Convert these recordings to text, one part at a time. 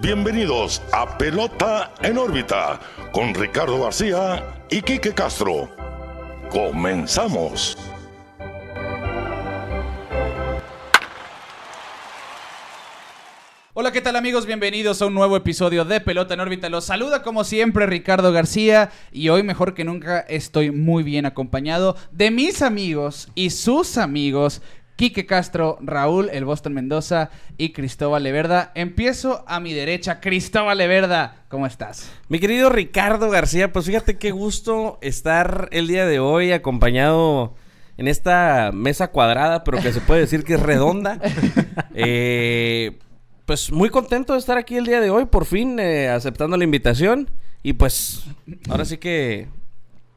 bienvenidos a Pelota en órbita con Ricardo García y Quique Castro. Comenzamos. Hola, ¿qué tal amigos? Bienvenidos a un nuevo episodio de Pelota en órbita. Los saluda como siempre Ricardo García y hoy mejor que nunca estoy muy bien acompañado de mis amigos y sus amigos. Quique Castro, Raúl, el Boston Mendoza y Cristóbal Leverda. Empiezo a mi derecha. Cristóbal Leverda, ¿cómo estás? Mi querido Ricardo García, pues fíjate qué gusto estar el día de hoy acompañado en esta mesa cuadrada, pero que se puede decir que es redonda. eh, pues muy contento de estar aquí el día de hoy, por fin eh, aceptando la invitación. Y pues, ahora sí que.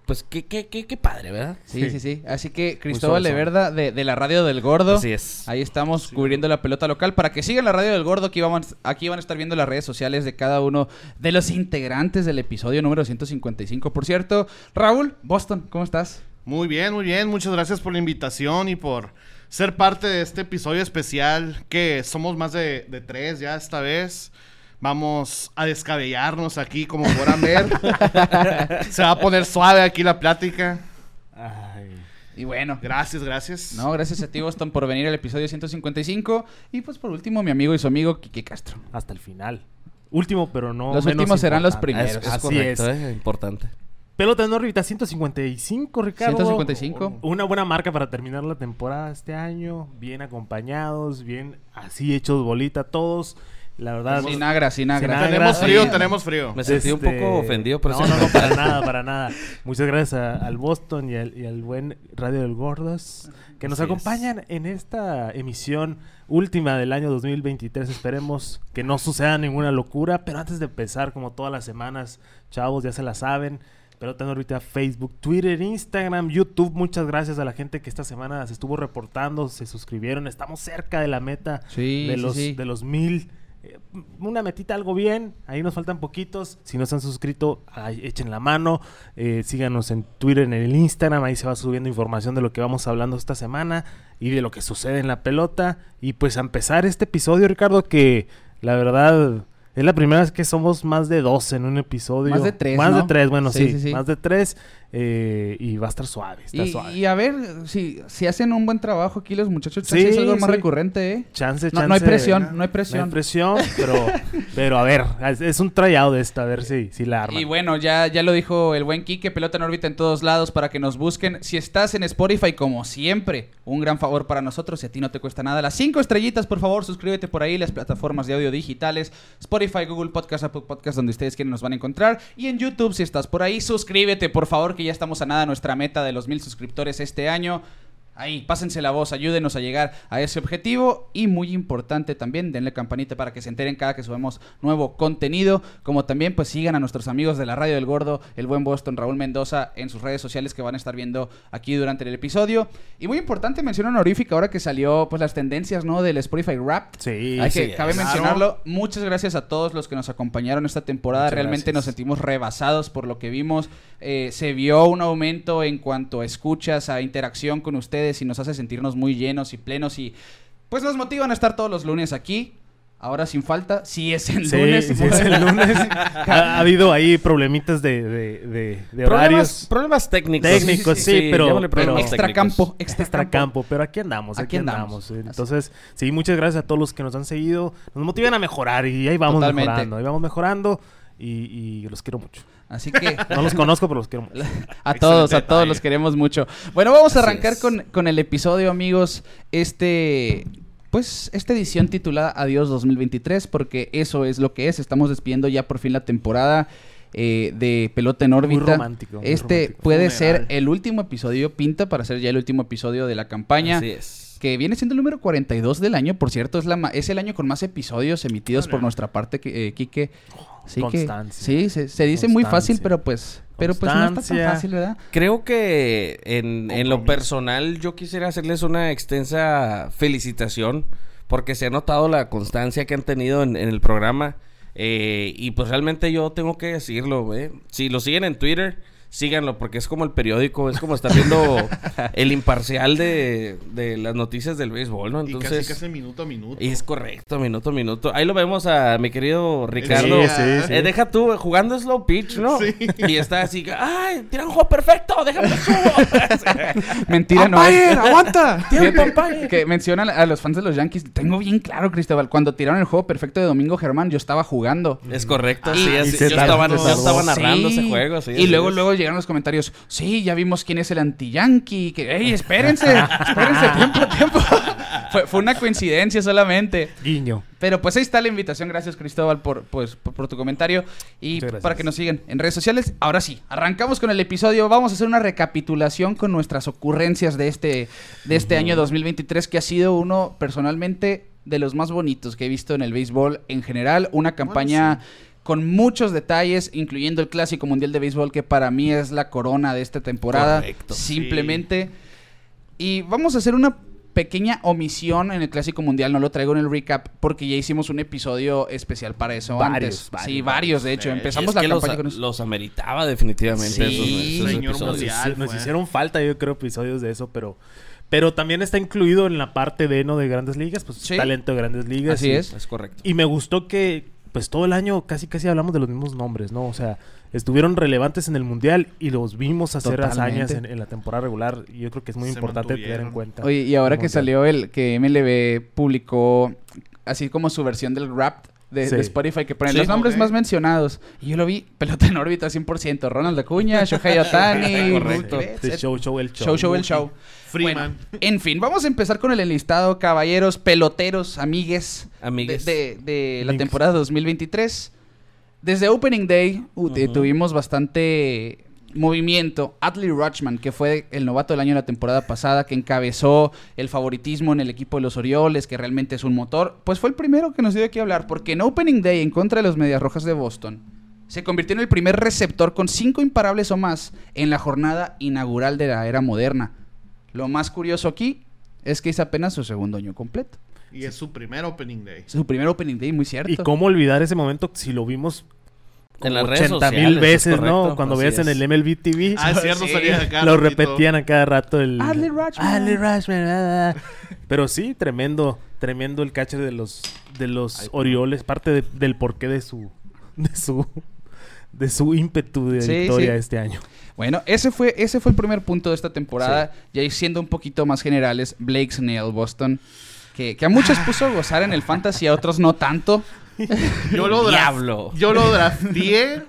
Pues qué, qué, qué, qué padre, ¿verdad? Sí, sí, sí. Así que suave, Cristóbal suave. Leverda de, de la Radio del Gordo. Así es. Ahí estamos cubriendo la pelota local. Para que sigan la Radio del Gordo, aquí, vamos, aquí van a estar viendo las redes sociales de cada uno de los integrantes del episodio número 155. Por cierto, Raúl, Boston, ¿cómo estás? Muy bien, muy bien. Muchas gracias por la invitación y por ser parte de este episodio especial que somos más de, de tres ya esta vez. Vamos a descabellarnos aquí como podrán ver. Se va a poner suave aquí la plática. Y bueno. Gracias, gracias. No, gracias a ti, Boston, por venir al episodio 155. Y pues por último, mi amigo y su amigo Quique Castro. hasta el final. Último, pero no. Los menos últimos serán los importante. Ah, Es, primeros. es Así correcto, es. ¿eh? Importante. Pelota en órbita 155, Ricardo. 155. Una buena marca para terminar la temporada este año. Bien acompañados, bien así hechos bolita todos. La verdad. Sin agra, sin agra. Sin agra. Tenemos gracias. frío, tenemos frío. Me sentí un este, poco ofendido por no, ese No, no, comentario. para nada, para nada. Muchas gracias a- al Boston y al, y al buen Radio del Gordos que nos Así es. acompañan en esta emisión última del año 2023. Esperemos que no suceda ninguna locura, pero antes de empezar, como todas las semanas, chavos, ya se la saben. Pero tengo ahorita Facebook, Twitter, Instagram, YouTube. Muchas gracias a la gente que esta semana se estuvo reportando, se suscribieron. Estamos cerca de la meta Sí, de sí, los sí. de los mil. Eh, Una metita algo bien, ahí nos faltan poquitos. Si no se han suscrito, ay, echen la mano. Eh, síganos en Twitter, en el Instagram, ahí se va subiendo información de lo que vamos hablando esta semana y de lo que sucede en la pelota. Y pues a empezar este episodio, Ricardo, que la verdad es la primera vez que somos más de dos en un episodio. Más de tres, Más de ¿no? tres, bueno, Sí, sí, sí, sí. más de tres. eh, y va a estar suave, está Y, suave. y a ver, si, si hacen un buen trabajo aquí los muchachos, Sí, chance es algo más sí. recurrente, ¿eh? Chance, No, no hay chance. presión, no hay presión. No hay presión, pero, pero a ver, es, es un tryout de esta, a ver si, si la arma. Y bueno, ya, ya lo dijo el buen Quique, pelota en órbita en todos lados para que nos busquen. Si estás en Spotify, como siempre, un gran favor para nosotros. Si a ti no te cuesta nada, las cinco estrellitas, por favor, suscríbete por ahí, las plataformas de audio digitales, Spotify, Google Podcast, Apple Podcast, donde ustedes quieren nos van a encontrar. Y en YouTube, si estás por ahí, suscríbete, por favor, que ya estamos a nada de nuestra meta de los mil suscriptores este año. Ahí, pásense la voz, ayúdenos a llegar a ese objetivo. Y muy importante también, denle campanita para que se enteren cada que subamos nuevo contenido. Como también, pues sigan a nuestros amigos de la Radio del Gordo, el buen Boston, Raúl Mendoza, en sus redes sociales que van a estar viendo aquí durante el episodio. Y muy importante, mención honorífica ahora que salió, pues las tendencias, ¿no? Del Spotify Rap. Sí, Hay así que, es. cabe Claro. mencionarlo. Muchas gracias a todos los que nos acompañaron esta temporada. Muchas Realmente gracias. nos sentimos rebasados por lo que vimos. Eh, se vio un aumento en cuanto a escuchas, a interacción con ustedes y nos hace sentirnos muy llenos y plenos y pues nos motivan a estar todos los lunes aquí. Ahora sin falta, si es el Sí, lunes. sí, es el lunes. ha, ha habido ahí problemitas de, de, de, de horarios. Problemas, problemas técnicos. Técnicos, sí, pero- llámale problemas pero- técnicos. Extracampo, extracampo. Extracampo, pero aquí andamos, Aquí aquí, andamos, andamos. así es. Entonces, sí, muchas gracias a todos los que nos han seguido. Nos motivan a mejorar y ahí vamos Totalmente. mejorando, ahí vamos mejorando y, y los quiero mucho. Así que No los conozco, pero los quiero mucho. A todos, a todos detalle. los queremos mucho. Bueno, vamos a Así arrancar es. con, con el episodio, amigos. Este, pues, esta edición titulada Adiós 2023, porque eso es lo que es. Estamos despidiendo ya por fin la temporada eh, de pelota en órbita. romántico, muy este romántico. puede Funeral. ser el último episodio, pinta para ser ya el último episodio de la campaña. Así es. Que viene siendo el número 42 del año, por cierto, es, la ma- es el año con más episodios emitidos por nuestra parte, que- eh, Quique. Así que- Oh, constancia. sí, se, se dice muy fácil, Constancia. pero pues, pero pues no está tan Constancia. fácil, ¿verdad? Creo que en, en lo Compromiso. personal yo quisiera hacerles una extensa felicitación porque se ha notado la constancia que han tenido en, en el programa eh, y pues realmente yo tengo que decirlo, güey. si lo eh, siguen en Twitter, síganlo porque es como el periódico, es como estar viendo el imparcial de, de las noticias del béisbol, ¿no? y casi Entonces, casi minuto a minuto. es correcto, minuto a minuto. Ahí lo vemos a mi querido Ricardo. Sí, sí, sí. Eh, deja tú jugando slow pitch, ¿no? Sí. Y está así, ay, tira un juego perfecto, déjame subo. Mentira, no es. aguanta! Fíjate que mencionan a los fans de los Yankees. Tengo bien claro, Cristóbal. Cuando tiraron el juego perfecto de Domingo Germán, yo estaba jugando. Es correcto, Y- sí, y así- se yo, estaba, tardó. yo estaba narrando Sí. ese juego, sí. Y así luego, es. luego llegaron los comentarios. Sí, ya vimos quién es el anti-yankee. Que, ¡Ey, espérense! ¡Espérense! ¡Tiempo, tiempo! fue, fue una coincidencia solamente. Guiño. Pero pues ahí está la invitación. Gracias, Cristóbal, por, pues, por, por tu comentario. Y Muchas gracias. para que nos sigan en redes sociales. Ahora sí, arrancamos con el episodio. Vamos a hacer una recapitulación con nuestras ocurrencias de este, de este año 2023, que ha sido uno personalmente de los más bonitos que he visto en el béisbol en general. Una campaña con muchos detalles, incluyendo el Clásico Mundial de Béisbol, que para mí es la corona de esta temporada. Correcto. Simplemente. Y vamos a hacer una pequeña omisión en el Clásico Mundial, no lo traigo en el recap porque ya hicimos un episodio especial para eso Varios, antes. varios, sí, varios, de hecho. Sí, Empezamos Eh, Es la que los, campaña con eso. los ameritaba definitivamente Sí, esos- esos señor episodios. mundial. Sí, nos fue. hicieron falta, yo creo, episodios de eso, pero... Pero también está incluido en la parte de, ¿no? De Grandes Ligas, pues Sí. talento de Grandes Ligas. Así y- es. Es correcto. Y me gustó que, pues todo el año casi casi hablamos de los mismos nombres, ¿no? O sea, estuvieron relevantes en el Mundial y los vimos hacer Totalmente. hazañas en, en la temporada regular. Y yo creo que es muy Se importante tener en mantuvieron. cuenta. Oye, y ahora el que Mundial. salió el que MLB publicó así como su versión del rap de, Sí. de Spotify que ponen Sí, los nombres ok. más mencionados. Y yo lo vi pelota en órbita 100%. Ronald Acuña, Shohei Otani, Correcto. Sí, Show, show, show, el show. show, show, el show. Freeman. Bueno, en fin, vamos a empezar con el enlistado, caballeros, peloteros, amigues, Amigues. de, de- de la Amigues. temporada 2023. Desde Opening Day u- eh, tuvimos bastante movimiento. Adley Rutschman, que fue el novato del año de la temporada pasada, que encabezó el favoritismo en el equipo de los Orioles, que realmente es un motor, pues fue el primero que nos dio aquí hablar, porque en Opening Day en contra de los Medias Rojas de Boston, se convirtió en el primer receptor con cinco imparables o más en la jornada inaugural de la era moderna. Lo más curioso aquí es que es apenas su segundo año completo. Y es su primer opening day. Su primer opening day, muy cierto. ¿Y cómo olvidar ese momento si lo vimos en las redes 80 sociales. mil es veces, correcto, ¿no? Cuando así veías en es. el MLB TV. Ah, es cierto, sí. salía de acá. lo ratito. repetían a cada rato el... Adley Rutschman. Adley Rutschman, ah, ah. Pero sí, tremendo, tremendo el catcher de los, de los Orioles. Parte de- del porqué de su... De su... De su ímpetu de Sí, victoria sí. este año. Bueno, ese fue, ese fue el primer punto de esta temporada. Y ahí siendo un poquito más generales, Blake Snell, Boston, que, que a Ah. muchos puso a gozar en el fantasy, a otros no tanto. Yo lo, Diablo. draf- yo lo drafté.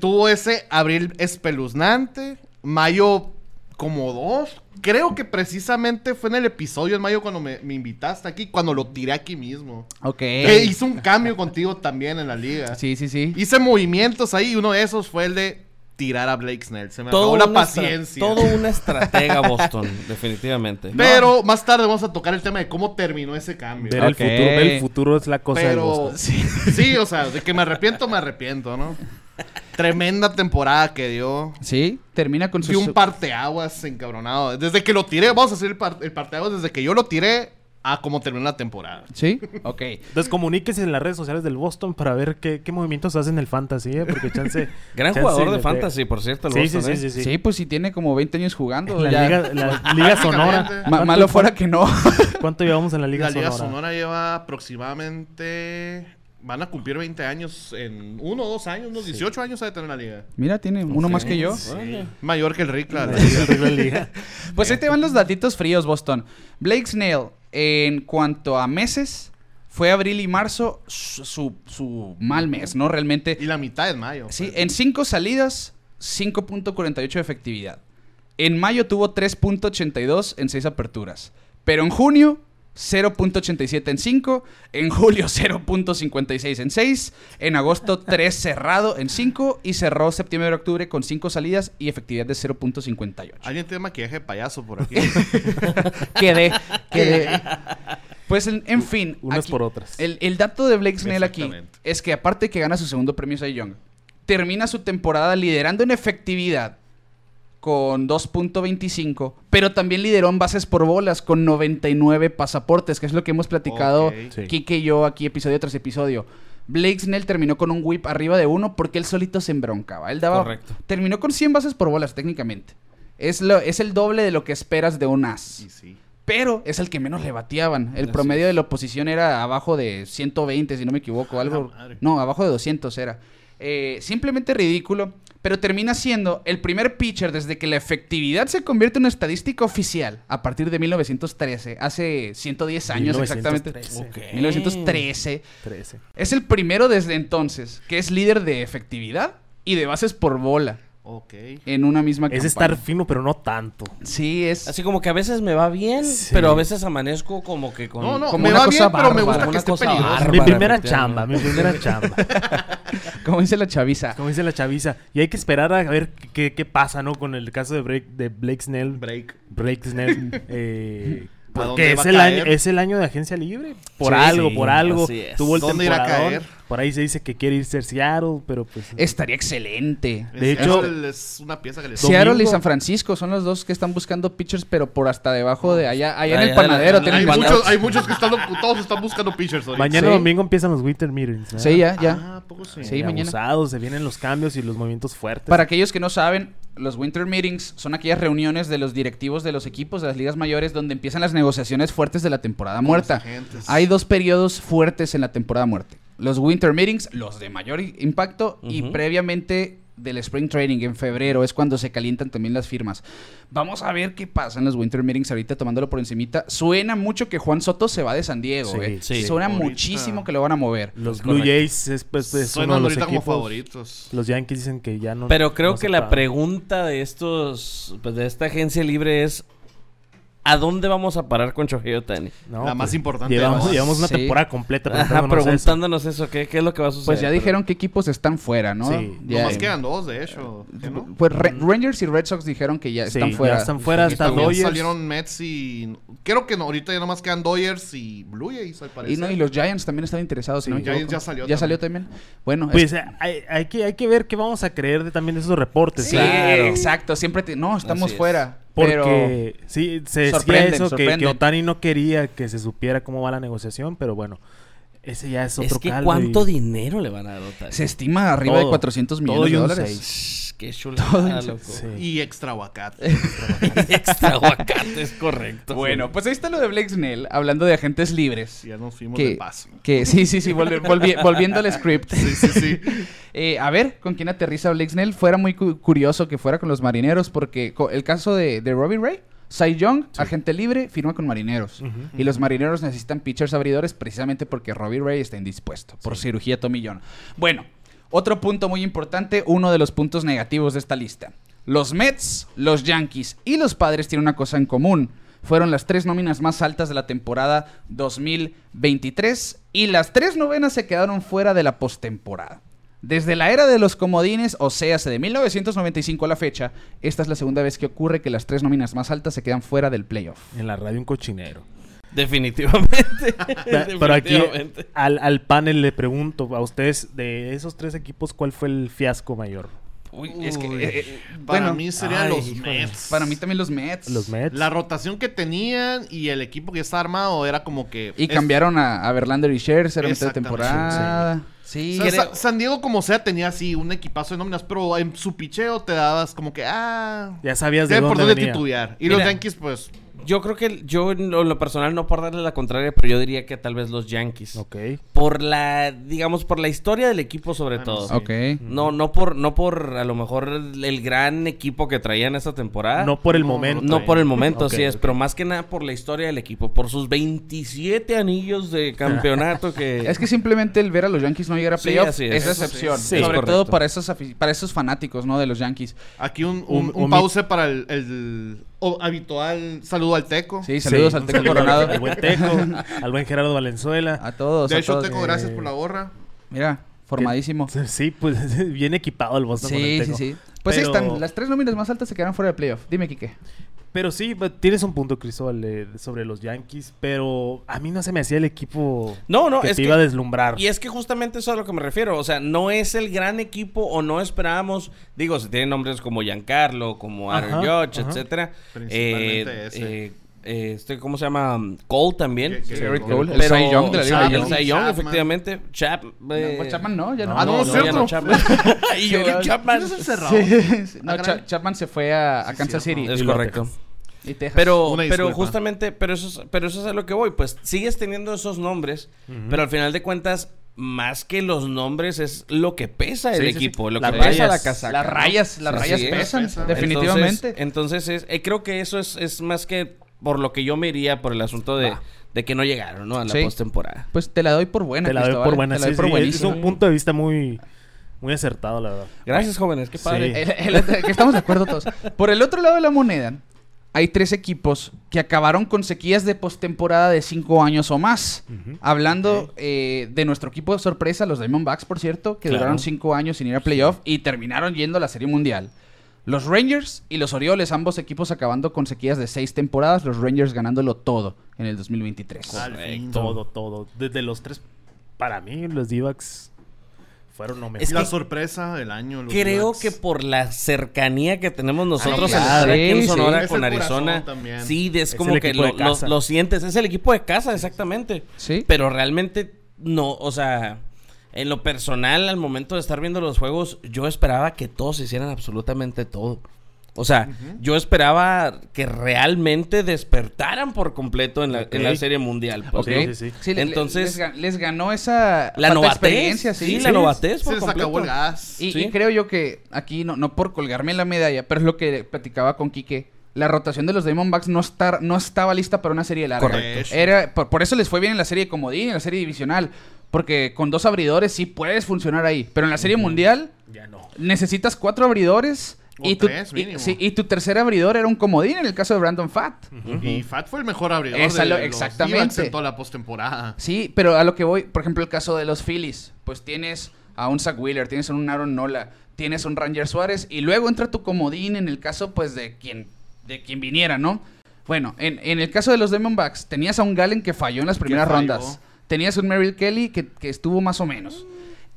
tuvo ese abril espeluznante. Mayo como dos. Creo que precisamente fue en el episodio en mayo cuando me, me invitaste aquí, cuando lo tiré aquí mismo. Ok. Eh. Que hice un cambio contigo también en la liga. Sí, sí, sí. Hice movimientos ahí y uno de esos fue el de tirar a Blake Snell. Se me Todo acabó una la estra- paciencia. Todo una estratega Boston, definitivamente. Pero más tarde vamos a tocar el tema de cómo terminó ese cambio. Ver Ok. el futuro, ver el futuro es la cosa del Pero Boston. sí, o sea, de que me arrepiento, me arrepiento, ¿no? Tremenda temporada que dio. Sí, termina con su... Fui un parteaguas encabronado. Desde que lo tiré, vamos a hacer el, par- el parteaguas desde que yo lo tiré a cómo terminó la temporada. Sí, ok. Entonces comuníquese en las redes sociales del Boston para ver qué, qué movimientos hacen en el fantasy, ¿eh? porque chance... Gran chance jugador le de pega. fantasy, por cierto, el Sí, sí, Boston, sí, ¿eh? sí, sí. Sí. pues si tiene como 20 años jugando. La ya- liga, la liga sonora. Prácticamente. Ma- malo fuera que no. ¿Cuánto llevamos en la liga, la Liga sonora? Sonora. lleva aproximadamente. Van a cumplir 20 años en uno o dos años, unos 18 años ha de tener la liga. Mira, tiene uno más que yo. Órale. Mayor que el Rick, la- la Es liga. el Real Liga. Pues ahí te van los datitos fríos, Boston. Blake Snell, en cuanto a meses, fue abril y marzo su, su- su mal mes, ¿no? Realmente. Y la mitad de mayo. Sí, pues. en cinco salidas, 5.48 de efectividad. En mayo tuvo 3.82 en seis aperturas. Pero en junio, 0.87 en 5. En julio, 0.56 en 6. En agosto, 3 cerrado en 5. Y cerró septiembre-octubre con 5 salidas y efectividad de 0.58. Alguien tiene maquillaje de payaso por aquí. Quedé, quedé. Pues en, en fin. Unas aquí- por otras. El, el dato de Blake Snell aquí Exactamente. es que aparte de que gana su segundo premio Cy Young, termina su temporada liderando en efectividad con 2.25, pero también lideró en bases por bolas con 99 pasaportes, que es lo que hemos platicado Ok. Sí. Kike y yo aquí episodio tras episodio. Blake Snell terminó con un whip arriba de uno porque él solito se embroncaba. Él daba. Correcto. Terminó con 100 bases por bolas, técnicamente. Es, lo, es el doble de lo que esperas de un as. Y sí. Pero es el que menos le bateaban. El Así promedio es. Ah, de la oposición era abajo de 120, si no me equivoco. Algo, la madre. no, abajo de 200 era. Eh, simplemente ridículo. Pero termina siendo el primer pitcher desde que la efectividad se convierte en una estadística oficial a partir de 1913, hace 110 años exactamente. 1913. Ok. 1913. 13. Es el primero desde entonces que es líder de efectividad y de bases por bola Ok. en una misma Es campaña. estar fino, pero no tanto. Sí, es... Así como que a veces me va bien, Sí. pero a veces amanezco como que con... No, no, como me una va cosa bien, pero me bárbara, gusta como que una esté cosa peligroso. bárbara. mi primera efectivamente. chamba, mi primera chamba. como dice la chaviza. Como dice la chaviza. Y hay que esperar a ver qué, qué pasa, ¿no? Con el caso de, Blake- de Blake Snell. Break. Blake Snell. eh, ¿A dónde porque va es a el, caer? año, es el año de agencia libre. Por Sí, algo, sí, por algo. así es. Tuvo el ¿Dónde irá a temporadón. caer? Por ahí se dice que quiere irse a Seattle, pero pues... Estaría excelente. De hecho- Seattle es una pieza que le Sí, Seattle y Domingo. San Francisco son los dos que están buscando pitchers, pero por hasta debajo de allá, allá en Allá el panadero. de la- tienen hay, Cuando- muchos, hay muchos que están todos están buscando pitchers ahorita. Mañana Sí. domingo empiezan los winter meetings. ¿no? Sí, ya, ya. Ah, ¿a poco sí? Sí. Eh, mañana. abusados, se vienen los cambios y los movimientos fuertes. Para aquellos que no saben, los Winter Meetings son aquellas reuniones de los directivos de los equipos de las ligas mayores donde empiezan las negociaciones fuertes de la temporada muerta. agentes. Hay dos periodos fuertes en la temporada muerte. Los Winter Meetings, los de mayor i- impacto, y Ujú. previamente del Spring Training en febrero es cuando se calientan también las firmas. Vamos a ver qué pasa en los Winter Meetings ahorita tomándolo por encimita. Suena mucho que Juan Soto se va de San Diego, Sí, eh. sí. Suena Ahorita. muchísimo que lo van a mover. Los Es Blue correcto. Jays es, pues, es uno de Suenan los ahorita como equipos. favoritos. Los Yankees dicen que ya no. Pero creo no que se la pagan. pregunta de estos, pues, de esta agencia libre es, ¿a dónde vamos a parar con Shohei Otani? No, pues, La más importante de Llevamos, todas. llevamos una Sí. temporada completa Ajá, preguntándonos eso. preguntándonos eso, ¿qué, ¿qué es lo que va a suceder? Pues ya Pero- dijeron qué equipos están fuera, ¿no? Sí. Ya, Nomás eh, quedan dos, de hecho. ¿Qué no? Pues Re- Rangers y Red Sox dijeron que ya Mm. Sí, están fuera. Ya están fuera, Y hasta también Dodgers. salieron Mets y... Creo que no, ahorita ya nomás quedan Dodgers y Blue Jays, al parecer. Y, no, y los Giants también están interesados. si Sí, no me Giants equivoco. ya salió Ya también. salió también. Bueno, es- Pues eh, hay, hay que, hay que ver qué vamos a creer de, también de esos reportes. ¿eh? Sí, ¿verdad? Claro. exacto. Siempre te- no, estamos Así es. fuera. Pero Porque sí, se decía Sorprenden, eso, que, que sorprenden. Otani no quería que se supiera cómo va la negociación, pero bueno, ese ya es otro Es que caldo ¿cuánto y- dinero le van a dar a Otani? se estima arriba de Todo, 400 todo millones y de un dólares. seis. Shh, Qué chulada, loco. Sí. Y extra aguacate. Extra aguacate, es correcto. Bueno, pues ahí está lo de Blake Snell, hablando de agentes libres. ya nos fuimos de Que, paso. que sí, sí, sí, volvi- volvi- volviendo al script. Sí, sí, sí. Eh, a ver, ¿con quién aterriza Blake Snell? Fuera muy cu- curioso que fuera con los marineros, porque co- el caso de, de Robbie Ray, Cy Young, agente libre, firma con marineros. Y los marineros necesitan pitchers abridores precisamente porque Robbie Ray está indispuesto por cirugía Tommy John. Bueno, otro punto muy importante, uno de los puntos negativos de esta lista. Los Mets, los Yankees y los Padres tienen una cosa en común. Fueron las tres nóminas más altas de la temporada 2023 y las tres novenas se quedaron fuera de la postemporada. Desde la era de los comodines, o sea, de 1995 a la fecha, esta es la segunda vez que ocurre que las tres nóminas más altas se quedan fuera del playoff. En la radio un cochinero. Definitivamente. Pe- Pero aquí Definitivamente. al, al panel le pregunto a ustedes, de esos tres equipos, ¿cuál fue el fiasco mayor? Uy, es que. Uy, eh, eh, Para bueno, mí serían Ay, los híjole. Mets. para mí también los Mets. ¿Los Mets? La rotación que tenían y el equipo que está armado era como que... Y es- cambiaron a, a Verlander y Scherzer a mitad de Exactamente, temporada. Sí. o sea, Sa- San Diego, como sea, tenía así un equipazo de nóminas, pero en su picheo te dabas como que, ah, Ya sabías de sé por dónde dónde venía. titubear. Y los Mira. Yankees, pues, Yo creo que yo en lo, en lo personal no por darle la contraria, pero yo diría que tal vez los Yankees. Ok. Por la, digamos, por la historia del equipo sobre Ah, todo. sí. Ok. No, no por, no por a lo mejor el el gran equipo que traían esta temporada. No por el No, momento. Ah, No por el momento, Ok, así es, ok. pero más que nada por la historia del equipo, por sus 27 anillos de campeonato que... Es que simplemente el ver a los Yankees no llegar a Sí, playoff así es es. decepción. Sí, Sobre correcto. todo para esos, afic- para esos fanáticos ¿no? de los Yankees. aquí un, un, Un- un un- pause para el, el o- habitual saludo al Teco. Sí, saludos Sí, al un Teco saludo Coronado. Al buen Teco, al buen Gerardo Valenzuela. A todos. De a hecho, todos. Teco, gracias por la gorra. Mira, formadísimo. Sí, pues bien equipado el Boston con el Sí, sí, Teco. sí. Pues ahí Pero- están. Las tres nóminas más altas se quedaron fuera de playoff. Dime, Quique. Pero sí, but- tienes un punto, Cristóbal, eh, sobre los Yankees, pero a mí no se me hacía el equipo No, no, que es te que- iba a deslumbrar. Y es que justamente eso es a lo que me refiero. O sea, no es el gran equipo o no esperábamos. Digo, se tienen nombres como Giancarlo, como Aaron Ajá, Judge, ajá. etcétera. Principalmente ese. eh, eh, este, ¿cómo se llama? Cole también. Sí, sí, Garrett Cole. Cole, el Pero- Cy Young de la Liga Chapman. El Nacional. Cy Young, Chapman. efectivamente. Chap. eh, No, pues Chapman no, ya no. Ah, no, ya cierto. Chapman. y yo, Sí, Chapman. ¿Quién es el cerrado? Sí, sí. No, Ah, caray. Cha- Chapman se fue a, a Sí, Kansas cierto. City Es Y lo correcto. Texas. y Texas. Pero, Una pero disculpa. justamente, pero eso, es, pero eso es a lo que voy. Pues sigues teniendo esos nombres, pero al final de cuentas, más que los nombres, es lo que pesa el Sí, sí, sí. equipo, lo Las que pesa rayas, la casaca. Las ¿no? rayas, las Así rayas es. pesan, Pesan. definitivamente. Entonces, entonces es- eh, creo que eso es, es más que por lo que yo me iría por el asunto de, de que no llegaron ¿no? a la Sí. postemporada. pues te la doy por buena. Te la doy Cristóbal, por buena. Te la doy sí, por sí, es buenísima. un punto de vista muy, muy acertado, la verdad. Gracias, jóvenes, qué padre. Sí. El- el otro- que estamos de acuerdo todos. Por el otro lado de la moneda, hay tres equipos que acabaron con sequías de postemporada de cinco años o más. Hablando eh, de nuestro equipo de sorpresa, los Diamondbacks, por cierto, que Claro. duraron cinco años sin ir a playoff y terminaron yendo a la Serie Mundial. Los Rangers y los Orioles, ambos equipos acabando con sequías de seis temporadas, los Rangers ganándolo todo en el 2023. Al fin, Correcto. todo, todo. Desde los tres, para mí, los Divacs fueron lo mejor. Es la que- sorpresa del año. los Creo Ducks. que por la cercanía que tenemos nosotros Sí, al Ah, claro. estar aquí en Sí, Sonora sí. Es con el corazón Arizona, también. sí, es Es como el que equipo de lo, lo- casa. lo sientes, es el equipo de casa, exactamente. Sí. Pero realmente no, o sea, en lo personal, al momento de estar viendo los juegos, yo esperaba que todos hicieran absolutamente todo. O sea, yo esperaba que realmente despertaran por completo en la, en la Ok. Serie Mundial. pues, Ok. ¿no? Sí, sí. Sí, le- Entonces- les, ga- les ganó esa La falta de novatez. experiencia, Sí, sí, la Sí. novatez Se por les acabó el completo. gas. Y, Sí. y creo yo que aquí, no, no por colgarme la medalla, pero es lo que platicaba con Quique. La rotación de los Diamondbacks no, estar, no estaba lista para una serie larga. Correcto. Era, por, por eso les fue bien en la serie de Comodín, en la serie divisional. Porque con dos abridores sí puedes funcionar ahí. Pero en la serie mundial Ya no. necesitas cuatro abridores. O y, tu, tres, y, mínimo. sí, y tu tercer abridor era un comodín en el caso de Brandon Fat. Y Fat fue el mejor abridor Esa de lo- los exactamente. Divacs en toda la postemporada. Sí, pero a lo que voy, por ejemplo, el caso de los Phillies, pues tienes a un Zach Wheeler, tienes a un Aaron Nola, tienes a un Ranger Suárez y luego entra tu comodín en el caso pues de quien de quien viniera, ¿no? Bueno, en, en el caso de los Diamondbacks, tenías a un Galen que falló en las primeras falló. rondas. Tenías un Merrill Kelly que, que estuvo más o menos.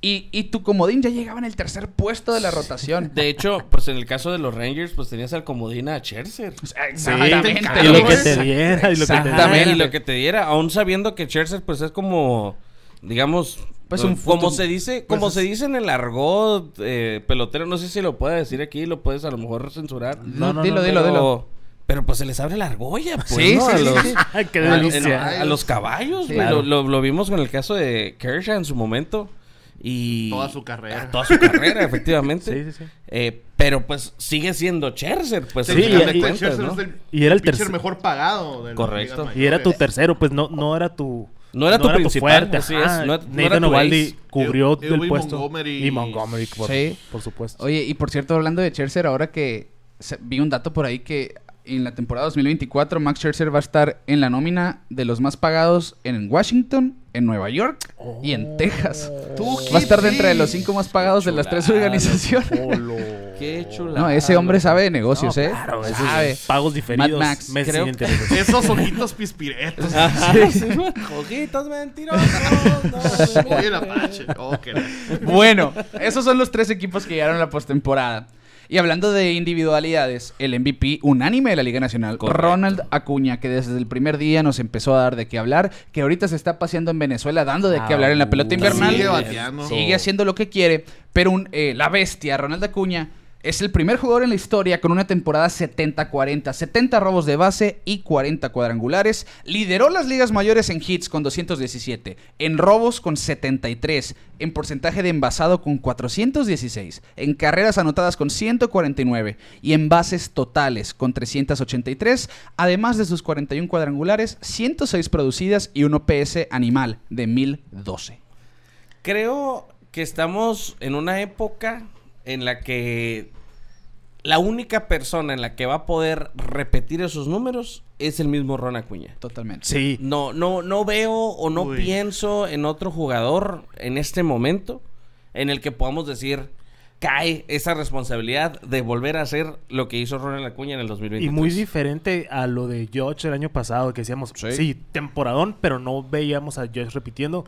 Y, y tu comodín ya llegaba en el tercer puesto de la rotación. De hecho, pues en el caso de los Rangers, pues tenías al comodín a Scherzer. O sea, Sí, exactamente. y lo que güey. te diera, y lo que te Ajá, diera. y lo que te diera, aún sabiendo que Scherzer pues es como, digamos, eh, Pues, un como futun- se dice, como pues, se es- dice en el argot eh, pelotero, no sé si lo pueda decir aquí, lo puedes a lo mejor censurar. No, No, no, dilo, no, dilo, pero, dilo. pero, pues se les abre la argolla, pues, Sí, ¿no? sí, a, sí, los, sí. Ay, qué a- delicia. a- a los caballos, güey. Claro. Lo, lo- lo vimos con el caso de Kershaw en su momento. Y Toda su carrera. Ah, toda su carrera, efectivamente. Sí, sí, sí. Eh, pero pues sigue siendo Scherzer, pues Sí, al final y- de y- cuentas, Scherzer ¿no? es el Y era el pitcher tercer- mejor pagado. De las Correcto. ligas Y era tu mayores. tercero, pues no, no era tu. No era tu principal, así es, ajá. no era- no era Nathan tu Ovaldi ace. cubrió Eu- Eury el puesto. Montgomery. Y Montgomery, por, Sí. por supuesto. Oye, y por cierto, hablando de Scherzer, ahora que se- vi un dato por ahí que en la temporada 2024 Max Scherzer va a estar en la nómina de los más pagados en Washington, en Nueva York y en Texas. Tú, Va a estar Kiki. dentro de los cinco más pagados de las tres Chulada, organizaciones. Polo. Qué chula. No, ese hombre sabe de negocios, ¿eh? Ah, Claro, esos sabe. pagos diferidos. Mad Max, meses creo- siguientes. Esos ojitos pispiretos. Ah. Ojitos mentirosos. Oye, el Apache. Oh, qué la- Bueno, esos son los tres equipos que llegaron a la postemporada. Y hablando de individualidades, el MVP unánime de la Liga Nacional, Correcto. Ronald Acuña, que desde el primer día nos empezó a dar de qué hablar, que ahorita se está paseando en Venezuela dando de qué hablar en la pelota invernal. Sigue bateando. Sigue haciendo lo que quiere, pero un, eh, la bestia, Ronald Acuña, es el primer jugador en la historia con una temporada 70-40, 70 robos de base y 40 cuadrangulares. Lideró las ligas mayores en hits con 217, en robos con 73, en porcentaje de envasado con 416, en carreras anotadas con 149 y en bases totales con 383, además de sus 41 cuadrangulares, 106 producidas y un OPS animal de 1012. Creo que estamos en una época en la que la única persona en la que va a poder repetir esos números es el mismo Ron Acuña. Totalmente. Sí. No, no, no veo o no Uy. pienso en otro jugador en este momento en el que podamos decir cae esa responsabilidad de volver a hacer lo que hizo Ronald Acuña en el 2020. Y muy diferente a lo de Josh el año pasado, que decíamos, Sí. sí, temporadón, pero no veíamos a Josh repitiendo.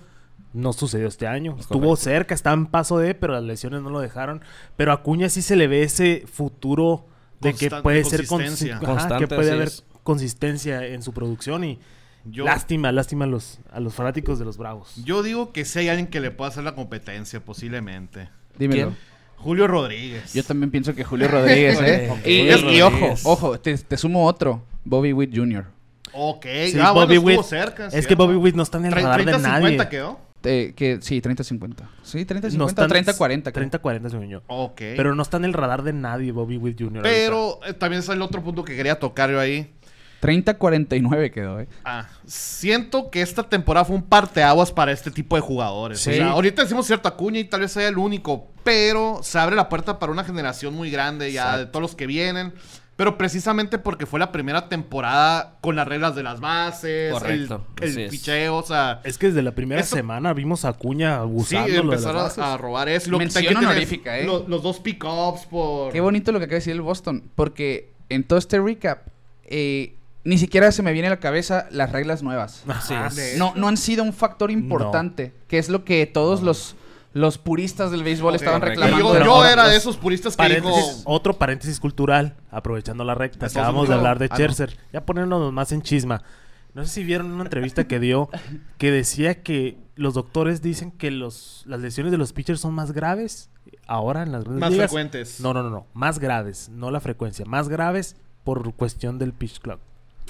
No sucedió este año. Estuvo cerca, estaba en paso de, pero las lesiones no lo dejaron. Pero a Acuña sí se le ve ese futuro de que Constan- puede ser consistencia. consi- ajá, Constante, que puede así haber es. consistencia en su producción y Yo- lástima, lástima a los, a los fanáticos de los Bravos. Yo digo que si hay alguien que le pueda hacer la competencia, posiblemente. Dímelo. ¿Quién? Julio Rodríguez. Yo también pienso que Julio Rodríguez, ¿eh? Ok. y, Julio y ojo, Rodríguez. ojo, te, te sumo otro. Bobby Witt Jr. Ok, Sí, ah, bueno, Bobby estuvo Witt- cerca. es que Bobby Witt no está en el radar de 30-50 nadie. quedó. Eh, que, sí, 30-50. Sí, 30-50 No o está en- 30-40. creo. 30-40, según yo. Ok. Pero no está en el radar de nadie Bobby Witt Jr. ahorita. Pero eh, también es el otro punto que quería tocar yo ahí. 30-49 quedó, ¿eh? Ah, siento que esta temporada fue un parteaguas para este tipo de jugadores. Sí. O sea, ahorita decimos cierto Acuña y tal vez sea el único, pero se abre la puerta para una generación muy grande ya de todos los que vienen. Pero precisamente porque fue la primera temporada con las reglas de las bases, Correcto, el, el así es. picheo, o sea, Es que desde la primera Eso- semana vimos a Acuña sí, abusando. de las empezar bases. a, a robar es Mención también tienes honorífica, ¿eh? Los, los dos pick-ups por... Qué bonito lo que acaba de decir el Boston, porque en todo este recap, eh, ni siquiera se me viene a la cabeza las reglas nuevas. Así es. No, no han sido un factor importante, que es lo que todos los, los puristas del béisbol estaban Correcto. reclamando. Yo, de este, yo ahora. era de esos puristas que digo... Paréntesis, otro paréntesis cultural, aprovechando la recta. Estados Acabamos de Unidos. hablar de Ah, no. Scherzer. Ya poniéndonos más en chisma. No sé si vieron una entrevista que dio que decía que los doctores dicen que los, las lesiones de los pitchers son más graves ahora en las grandes Más ligas. frecuentes. No, no, no, no. Más graves, no la frecuencia. Más graves por cuestión del pitch clock.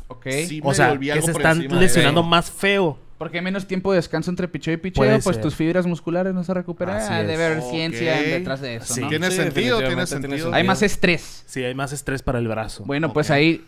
Ok. Sí, O me sea, volví que algo se por están encima de- lesionando más feo. Porque hay menos tiempo de descanso entre picheo y picheo, Puede pues ser. tus fibras musculares no se recuperan. Así Ah, debe es. haber Ok. ciencia detrás de eso, Sí. ¿no? Tiene Sí, sentido, tiene definitivamente sentido. tiene sentido. Hay más estrés. Sí, hay más estrés para el brazo. Bueno, pues Ok. ahí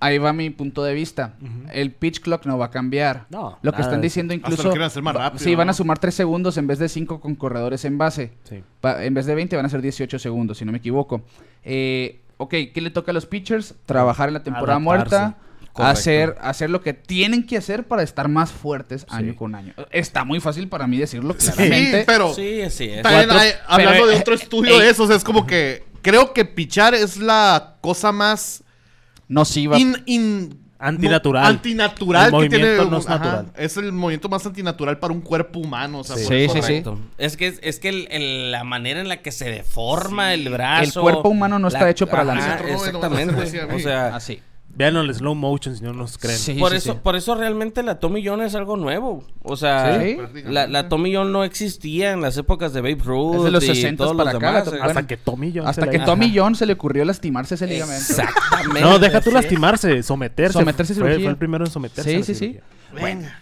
ahí va mi punto de vista. El pitch clock no va a cambiar. No, lo que nada están de eso. diciendo Hasta incluso lo quieren hacer más va- rápido, sí, van a ¿no? sumar 3 segundos en vez de 5 con corredores en base. Sí. Pa- en vez de 20 van a ser 18 segundos, si no me equivoco. Eh, ok, ¿qué le toca a los pitchers? Trabajar en la temporada Adaptarse. muerta. Correcto. Hacer, hacer lo que tienen que hacer para estar más fuertes año con año. Está muy fácil para mí decirlo claramente. Sí, pero... Sí, así es. También Cuatro, hay- hablando pero, de eh, otro eh, estudio eh. de esos, es como que creo que pichar es la cosa más Nociva. in- in- Antinatural. no- antinatural El que movimiento tiene- no es ajá, natural. es el movimiento más antinatural para un cuerpo humano. O sea, Sí. por Sí, eso- sí, sí. Correcto. Es que, es, es que el- el- la manera en la que se deforma el brazo. El cuerpo humano no la- está hecho para Ajá, lanzar. Exactamente. O sea, Así. Vean el slow motion si no nos creen. Sí, Ah, por, sí, eso, sí. por eso realmente la Tommy John es algo nuevo. O sea, Sí. la, la Tommy John no existía en las épocas de Babe Ruth. Es de los y 60s todos para los acá, la demás. Tommy- Hasta Bueno, que Tommy John se Hasta la- que Ajá. Tommy John se le ocurrió lastimarse ese ligamento. Exactamente. No, deja Así tú es. lastimarse, someterse. Someterse a fue, cirugía. fue el primero en someterse. Sí, a la sí, sí. cirugía.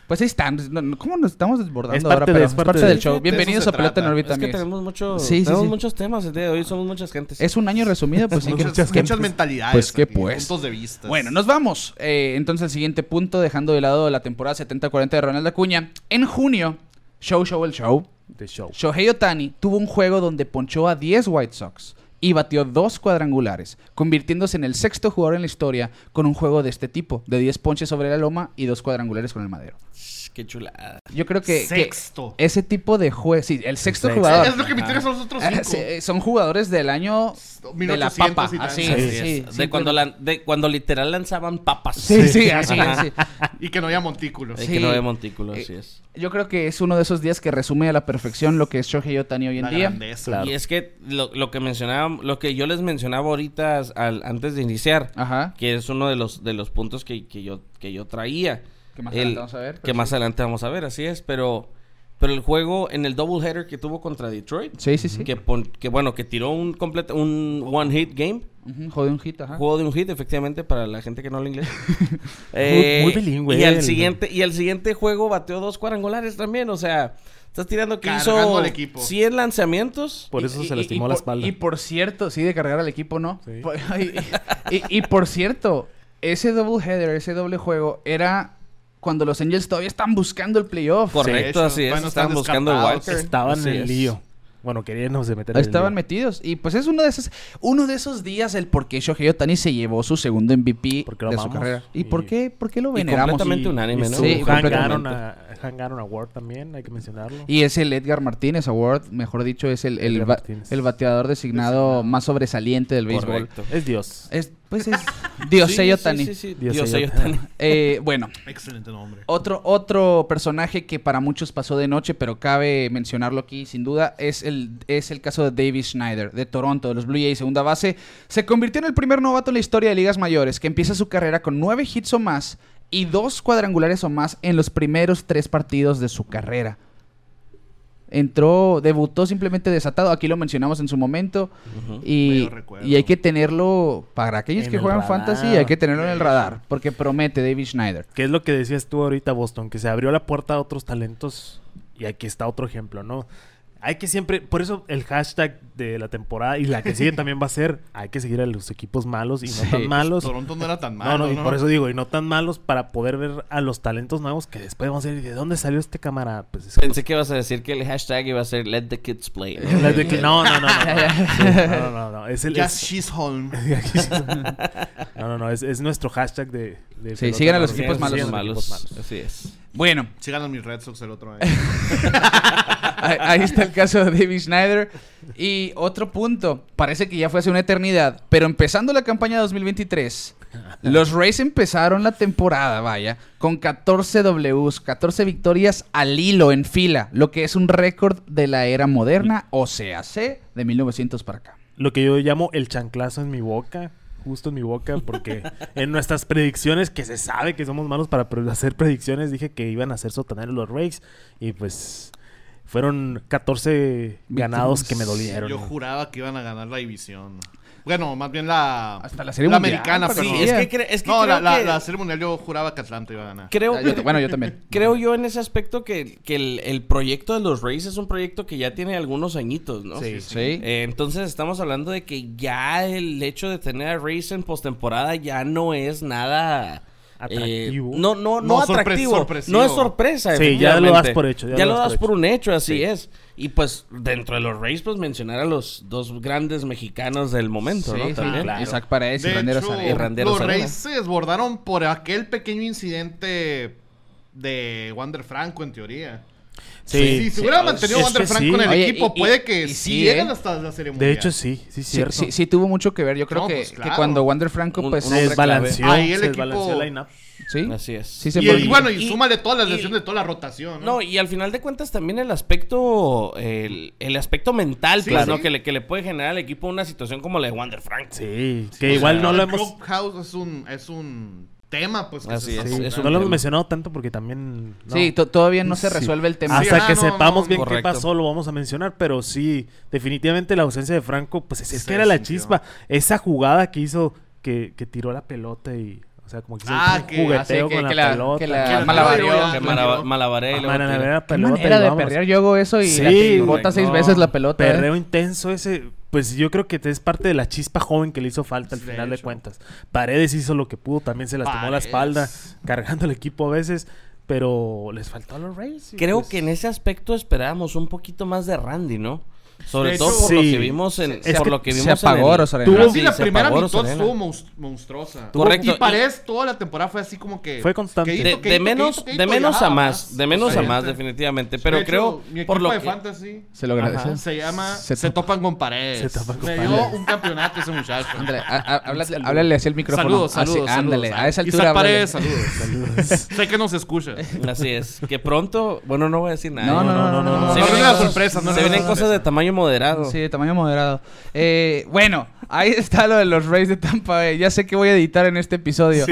Pues ahí están. No, no, ¿Cómo nos estamos desbordando Es parte ahora? de- Pero es parte de- del sí, show. de eso Bienvenidos se a Pelota en trata. órbita, Es que amigos. tenemos, mucho, Sí, sí, tenemos sí. muchos temas el día de hoy. Somos muchas gentes. Es un año resumido, pues sí que- Muchas, que- muchas mentalidades. Pues qué aquí, pues. Puntos de vista. Bueno, nos vamos. Eh, entonces, al siguiente punto, dejando de lado la temporada 70-40 de Ronald Acuña. En junio, Show Show el Show, The show. Shohei Otani tuvo un juego donde ponchó a 10 White Sox y batió dos cuadrangulares, convirtiéndose en el sexto jugador en la historia con un juego de este tipo, de 10 ponches sobre la loma y dos cuadrangulares con el madero. Qué chulada. Yo creo que, que Sexto. ese tipo de juego, sí, el sexto sexto. jugador. es lo que me interesa a los otros Ah, cinco. sí, eh, son jugadores del año de la 1800 papa, y tal. así, Sí, sí, Así sí, es. sí, de, cuando pero- lan- de cuando literal lanzaban papas. Sí, sí, así, así. Y que no haya montículos. Es Sí. que no había montículo, Eh, así es. Yo creo que es uno de esos días que resume a la perfección lo que es Shohei Otani hoy en La día. grandeza. Claro. Y es que lo, lo que mencionaba, lo que yo les mencionaba ahorita al- antes de iniciar, Ajá. que es uno de los de los puntos que, que yo que yo traía. Que más El- adelante vamos a ver, pues, Que pero más adelante vamos a ver, así es. Pero pero el juego en el double header que tuvo contra Detroit, Sí, sí, sí. que pon- que bueno que tiró un completo un one hit game, Ujú, Jode un hit, ajá. juego de un hit efectivamente para la gente que no habla inglés. Eh, Muy- muy bilingüe Y al el- siguiente y al siguiente juego bateó dos cuadrangulares también, o sea. Estás tirando que Cargando hizo al equipo. 100 lanzamientos. Por eso Y- se y- lastimó y la por- espalda. Y por cierto, sí, de cargar al equipo, ¿no? Sí. Por- y, y- y por cierto, ese double header, ese doble juego, era cuando los Angels todavía están buscando el playoff. de Correcto, hecho, así es. bueno, están Estaban buscando el descartados. wildcard. Estaban Así en es. lío. Bueno, queriéndose meter en el Estaban lío. metidos. Y pues es uno de esos, uno de esos días el por qué Shohei Otani se llevó su segundo MVP Porque lo de su amamos. carrera. ¿Y, Y- por qué? ¿Por qué lo veneramos? completamente- Y- unánime, y ¿no? su Sí, hangaron, a, hangaron a Ward también, hay que mencionarlo. Y es el Edgar Martínez Award, mejor dicho, es el, el Edgar ba- Martínez. el bateador designado más sobresaliente del béisbol. Correcto. Es Dios. Es Pues es Diosello Sí, sí, Tani. Sí, sí, Dios Dios sello sello Tani. Eh, bueno, Excelente nombre. otro, otro personaje que para muchos pasó de noche, pero cabe mencionarlo aquí sin duda, es el, es el caso de David Schneider, de Toronto, de los Blue Jays, segunda base. Se convirtió en el primer novato en la historia de ligas mayores, que empieza su carrera con nueve hits o más y dos cuadrangulares o más en los primeros tres partidos de su carrera. Entró, debutó simplemente desatado, aquí lo mencionamos en su momento, y, Medio recuerdo. y hay que tenerlo, para aquellos En que el juegan radar. fantasy, hay que tenerlo en el radar, porque promete David Schneider. ¿Qué es lo que decías tú ahorita, Boston? Que se abrió la puerta a otros talentos y aquí está otro ejemplo, ¿no? Hay que siempre, por eso el hashtag de la temporada y la que sigue también va a ser, hay que seguir a los equipos malos y no Sí. tan malos. Toronto no era tan No, malo. no, y por eso digo, y no tan malos para poder ver a los talentos nuevos que después vamos a decir, ¿de dónde salió este camarada? Pues es- Pensé que ibas a decir que el hashtag iba a ser Let the kids play. La de que- no, no, no, no, no, Sí, no, no, no, no, es el... Just Es, she's home. no, no, no, es, es nuestro hashtag de... de Sí, sigan a los pelota, equipos sí, malos. sigan a los equipos malos. Así es. Bueno, Sigan a mis Red Sox el otro año. ahí ahí está el caso de David Schneider. Y otro punto, parece que ya fue hace una eternidad, pero empezando la campaña 2023, los Rays empezaron la temporada, vaya, con 14 Ws, 14 victorias al hilo en fila, lo que es un récord de la era moderna, o sea, C de 1900 para acá. lo que yo llamo el chanclazo en mi boca, justo en mi boca, porque en nuestras predicciones, que se sabe que somos malos para pre- hacer predicciones, dije que iban a ser sotaneros los Rays y pues fueron 14 ganados que me dolieron. Yo juraba que iban a ganar la división. Bueno, más bien la. Hasta la Serie Mundial, americana, pero- pero. Sí, es que cre- es que no, la, creo la- que- la serie mundial yo juraba que Atlanta iba a ganar. Creo, Ah, yo ta- bueno, yo también. creo yo en ese aspecto que, que el, el proyecto de los Rays es un proyecto que ya tiene algunos añitos, ¿no? Sí, Sí. Eh, entonces estamos hablando de que ya el hecho de tener a Rays en postemporada ya no es nada Atractivo. eh, no, no, no, No, sorpre- atractivo. sorpresivo. No es sorpresa. Sí, ya lo efectivamente. das por hecho, Ya, lo das por, hecho. un hecho, así es. Y pues dentro de los Rays, pues mencionar a los dos grandes mexicanos del momento, Sí, ¿no? sí, También. Ah, claro. Isaac Paredes y De Randy hecho, Arozarena. y Randy los Arozarena. Reyes se desbordaron por aquel pequeño incidente de Wander Franco, en teoría. Sí, si sí. se hubiera mantenido es Wander que Franco sí. en el Oye, equipo, y- y- puede que y sí, sí, llegan ¿eh? hasta la serie mundial. De hecho, sí, Sí, sí, cierto. sí, sí tuvo mucho que ver. Yo creo No, que, pues, que claro. cuando Wander Franco, Un- pues. un Se hombre desbalanceó, clave. Ahí el se equipo- desbalanceó el lineup. Sí. Así es. Sí se Y, el- volvió. bueno, y, Y- súmale todas las y- lesiones de toda la rotación. ¿no? No, y al final de cuentas también el aspecto, el, el aspecto mental, Sí, pues, sí. ¿no? Que le, que le puede generar al equipo una situación como la de Wander Frank. Sí, O que sea, igual no lo el hemos... Clubhouse es un, es un tema, pues. que Así se es, está sí, es tocando. un no lo hemos tema. mencionado tanto porque también... no. Sí, to- todavía no se Sí. resuelve el tema. Ah, Hasta Sí, que no, sepamos no, bien qué correcto. pasó lo vamos a mencionar, pero sí, definitivamente la ausencia de Franco, pues es, es Se que era la sintió. chispa. Esa jugada que hizo, que, que tiró la pelota y, o sea, como que hizo Ah, un que- jugueteo así que- con la, que la- pelota. que la Ah, Que la malabareó, tiró, Que la malaba- tiró. malabaré y luego manera de tira. ver la Qué pelota, manera y de vámonos. perrear yo hago eso y Sí, la tiró, bota no, seis veces la pelota. ¿eh? Perreo intenso ese. Pues yo creo que es parte de la chispa joven que le hizo falta al De final de hecho. cuentas. Paredes hizo lo que pudo, también se lastimó la Paredes. espalda, cargando el equipo a veces, pero les faltó a los Reyes. y Creo pues- que en ese aspecto esperábamos un poquito más de Randy, ¿no? Sobre De todo hecho, por lo sí. que vimos en... Es por que lo que se vimos apagó, en el- Rosalén. Tuvo- Pero Randy sí, la se primera apagó, mitad Rosalén. estuvo monst- monstruosa. Correcto. Y Paredes toda la temporada fue así como que... Fue constante. que De, hizo, de que hizo, que menos, hizo, que de hizo, menos y a nada más, de menos a Exactamente. más definitivamente, pero De hecho, creo mi equipo por lo de que fantasy Se lo agradece. Ajá. se llama Se Se, topa- topan con paredes. Se topan con Me paredes. dio un campeonato ese muchacho. Ándale, a- a- háblale, háblale así el micrófono. Saludos, Así, saludos, ándale, saludos. a esa altura. Isaac háblale. Paredes, saludos. sé que nos escucha. Así es. Que pronto, bueno, no voy a decir nada. No, no, no, no, no, no. Se No, no vienen era cosas- sorpresa, no se era vienen sorpresa. cosas de tamaño moderado. Sí, de tamaño moderado. Eh, bueno, ahí está lo de los Rays de Tampa Bay. Ya sé que voy a editar en este episodio.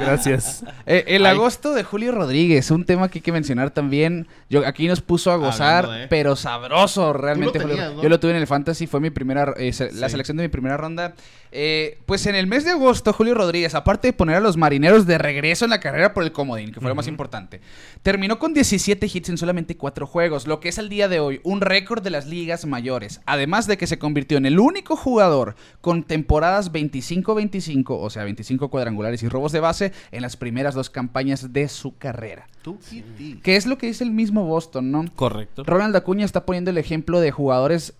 Gracias. Eh, el Ay. agosto de Julio Rodríguez, un tema que hay que mencionar también. Yo, aquí nos puso a gozar, Hablando de- pero sabroso realmente. Tú lo Julio. tenías, ¿no? Yo lo tuve en el Fantasy, fue mi primera, eh, se- la Sí. selección de mi primera ronda. Eh, pues en el mes de agosto, Julio Rodríguez, aparte de poner a los marineros de regreso en la carrera por el comodín, que fue lo más importante, terminó con 17 hits en solamente 4 juegos, lo que es al día de hoy un récord de las ligas mayores. Además de que se convirtió en el único jugador con temporadas 25-25, o sea, 25 cuadrangulares y robos de base en las primeras dos campañas de su carrera. Tú, Kitty. Que es lo que dice el mismo Boston, ¿no? Correcto. Ronald Acuña está poniendo el ejemplo de jugadores.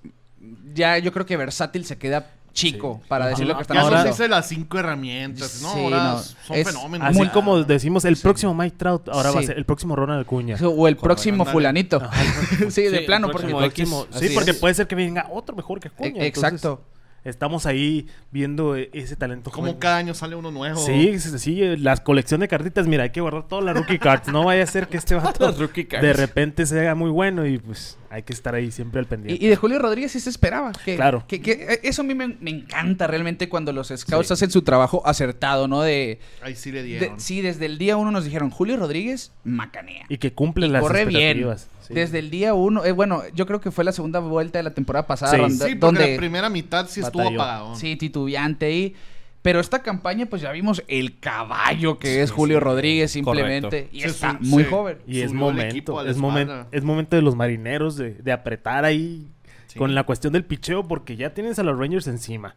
Ya yo creo que versátil se queda chico para decir lo que están Ya Ahora- nos hablando. dice las cinco herramientas. No, Sí, ahora no, son es- fenómenos. Así Ya. como decimos, el próximo Mike Trout ahora va a Sí. ser el próximo Ronald Acuña. O el próximo ándale. fulanito. sí, de Sí, plano, el porque próximo El próximo- X, sí, así porque es. puede ser que venga otro mejor que Acuña. E- exacto. entonces, Estamos ahí viendo eh, ese talento. Como joven. cada año sale uno nuevo. Sí, sí, sí, eh, la colección de cartitas, mira, hay que guardar todas las rookie cards. No vaya a ser que este vato Las rookie cards. de repente se haga muy bueno y pues hay que estar ahí siempre al pendiente. Y, y de Julio Rodríguez sí se esperaba. Que, Claro. Que, que, eh, eso a mí me, me encanta realmente cuando los scouts hacen su trabajo acertado, ¿no? De, Ahí sí le de- dieron. sí, desde el día uno nos dijeron, Julio Rodríguez macanea. Y, que cumplen las corre bien. expectativas. Sí. Desde el día uno, eh, bueno, yo creo que fue la segunda vuelta de la temporada pasada, Sí. donde- Sí, porque donde la primera mitad sí estuvo Batalló. apagado. Sí, titubeante ahí. Pero esta campaña, pues ya vimos el caballo que es Julio Rodríguez simplemente. Correcto. Y Se está su- muy se- joven. Y es Subió el equipo momento, a la es, momen- espalda. es momento de los marineros de, de apretar ahí Sí. con la cuestión del picheo porque ya tienes a los Rangers encima.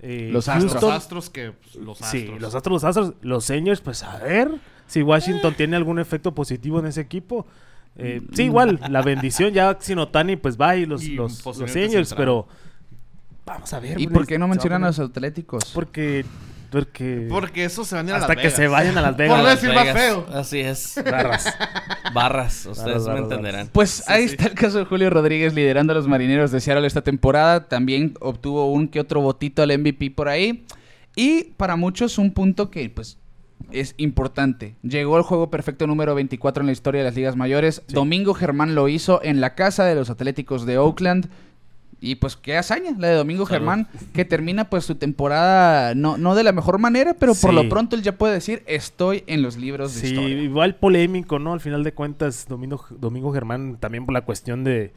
Eh, Los Los Houston- astros que... pues, Los astros. Sí, los Astros, los Astros, los Seniors, pues a ver si Washington Eh. tiene algún efecto positivo en ese equipo. Eh, sí, igual, la bendición ya Sinotani, pues va y los, Mm. Y los, posiblemente los Seniors, central. pero vamos a ver. ¿Y güey, por qué se va no a mencionan a poner- los atléticos? Porque, porque, Porque eso se van a ir a hasta Las que Vegas. se vayan a Las Por Vegas. decir más feo. Así es. Barras. Barras, ustedes Barras, barras, me entenderán. Pues ahí está el caso de Julio Rodríguez liderando a los marineros de Seattle esta temporada. También obtuvo un que otro votito al MVP por ahí. Y para muchos un punto que pues es importante. Llegó el juego perfecto número 24 en la historia de las ligas mayores. Domingo Germán lo hizo en la casa de los Atléticos de Oakland. Y pues qué hazaña la de Domingo Salud. Germán, que termina pues su temporada no, no de la mejor manera, pero por Sí. lo pronto él ya puede decir estoy en los libros de Sí, historia. igual polémico, ¿no? Al final de cuentas, Domingo, Domingo Germán, también por la cuestión de,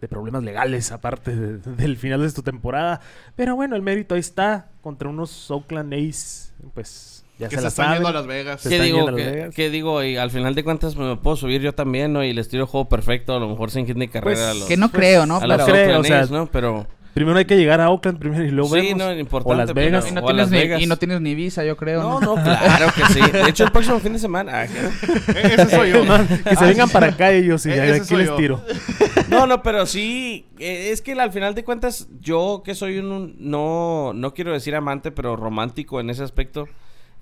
de problemas legales, aparte de- del final de su temporada. Pero bueno, el mérito ahí está contra unos Oakland Ace, pues ya Que se, se la están yendo a saben. Las Vegas. E-, Se ¿Qué están digo? yendo a Las ¿Qué, Vegas. qué digo? Y al final de cuentas pues, me puedo subir yo también, ¿no? Y les tiro el juego perfecto, a lo mejor sin hit ni carrera Pues, a los, Que no Pues, creo, ¿no? a los pero- creo, o oaklandés, sea, ¿no? Pero Primero hay que llegar a Oakland primero y luego Sí, vemos. no, o importante, Las pero- Vegas. Y no, O a Las tienes ni, Vegas. y no tienes ni visa, yo creo. No, no, claro que sí. De hecho, el próximo fin de semana. Ah, que- Eh, Ese soy yo. No, que se vengan para acá ellos y Eh, ya ese aquí soy les yo. tiro. No, no, pero sí. eh, Es que al final de cuentas, yo que soy un- un. No, no quiero decir amante, pero romántico en ese aspecto.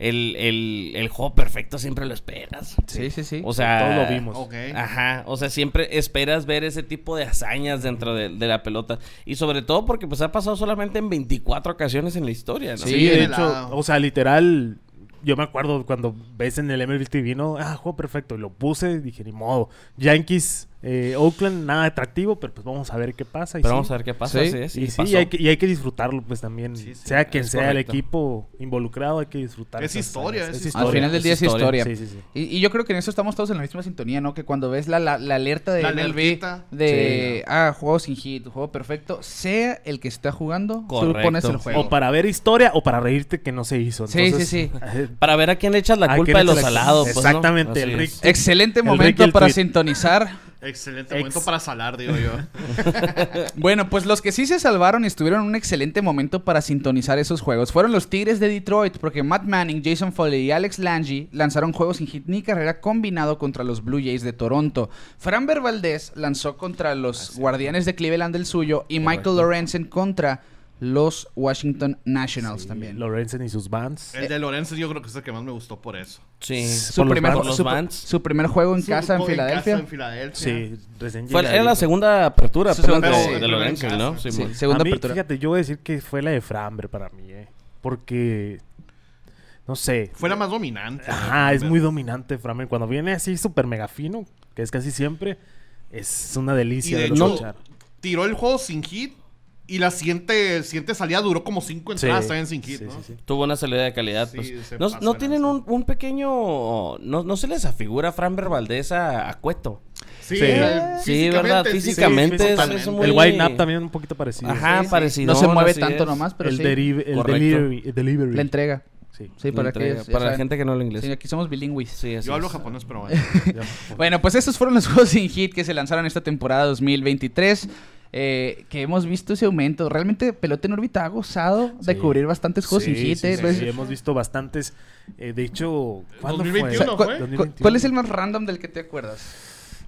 El, el, el juego perfecto siempre lo esperas. Sí, sí, sí. O sea. Todos lo vimos. Ok. Ajá, o sea, siempre esperas ver ese tipo de hazañas dentro de, de la pelota. Y sobre todo porque pues ha pasado solamente en 24 ocasiones en la historia, ¿no? Sí, Sí, de bien hecho, helado. o sea, literal, yo me acuerdo cuando ves en el MLB TV, ¿no? Ah, juego perfecto. Y lo puse, y dije, ni modo. Yankees, eh, Oakland, nada atractivo, pero pues vamos a ver qué pasa. Y Pero sí. vamos a ver qué pasa. Sí, así es, Y y sí, pasó. y hay, que, y hay que disfrutarlo, pues también. Sí, sí, sea quien es sea el correcto. equipo involucrado, hay que disfrutar. Es esas historia, hazañas. es Al historia. final del día es historia. Sí, sí, sí. Y, y yo creo que en eso estamos todos en la misma sintonía, ¿no? Que cuando ves la, la- la alerta de La MLB alertita. de, ah, juego sin hit, juego perfecto, sea el que está jugando, tú Correcto. pones el juego. O para ver historia o para reírte que no se hizo. Sí, Entonces, sí, sí. eh, Para ver a quién le echas ¿a la quién culpa de le los echas la- salados. pues, ¿no? Exactamente, el Así es. Rick Excelente El momento Ricky, el para tweet. sintonizar. Excelente Ex- momento para salar, digo yo. Bueno, pues los que sí se salvaron y estuvieron en un excelente momento para sintonizar esos juegos fueron los Tigres de Detroit, porque Matt Manning, Jason Foley y Alex Lange lanzaron juegos sin hit ni carrera combinado contra los Blue Jays de Toronto. Framber Valdez lanzó contra los Guardianes de Cleveland del suyo y Michael Lorenzen contra los Washington Nationals también. Lorenzen y sus bands. El de Lorenzo yo creo que es el que más me gustó por eso. Sí. por Su los primer, Vans. ju- Por los su- Vans. su primer juego en casa en Supo Filadelfia. en Filadelfia. Sí, recién Fue, era llegadito. la segunda apertura Su apenas segunda- de, sí. de Lorenzo, ¿no? pues, Sí, Sí, Simón. segunda a mí, apertura. Fíjate, yo voy a decir que fue la de Framber para mí, ¿eh? Porque. No sé. Fue la más dominante. Ajá, es muy dominante Framber. Cuando viene así súper mega fino, que es casi siempre, es una Y delicia de de, hecho, escuchar. tiró el juego sin hit y la siguiente, siguiente salida duró como cinco Sí, entradas también sin hit, sí, ¿no? sí, sí. Tuvo una salida de calidad. Sí, pues. se ¿No, pasó no de tienen lanza. un, un pequeño... No, no se les afigura Fran Valdez a, a Cueto. Sí, Sí. eh, Sí, ¿verdad? físicamente, sí, Físicamente sí, es- totalmente. es muy- El White Nap también un poquito ah, parecido. Ajá, sí, sí. parecido. no se mueve así tanto es. nomás, pero el, sí, deriv- el correcto. delivery. el delivery. la entrega. Sí. Sí, La para, entrega, aquellos- ya para la saben. gente que no habla inglés. Sí, aquí somos bilingües. Sí, así Yo hablo es. japonés, pero bueno. Ya. Bueno, pues estos fueron los juegos sin hit que se lanzaron esta temporada 2023. eh, que hemos visto ese aumento. Realmente, Pelota en órbita ha gozado de Sí. cubrir bastantes juegos sin Sí, hit. sí, eh. sí, Pues, sí, hemos visto bastantes. eh, de hecho, ¿cuándo ¿cu- 2021 fue? fue? cu- 2021. ¿Cuál es el más random del que te acuerdas?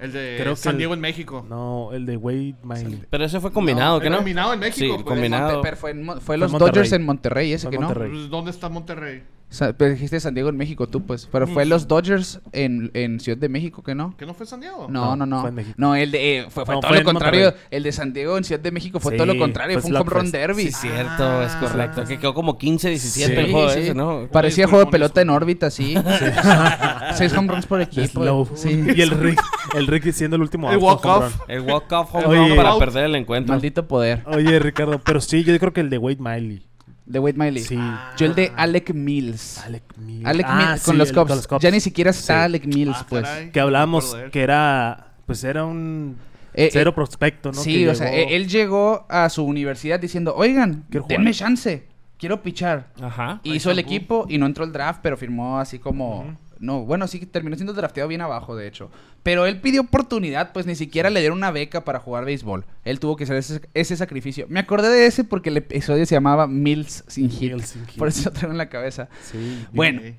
El de Creo que San el- Diego en México. No, el de Wade Miley. Pero ese fue combinado, No, ¿qué no? combinado en México, Sí, pues. Fue en combinado. Monte- pero fue, en Mon- fue los Monterrey. Dodgers en Monterrey, ese Fue que Monterrey. Pues, ¿Dónde está Monterrey? Sa- pero dijiste San Diego en México tú, pues. Pero fue los Dodgers en, en Ciudad de México, que no? ¿Que no fue San Diego? No, No, no, no. fue en México. no, el de, eh, fue, fue No, todo fue lo en contrario. Monterrey. El de San Diego en Ciudad de México fue Sí, todo lo contrario. fue Fue un home run Slugfest. derby. Sí, cierto, Ah, es correcto. Que quedó como 15, 17 Sí, el juego sí. ese, ¿no? Parecía Oye, juego de pulmones, pelota en güey. órbita, sí. Seis home runs por equipo. Slow. Sí. Y el Rick, el Rick siendo el último. El out con home walk-off. run. El walk-off home Oye. run para perder el encuentro. Maldito poder. Oye, Ricardo, pero sí, yo creo que el de Wade Miley. De Wade Miley. Sí. Ah, Yo el de Alec Mills. Alec, Ah, Mills. Mills con los Cubs. Ya ni siquiera está Sí. Alec Mills, Ah, pues. caray. Que No me hablábamos acuerdo de él. que era. Pues era un. Eh, cero eh, prospecto, ¿no? Sí, Que o sea, llegó- eh, él llegó a su universidad diciendo, oigan, Quiero jugar". denme chance, quiero pichar. Ajá. Y hizo el equipo y no entró el draft, pero firmó así como... No, bueno, sí que terminó siendo drafteado bien abajo, de hecho. Pero él pidió oportunidad, pues ni siquiera le dieron una beca para jugar béisbol. Él tuvo que hacer ese, ese sacrificio. Me acordé de ese porque el episodio se llamaba Mills sin hit. Mills sin hit. Por eso lo traigo en la cabeza. Sí. Bueno, Sí.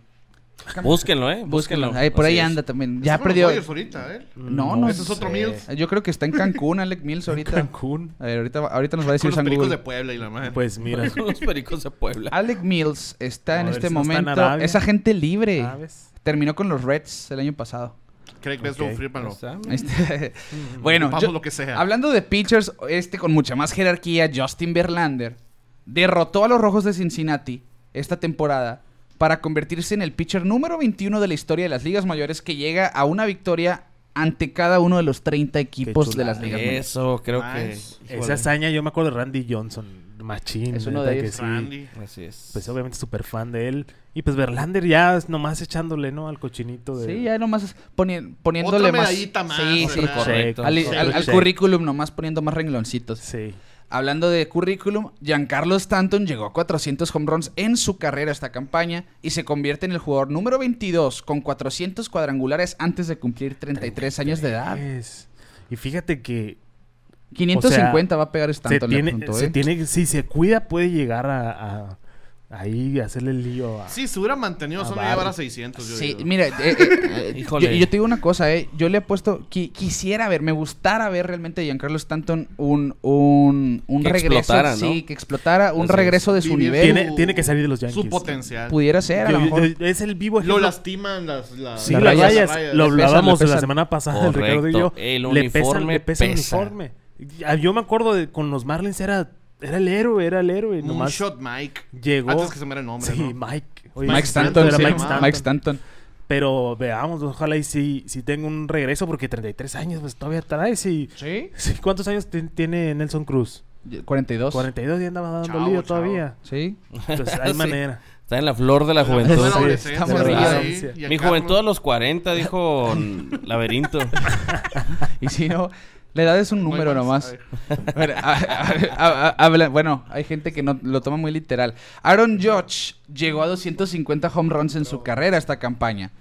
Búsquenlo, ¿eh? búsquenlo. Ahí, por Así ahí es. anda también. Está Ya con los perdió... Dodgers ahorita, ¿eh? No, no, Ese es otro sé. Mills. Yo creo que está en Cancún, Alec Mills ahorita. Cancún. A ver, ahorita, ahorita nos va a Con decir los San pericos de Google. Puebla y la madre. Pues mira. Los pericos de Puebla. Alec Mills está A en ver este si no está en momento. Arabia. Ah, es agente libre. ¿Sabes? Terminó con los Reds el año pasado. Craig Best Ok. fírmalo. Mm. Este, bueno, Mm, Vamos yo- lo que sea. hablando de pitchers, este con mucha más jerarquía, Justin Verlander derrotó a los Rojos de Cincinnati esta temporada para convertirse en el pitcher número 21 de la historia de las ligas mayores que llega a una victoria ante cada uno de los 30 equipos de chulada. las ligas mayores. Eso, creo Nice. que. Esa hazaña, yo me acuerdo de Randy Johnson. Machín. Es uno neta de que ellos. sí. Randy. Así es. Pues obviamente súper fan de él. Y pues Verlander ya es nomás echándole, ¿no? Al cochinito de. Sí, ya nomás poni- poniéndole Otra más. medallita más, Sí, sí, ¿verdad? correcto. Check, Al, check, al- al check. currículum nomás poniendo más rengloncitos. Sí. Hablando de currículum, Giancarlo Stanton llegó a 400 home runs en su carrera esta campaña y se convierte en el jugador número 22 con 400 cuadrangulares antes de cumplir 33 años de edad. Es- Pues, Y fíjate que 550 va a pegar se Stanton. le tiene, apuntó, se ¿eh? tiene, si se cuida, puede llegar a, a- ahí hacerle el lío a. Sí, se hubiera mantenido, Ah, solo vale. llevar a 600. Yo Sí, digo. mira, eh, eh, eh, yo, Híjole. yo te digo una cosa, eh, yo le he puesto, qui- quisiera ver, me gustara ver realmente a Giancarlo Stanton un, un, un Que regreso, explotara, ¿no? sí, que explotara un Así es. regreso de su Vivir nivel, Tiene- tiene que salir de los Yankees. Su potencial. pudiera ser, a lo Yo- mejor. yo- es el vivo Lo ejemplo. lastiman las, las, Sí, las las rayas, rayas, rayas. lo Les pesan, hablábamos les pesan. la semana pasada, el Ricardo y yo. Correcto, el le pesa, uniforme le pesa el pesa. uniforme. Ya, Yo me acuerdo de con los Marlins era, era el héroe, era el héroe. Nomás Moonshot Mike. llegó. Antes que se me era el nombre, Sí, ¿no? Mike. Oye, Mike sí, Stanton, era sí, Mike Mike Stanton. Stanton. Pero veamos, ojalá y si, si tenga un regreso, porque 33 años, pues todavía traes. Y, Sí. sí, ¿Cuántos años ti- tiene Nelson Cruz? 42. 42 y andaba dando Chavo, lío chavo. todavía. Sí. Entonces, hay Sí. manera. Está en la flor de la Fue la juventud. adolescencia, estamos por ahí, adolescencia. y acá Mi juventud a con- los 40, dijo mm, Laberinto. Y si no, la edad es un no hay número más. nomás. Ay. Bueno, a- a- a- habla- bueno, hay gente que no lo toma muy literal. Aaron Judge llegó a 250 home runs en su carrera esta campaña.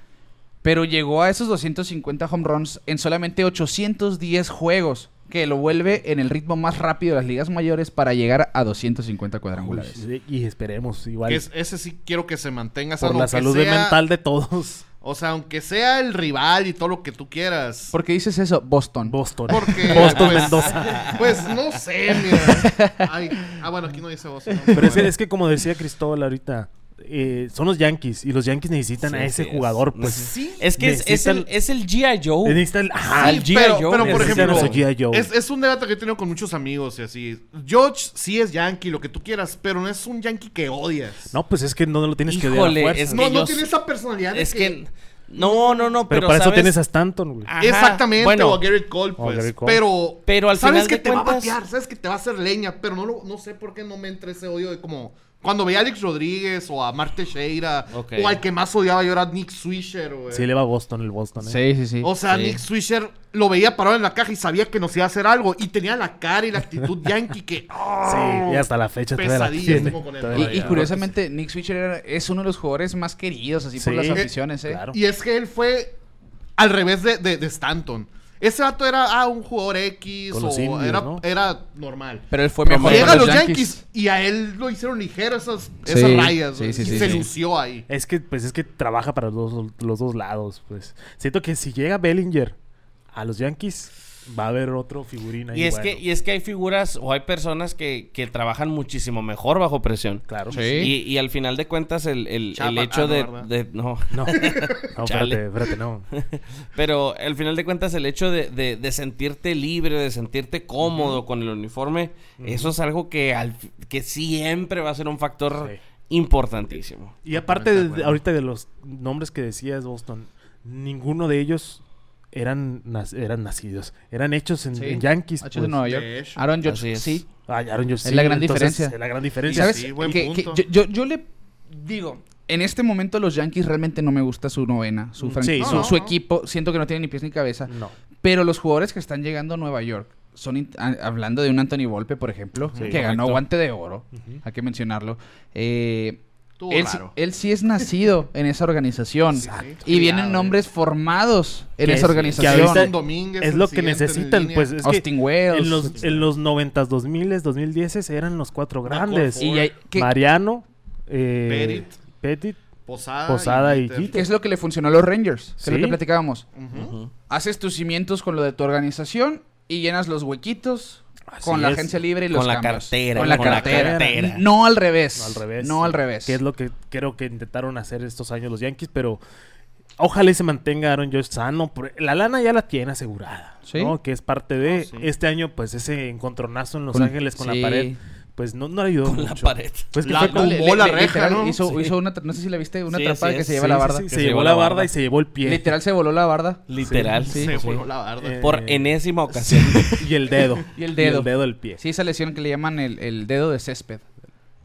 Pero llegó a esos 250 home runs en solamente 810 juegos, que lo vuelve en el ritmo más rápido de las ligas mayores para llegar a 250 cuadrangulares. Uy, y esperemos, igual. que es- ese sí quiero que se mantenga. o sea, por la aunque salud sea- mental de todos. O sea, aunque sea el rival y todo lo que tú quieras. ¿Por qué dices eso? Boston. Boston. Porque, Boston pues, Mendoza. Pues no sé, mira. Ay, ah, bueno, aquí no dice vos. Pero es que, es que como decía Cristóbal ahorita, eh, son los Yankees y los Yankees necesitan Sí, a ese sí, es. jugador, pues. Sí. Es que es, es el, es el G.I. Joe. Necesitan ajá, Sí, el Sí, G- pero, G.I. Joe, pero, por necesitan ejemplo, a su G.I. Joe. es, es un debate que he tenido con muchos amigos y así. George sí es yankee, lo que tú quieras, pero no es un yankee que odias. No, pues es que no lo tienes que odiar a Híjole, fuerza. es no, que no yo- tiene esa personalidad. de Es que. No, no, no, pero, pero. para eso ¿sabes? tienes a Stanton, güey. Ah, Ajá, Exactamente, bueno, o a Garrett Cole, O a pues. Garrett Cole. Pero, Pero al sabes final que de te va a cuentas- batear, sabes que te va a hacer leña, pero no, lo- no sé por qué no me entra ese odio de como cuando veía a Alex Rodríguez o a Marte Sheira Ok. o al que más odiaba yo era Nick Swisher, eh, güey. Sí, le va a Boston el Boston. ¿eh? Sí, sí, sí. O sea, Sí. Nick Swisher lo veía parado en la caja y sabía que nos iba a hacer algo y tenía la cara y la actitud yankee que ¡ah! Sí, y hasta la fecha todavía la Pesadillas tiene. tengo con él. Todavía Y, la y tiene. curiosamente, Nick Switcher era- es uno de los jugadores más queridos así por Sí, las aficiones, ¿eh? claro. Y es que él fue al revés de, de- de Stanton. Ese vato era ah, un jugador X Con o los indios, era, ¿no? era normal. Pero él fue mejor Llega para a los Yankees. y a él lo hicieron ligero esas, esas Sí, rayas. sí, güey, sí, y sí, se sí. lució ahí. Es que, pues, es que trabaja para los, dos- los dos lados, pues. Siento que si llega Bellinger a los Yankees, va a haber otro figurín ahí. Y es, bueno. que, y es que hay figuras o hay personas que, que trabajan muchísimo mejor bajo presión. Claro. Sí. Y, y al final de cuentas, el, el- el Chapa- hecho ah, no, de- ¿verdad? de. No. No, no, Chale. espérate, espérate, no. Pero al final de cuentas, el hecho de, de- de sentirte libre, de sentirte cómodo con el uniforme, eso es algo que, al, fi- que siempre va a ser un factor Sí. importantísimo. Y aparte, de- acuerdo. ahorita de los nombres que decías, Boston, ninguno de ellos eran, nac- eran nacidos, eran hechos en, Sí. en Yankees. Hachos de pues. Nueva de York. hecho. Aaron Judge, Así es. sí. Ay, Aaron Judge, Es la sí, gran entonces, diferencia. Es la gran ¿Y diferencia. sabes? sí, buen que- que punto. yo, yo- yo le digo, en este momento los Yankees realmente no me gusta su novena, su, fran- Sí, su, Mm. no, su no. equipo. Siento que no tiene ni pies ni cabeza. No. Pero los jugadores que están llegando a Nueva York son in- a- hablando de un Anthony Volpe, por ejemplo, que ganó guante de oro, hay que mencionarlo. Eh, Estuvo él, raro. él sí es nacido en esa organización y vienen nombres formados en Que esa es- organización. que ahorita- Son Domínguez, Es el lo que siguiente en necesitan, línea. pues. Es que Austin Wells. En los, en los 90s, 2000s, 2010s eran los cuatro grandes. Ford, y hay- que- Mariano, eh, Petit. Petit, Posada, Posada y Jeter. Jeter. que es lo que le funcionó a los Rangers, que es lo Sí. que platicábamos. Ujú. Haces tus cimientos con lo de tu organización y llenas los huequitos Así con la es. agencia libre y Con los la cambios. cartera, Con la con la cartera. cartera. N- No al revés. No al revés. No al revés. que es lo que creo que intentaron hacer estos años los Yankees, pero ojalá y se mantenga Aaron Judge sano. por- La lana ya la tiene asegurada, Sí. ¿no? Que es parte de sí. este año, pues ese encontronazo en Los Con- Ángeles con sí. la pared, pues no, no le ayudó Con la mucho. pared. Pues que La- fue No, como- le- Tumbó le- la le- reja, literal ¿no? Hizo, Sí. hizo una, tra- no sé si la viste, una Sí, atrapada sí, que se sí, lleva la Sí, sí, barda. sí, se llevó la barda y se llevó el pie. Literal se voló la barda. Literal. Sí. Se voló la barda. Eh, Por enésima ocasión. Y el dedo. Y el dedo. el dedo del pie. Sí, esa lesión que le llaman el, el dedo de césped.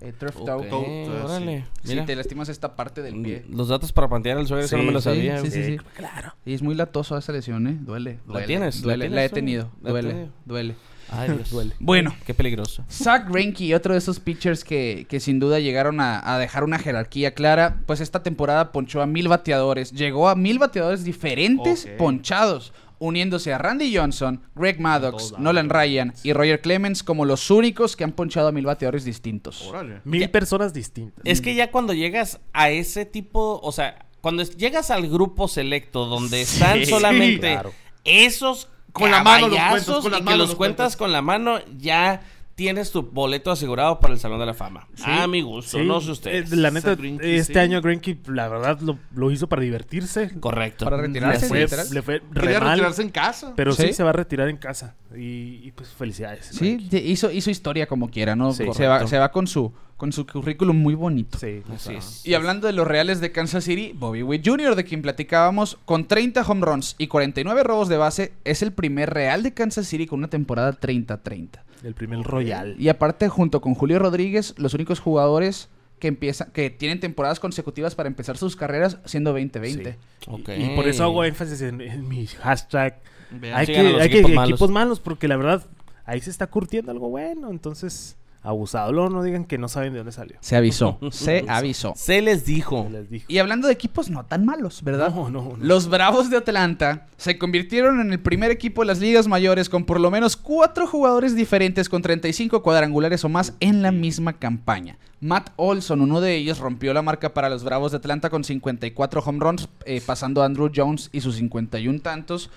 El turf toe. Ok, Todo, todo órale. eh, Sí, Mira, Mm, te lastimas esta parte del pie. Los datos para plantear al suegro, eso Sí, no me lo sí, sabía. sí, sí, sí. Claro. Y es muy latoso esa lesión, ¿eh? Duele. ¿La duele, tienes? ¿La Duele. La, tienes he tú? tenido. ¿La duele. tenido? Duele. Ay, Dios, duele. Bueno. Qué peligroso. Zach Greinke, otro de esos pitchers que, que sin duda llegaron a, a dejar una jerarquía clara, pues esta temporada ponchó a mil bateadores. Llegó a mil bateadores diferentes Ok. ponchados, uniéndose a Randy Johnson, Greg Maddox, Todos Nolan lados. Ryan y Roger Clemens como los únicos que han ponchado a mil bateadores distintos. Órale. Mil personas distintas. Es que ya cuando llegas a ese tipo, o sea, cuando es- llegas al grupo selecto donde están solamente claro. esos Con la mano los caballazos cuentas, con la y que mano los los cuentas cuentas. con la mano, ya tienes tu boleto asegurado para el Salón de la Fama. A mi gusto, Sí, no sé ustedes. eh, la neta, Seth Greinke, este sí. año Greinke, la verdad, lo, lo hizo para divertirse. Correcto. Para Le retirarse, fue, literal. le fue re Quería mal, retirarse en casa. pero sí. Sí. se va a retirar en casa. Y, y, pues felicidades. Sí, Greinke. te- hizo, hizo historia como quiera, ¿no? Sí, se, va, se va con su, con su currículum muy bonito. Sí, pues, ah, Así claro. es. Y hablando de los Reales de Kansas City, Bobby Witt Jr., de quien platicábamos, con 30 home runs y 49 robos de base, es el primer Real de Kansas City con una temporada 30-30. El primer Royal. Y aparte, junto con Julio Rodríguez, los únicos jugadores que empiezan, que tienen temporadas consecutivas para empezar sus carreras siendo 20-20. Ok. Y por eso hago énfasis en, en mi hashtag. Vean, Hay que, sigan a los hay que- equipos equipos, malos. malos. porque la verdad, ahí se está curtiendo algo bueno. Entonces, abusado. Luego no digan que no saben de dónde salió. Se avisó, se avisó. Se les dijo. Les dijo. Y hablando de equipos no tan malos, ¿verdad? No, no, no. Los Bravos de Atlanta se convirtieron en el primer equipo de las ligas mayores con por lo menos cuatro jugadores diferentes con 35 cuadrangulares o más en la misma campaña. Matt Olson, uno de ellos, rompió la marca para los Bravos de Atlanta con 54 home runs, eh, pasando a Andrew Jones y sus 51 tantos.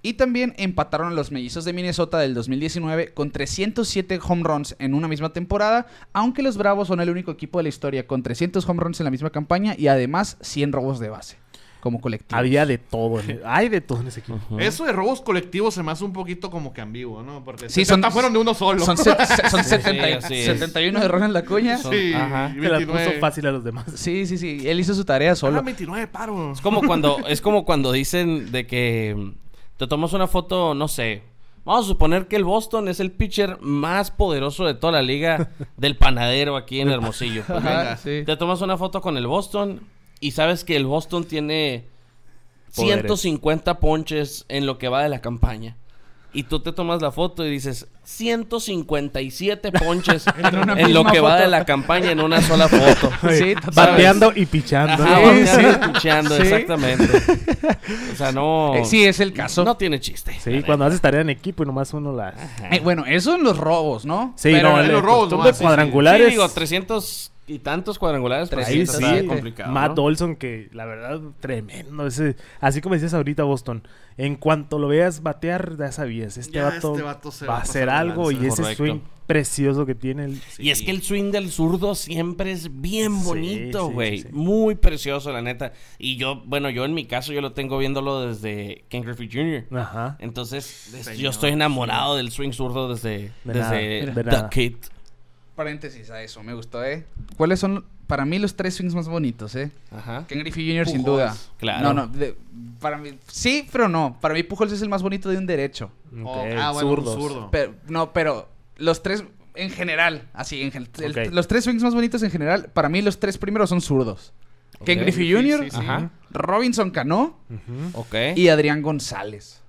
Y también empataron a los mellizos de Minnesota del 2019 con 307 home runs en una misma temporada, aunque los Bravos son el único equipo de la historia con 300 home runs en la misma campaña y además 100 robos de base como colectivo. Había de todo. en- Hay de todo en ese equipo. Eso de robos colectivos se me hace un poquito como que ambiguo, ¿no? Porque Sí, sí, son- fueron de uno solo. Son, se- se- son 70 así es. 71 de Ronald Lacuña. Son- Sí, Ajá. Se la 29. puso fácil a los demás. Sí, sí, sí. Él hizo su tarea Ah, solo. 29 paro. Es como cuando, es como cuando dicen de que mm, te tomas una foto, no sé. Vamos a suponer que el Boston es el pitcher más poderoso de toda la liga del panadero aquí en Hermosillo. pues, ¿no? Ajá, sí. Te tomas una foto con el Boston y sabes que el Boston tiene Poderes. 150 ponches en lo que va de la campaña. Y tú te tomas la foto y dices, 157 ponches En una en lo misma que va foto. de la campaña en una sola foto. Sí, Bateando y pichando. Ajá, Sí, sí. bateando y picheando, Sí. exactamente. O sea, no. Eh, sí, es el caso. No tiene chiste. Sí, cuando haces tarea en equipo y nomás uno las... Eh, bueno, eso en los robos, ¿no? Sí, Pero no, en el- los robos tú nomás, de sí, sí. cuadrangulares. Sí, digo, 300 y tantos cuadrangulares. pues, Ahí Ahí sí, sí, está eh, complicado. Matt ¿no? Olson, que la verdad, tremendo. Ese, así como decías ahorita, Boston, en cuanto lo veas batear, ya sabías, este, Ya vato, este vato se va va a a hacer pasar de algo lanza. y ese Correcto. swing precioso que tiene. el- Y es que el swing del zurdo siempre es bien Sí, bonito, sí, güey. sí, sí. Muy precioso, la neta. Y yo, bueno, yo en mi caso, yo lo tengo viéndolo desde Ken Griffey Jr. Ajá. Entonces, es- yo Señor. estoy enamorado del swing zurdo desde, De desde nada, de The nada. Kid. Paréntesis a eso, me gustó, ¿eh? ¿Cuáles son para mí los tres swings más bonitos, eh? Ajá. Ken Griffey Jr. sin Pujols. duda. Claro. No, no, de- para mí sí, pero no. Para mí Pujols es el más bonito de un derecho. Oh, Ok, ah, bueno, un zurdos. zurdo. Pero, no, pero los tres en general, así, en gen- el- Ok. los tres swings más bonitos en general, para mí los tres primeros son zurdos. Ken Ok. Griffey Sí, Jr., sí, sí. Ajá. Robinson Cano Ujú. Ok. y Adrián González.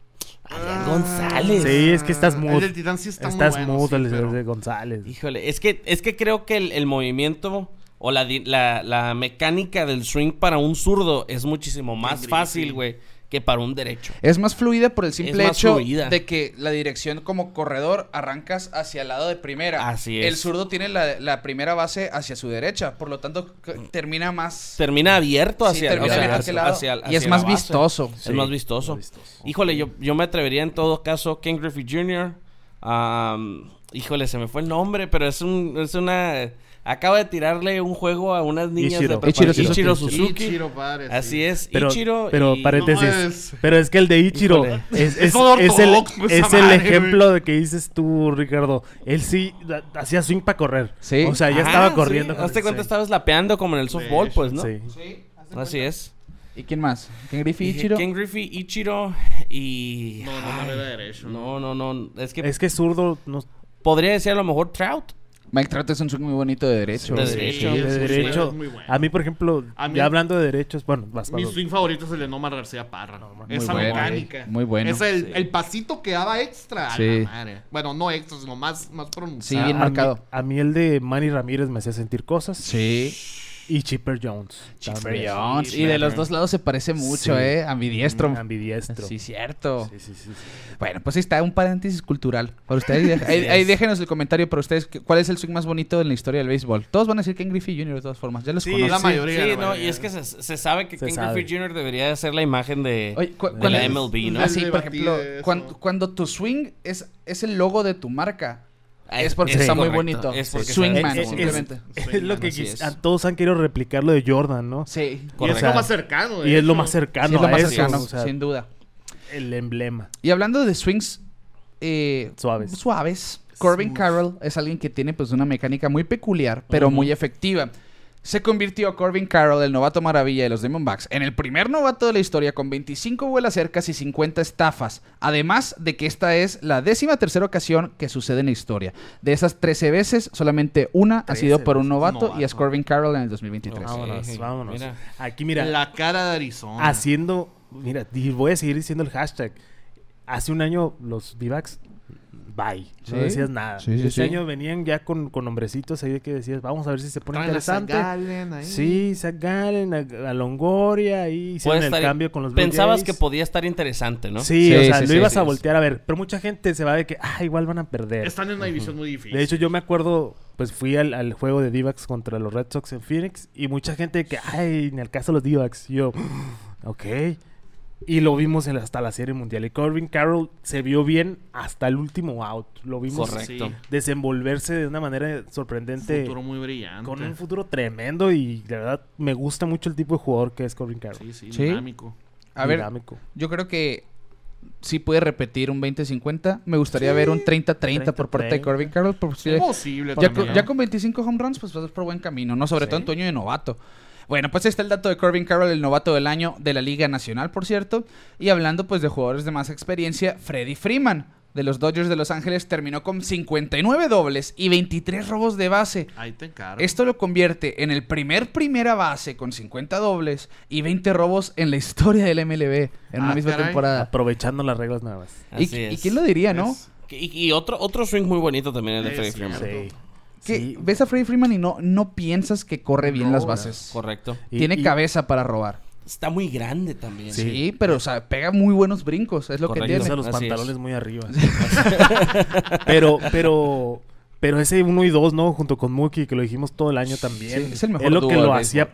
Adrián González. Sí, es que estás Ah. El mood. del Titán sí está muy estás bueno, mood, sí, el de- pero- de González. Híjole, es que, es que creo que el, el movimiento o la, di- la, la mecánica del swing para un zurdo es muchísimo más Griffey. fácil, güey, que para un derecho. Es más fluida por el simple más hecho fluida. de que la dirección como corredor arrancas hacia el lado de primera. Así El es. zurdo tiene la, la primera base hacia su derecha, por lo tanto c- termina más... Termina abierto Sí, hacia, termina o sea, abierto hacia el lado. hacia- y hacia es la más base. vistoso. es más vistoso. Híjole, yo, yo me atrevería en todo caso Ken Griffey Jr. am, híjole, se me fue el nombre, pero es un es una acaba de tirarle un juego a unas niñas Ichiro. de Ichiro prepa- Ichiro, Suzuki. Suzuki. Ichiro, padre, sí. Así es, Pero, Ichiro pero y- paréntesis. No, es- Pero es que el de Ichiro Híjole. es, es, Es todo es el, ortodoxo esa es el madre, ejemplo de que dices tú, Ricardo. Él sí da- hacía swing para correr. Sí. O sea, ya Ajá, estaba sí, corriendo. con Hazte el cuenta, swing. estabas lapeando como en el softball, Sí, pues, ¿no? Sí. Así es. ¿Y quién más? ¿Ken Griffey, Dije, Ichiro? Ken Griffey, Ichiro y... No, no, no Ay, era derecho. No, no, no. Es que Es que zurdo no, podría decir a lo mejor Trout. Mike Trout es un swing muy bonito de derecho. De Sí. Sí, derecho. de Sí, sí, derecho. es muy bueno. A mí, por ejemplo, A mí- ya hablando de derechos, bueno, vas Mi vas- swing favorito es el de Nomar García Parra. Esa bueno, mecánica. muy bueno. Es el, el pasito que daba extra. a Sí. la madre. Bueno, no extra, sino más, más Sí, a- pronunciado. bien a marcado. mí- a mí el de Manny Ramírez me hacía sentir cosas. Sí. Y Chipper Jones. Chipper también. Jones. sí, Y de claro. los dos lados se parece mucho, Sí. ¿eh? Ambidiestro. Ambidiestro. Sí, cierto. Sí, sí, sí, sí. Bueno, pues ahí está un paréntesis cultural. Para ustedes, ahí, ahí déjenos el comentario para ustedes. que- ¿Cuál es el swing más bonito en la historia del béisbol? Todos van a decir Ken Griffey Jr. de todas formas. Ya los Sí, conozco. la mayoría. Sí, la no, mayoría. y es que se, se sabe que Se Ken sabe. Griffey Jr. debería de ser la imagen de, Oye, cu- de ¿cuál la es? MLB, ¿no? Ah, sí, Yo por debatí ejemplo, de cuan- cuando, eso. tu swing es, es el logo de tu marca. Ah, es porque es está muy correcto, bonito. es porque Swingman, está- es- simplemente. Es lo que así quis- es. a todos han querido replicar lo de Jordan, ¿no? Sí. Y es Correcto. lo más cercano. de Y es lo hecho. más cercano. Sí, es lo a más eso, cercano, o sea, sin duda. El emblema. Y hablando de swings eh, Suaves. suaves, Corbin Smooth. Carroll es alguien que tiene pues una mecánica muy peculiar, pero muy efectiva. Se convirtió Corbin Carroll, el novato maravilla de los Diamondbacks, en el primer novato de la historia con 25 vuelas cercas y 50 estafas. Además de que esta es la décima tercera ocasión que sucede en la historia. De esas 13 veces, solamente una ha 13 sido por un veces, novato, y novato. es Corbin Carroll en el 2023. Ah, bueno. Vámonos, sí, vámonos. mira. Aquí, mira. Ah, La cara de Arizona. haciendo, mira, y voy a seguir diciendo el hashtag. Hace un año los Vivax, bye. Sí. No decías nada. Sí, sí, este sí. año venían ya con, con hombrecitos ahí de que decías, vamos a ver si se pone Traen a Zach interesante. Gallen ahí. Sí, Zach Gallen, a, a Longoria, ahí hicieron Puede el estar- cambio con los Blue Pensabas Jays. que podía estar interesante, ¿no? Sí, Sí, o sea, sí, lo sí, ibas sí, a sí. voltear a ver. Pero mucha gente se va de que, ah, igual van a perder. Están en una división muy difícil. De hecho, yo me acuerdo, pues fui al, al juego de Divax contra los Red Sox en Phoenix y mucha gente que, ay, ni al caso los Divax. Y Yo, ok. Y lo vimos en- hasta la Serie Mundial. Y Corbin Carroll se vio bien hasta el último out. Lo vimos Correcto. Sí. desenvolverse de una manera sorprendente. futuro muy brillante. Con un futuro tremendo y la verdad me gusta mucho el tipo de jugador que es Corbin Carroll. Sí, sí, Sí. dinámico. A ver, Dinámico. Yo creo que sí puede repetir un 20-50. Me gustaría ver un 30-30 por parte de 30-30. Corbin Carroll. por si- Es posible. ya, también. con, ya con 25 home runs, pues vas por buen camino, ¿no? Sobre todo en tu año de novato. Bueno, pues ahí está el dato de Corbin Carroll, el novato del año de la Liga Nacional, por cierto. Y hablando pues de jugadores de más experiencia, Freddy Freeman de los Dodgers de Los Ángeles terminó con 59 dobles y 23 robos de base. Ahí te encargo. Esto lo convierte en el primer primera base con 50 dobles y 20 robos en la historia del MLB en una Ah, misma caray. temporada. Ah, Aprovechando las reglas nuevas. ¿Y, Así y es. quién lo diría, no? Es- Y, y otro, otro swing muy bonito también el de Sí, Freddy sí, Freeman. sí. Que Sí. ves a Freddy Freeman y no, no piensas que corre bien No, las bases. Correcto. Y- Tiene y- cabeza para robar. Está muy grande también. Sí, pero o sea, pega muy buenos brincos, es lo Correcto. que Usa tiene. los Así es. pantalones muy arriba. pero, pero, pero ese 1 y 2, ¿no? Junto con Mookie, que lo dijimos todo el año también. Sí, es el mejor lo que dúo lo del hacía béisbol.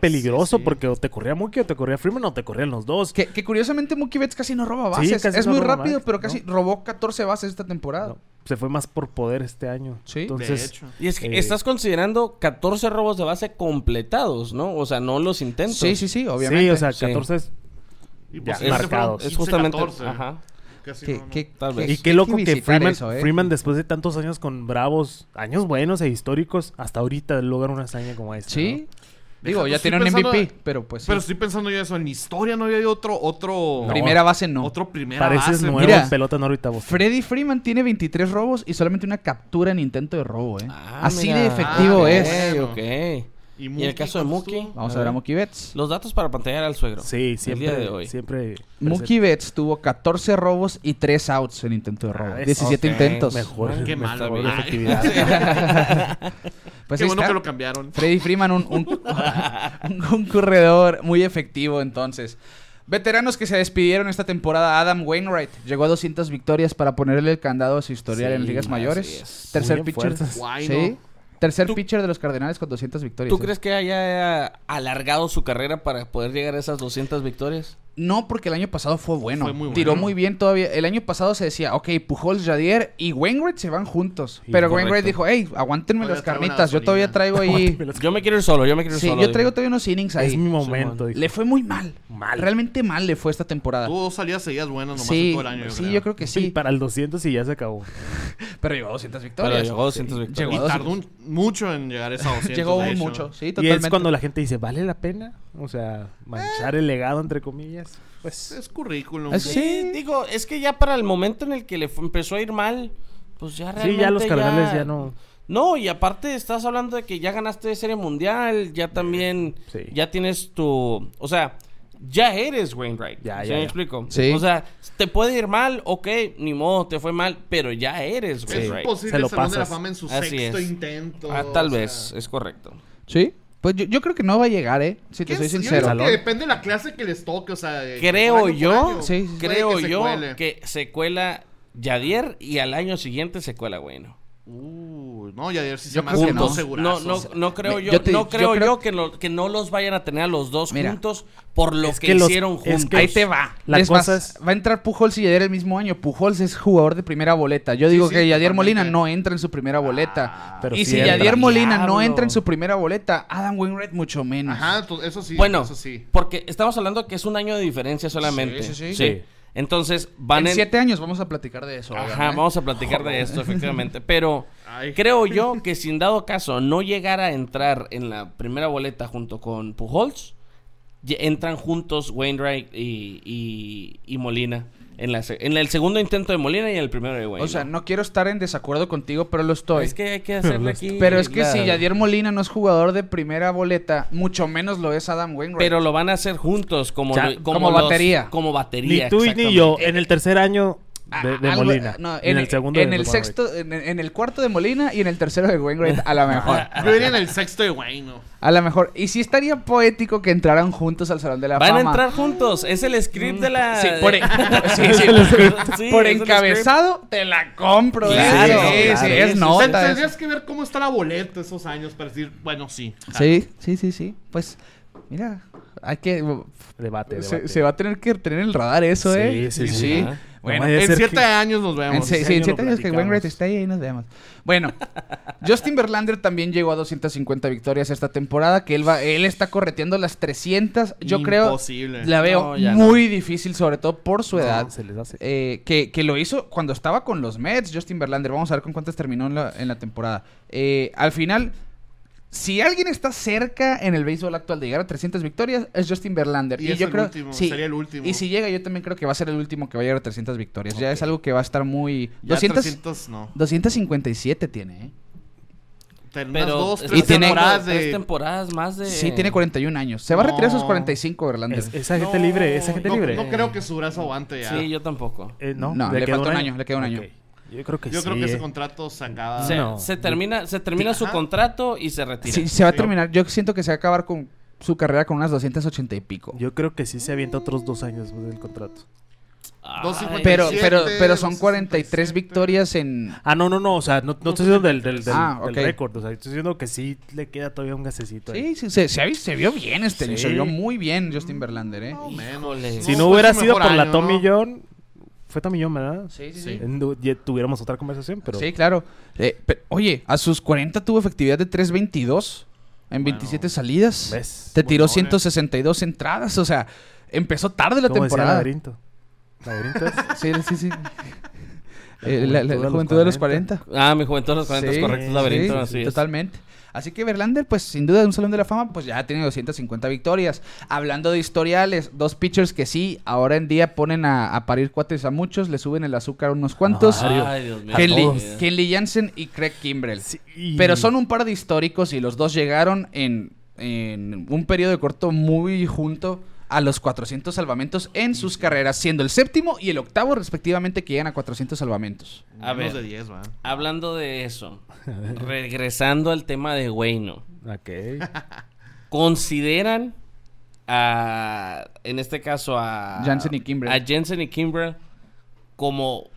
Sí, peligroso sí. porque o te corría Mookie o te corría Freeman o te corrían los dos. Que, que curiosamente Mookie Betts casi no roba Sí, bases. casi es no muy roba rápido, bases, pero casi robó 14 bases esta temporada. No, se fue más por poder este año. Sí. Entonces, de hecho. Y es que Eh, estás considerando 14 robos de base completados, ¿no? O sea, no los intentos. sí, sí, sí, obviamente. Sí, o sea, Sí. 14 es- Y pues, Ya, este marcados. fue un Es justamente. 15-14. Ajá. Casi Que- no, no. que- Tal que- vez. Y Pues que qué loco que visitar Freeman, eso, ¿eh? Freeman, después de tantos años con Bravos, años buenos e históricos, hasta ahorita logra una hazaña como esta. Sí. ¿no? Digo, Deja- ya estoy tiene un pensando- MVP, pero pues sí. Pero estoy pensando yo eso. En historia no había otro. otro No. Primera base no. Otro ¿no? primera Pareces base, nuevo Mira. en pelota en órbita. vos. Freddy Freeman tiene 23 robos y solamente una captura en intento de robo, ¿eh? Ah, Así mira. de efectivo Ah, es. bueno. Ok, ok. Y, el caso de ¿cuántos Mookie? tuvo? Vamos a ver a Mookie Betts. Los datos para pantallar al suegro. Sí, siempre. El día de hoy. Siempre. Mookie Betts tuvo 14 robos y 3 outs en intento de robo. Ah, es- 17 ok, intentos. Mejor, Qué mejor malo, de güey. Ay. efectividad. Pues Qué ahí bueno está. que lo cambiaron. Freddy Freeman, un, un- un- un corredor muy efectivo entonces. Veteranos que se despidieron esta temporada, Adam Wainwright llegó a 200 victorias para ponerle el candado a su historial Sí, en ligas así mayores. es. Tercer Muy en pitcher. fuerzas. Guay, Sí. Tercer ¿Tú- pitcher de los Cardenales con 200 victorias. ¿Tú ¿eh? crees que haya alargado su carrera para poder llegar a esas 200 victorias? No, porque el año pasado fue bueno. Fue muy Tiró bueno. muy bien todavía. El año pasado se decía, ok, Pujols, Jadier y Wainwright se van juntos. Sí, Pero correcto. Wainwright dijo, hey, aguántenme Todavía las traigo una carnitas. Yo todavía traigo ahí... Yo me quiero ir solo, yo me quiero ir Sí, solo. yo digo. traigo todavía unos innings ahí. es mi momento. dijo. Le fue muy mal. Mal. Realmente mal le fue esta temporada. Tuvo dos salidas seguidas buenas nomás en sí, todo el año. sí, yo creo que Sí, sí. para el 200 y ya se acabó. Pero llegó a 200 victorias. Pero llegó a 200 victorias. Llegó Y a tardó un- mucho en llegar a esa 200. Llegó de hecho. mucho, sí, Y totalmente. es cuando la gente dice, ¿vale la pena? O sea, manchar el legado, entre comillas. Pues Es currículum. Es- Sí, digo, es que ya para el momento en el que le fue- empezó a ir mal, pues ya sí, realmente ya los cardenales ya no. No, y aparte estás hablando de que ya ganaste Serie Mundial, ya también, Sí. ya tienes tu, o sea, ya eres Wainwright. Ya, ¿sí ya, me ya. explico? Sí. O sea, te puede ir mal, ok, ni modo, te fue mal, pero ya eres Es Wainwright. Se imposible lo el Salón de la pasas. Fama en su Así sexto es. intento. Ah, o tal sea. eh, vez, es correcto. Sí. Pues yo, yo creo que no va a llegar, ¿eh? Si te ¿Quién soy sabe? Yo sincero. creo que depende de la clase que les toque, o sea... de- Creo año por yo, año. Sí, sí, sí. Puede creo que se yo cuele. que se cuela Yadier y al año siguiente se cuela Bueno. Uh, no, ya ayer sí se Yo me creo hace que un no. no No, segurazo. no, no creo yo, yo te- no yo creo yo, creo- que, lo- que no los vayan a tener a los dos Mira, juntos por lo es que, que los- hicieron es juntos. que- Ahí te va. Las es más, cosas- va a entrar Pujols y Yadier el mismo año. Pujols es jugador de primera boleta. Yo digo sí, que Yadier totalmente. Molina no entra en su primera boleta. pero y sí si entra. Yadier Molina no Ah, Diablo. entra en su primera boleta, Adam Wainwright mucho menos. Ajá, to- eso sí, Bueno, eso sí. porque estamos hablando que es un año de diferencia solamente. Sí, sí, sí. Sí. Entonces van en en- siete años vamos a platicar de eso. Ajá, oigan, ¿eh? vamos a platicar de esto, efectivamente. Pero Ay. creo yo que sin dado caso no llegara a entrar en la primera boleta junto con Pujols, ye- entran juntos Wainwright y, y- y Molina. En, la se- en el segundo intento de Molina y en el primero de Wainwright. O sea, no quiero estar en desacuerdo contigo, pero lo estoy. Es que hay que hacerle aquí. Pero es que la- si Yadier Molina no es jugador de primera boleta, mucho menos lo es Adam Wainwright. Pero lo van a hacer juntos, como, Ya, lo- como, como los- batería. Como batería. Ni tú y ni exactamente. yo. En el tercer año Ah, de, de algo- Molina. no, en, el segundo. en de el Wainwright. sexto, en, en el cuarto de Molina y en el tercero de Wainwright, a lo mejor. Yo iría en el sexto de Wayne, ¿no? A lo mejor. Y sí estaría poético que entraran juntos al Salón de la Van Fama. a entrar juntos. Es el script de la. Sí, por, e- sí, sí. Sí, Por es el encabezado, te la compro. ¿eh? Claro, sí, sí, claro. sí, Sí, es sí, O sea, nota. es- tendrías que ver cómo está la boleta esos años para decir, bueno, sí. ja. Sí, sí, sí, sí. Pues, mira, hay que. Debate, Se, debate. se va a tener que tener el radar eso, Sí, ¿eh? sí, sí. Ajá. Bueno, Nomás En Ser siete que- años nos Eh, En vemos. se- ese sí, en año siete lo años que platicamos. Wainwright está ahí, ahí nos vemos. Bueno, Justin Verlander también llegó a 250 victorias esta temporada, que él va, él está correteando las 300. Yo Imposible. creo, la veo No, ya muy difícil, sobre todo por su No, edad. se les hace. Eh, que, que lo hizo cuando estaba con los Mets, Justin Verlander. Vamos a ver con cuántas terminó en la, en la temporada. Eh, al final, si alguien está cerca en el béisbol actual de llegar a 300 victorias, es Justin Verlander. Y Y, es yo el creo último, sí. sería el último. Y si llega, yo también creo que va a ser el último que va a llegar a 300 victorias. Ya es algo que va a estar muy. Ya 200, 300 no. 257 tiene, ¿eh? Terminas Pero dos, es- tres y tiene- temporadas tres de... temporadas más de. Sí, tiene 41 años. Se va a retirar a sus No. 45, Verlander. Es- esa gente No, libre, esa gente No, libre. no creo que su brazo aguante ya. Sí, yo tampoco. Eh, no, No, le queda falta un año, le queda un año. Ok. Yo creo que Yo sí. creo que ese eh. contrato se acaba. Se, Ah, No. se termina, se termina Sí, su ajá. contrato y se retira. Sí, se va a Sí. terminar. Yo siento que se va a acabar con su carrera con unas 280 y pico. Yo creo que sí se avienta otros dos años del contrato. Ay, Dos cincuenta y Pero, pero, pero son 67. 43 victorias en. Ah, no, no, no. O sea, no, no estoy diciendo del, del, del, Ah, del ok. récord. O sea, estoy diciendo que sí le queda todavía un gasecito Sí, ahí. sí, se, se, ha vi- se vio bien este. Sí. Se vio muy bien Justin Verlander, ¿eh? Más o menos. Híjole. Si No, no, fue hubiera su sido por mejor la año, Tommy ¿no? John, fue Tommy John, ¿verdad? Sí, sí, sí. En- Ya tuviéramos otra conversación, pero. Sí, claro. Eh, pe- oye, a sus 40 tuvo efectividad de 3.22 en 27 salidas. ¿Ves? Te tiró Buenones. 162 entradas. O sea, empezó tarde la Como decía temporada. laberinto. Laberinto es- Sí, sí, sí. Eh, La, la- la juventud de los juventud de los 40. 40. Ah, mi juventud de los 40 es Sí, correcto, es laberinto, sí, así es. Totalmente. Así que Verlander, pues sin duda de un salón de la fama, pues ya tiene 250 victorias. Hablando de historiales, dos pitchers que sí, ahora en día ponen a, a parir cuates a muchos, le suben el azúcar a unos cuantos. Ay, Dios mío. Kenley, A todos. Kenley Jansen y Craig Kimbrell. Sí, y- Pero son un par de históricos y los dos llegaron en, en un periodo corto muy junto a los 400 salvamentos en sus carreras, siendo el séptimo y el octavo respectivamente que llegan a 400 salvamentos. A Menos ver. de 10, man. Hablando de eso, regresando al tema de Wayno, Ah, Ok. ¿consideran a, en este caso a Jansen y Kimbrel. a Jensen y Kimbrel como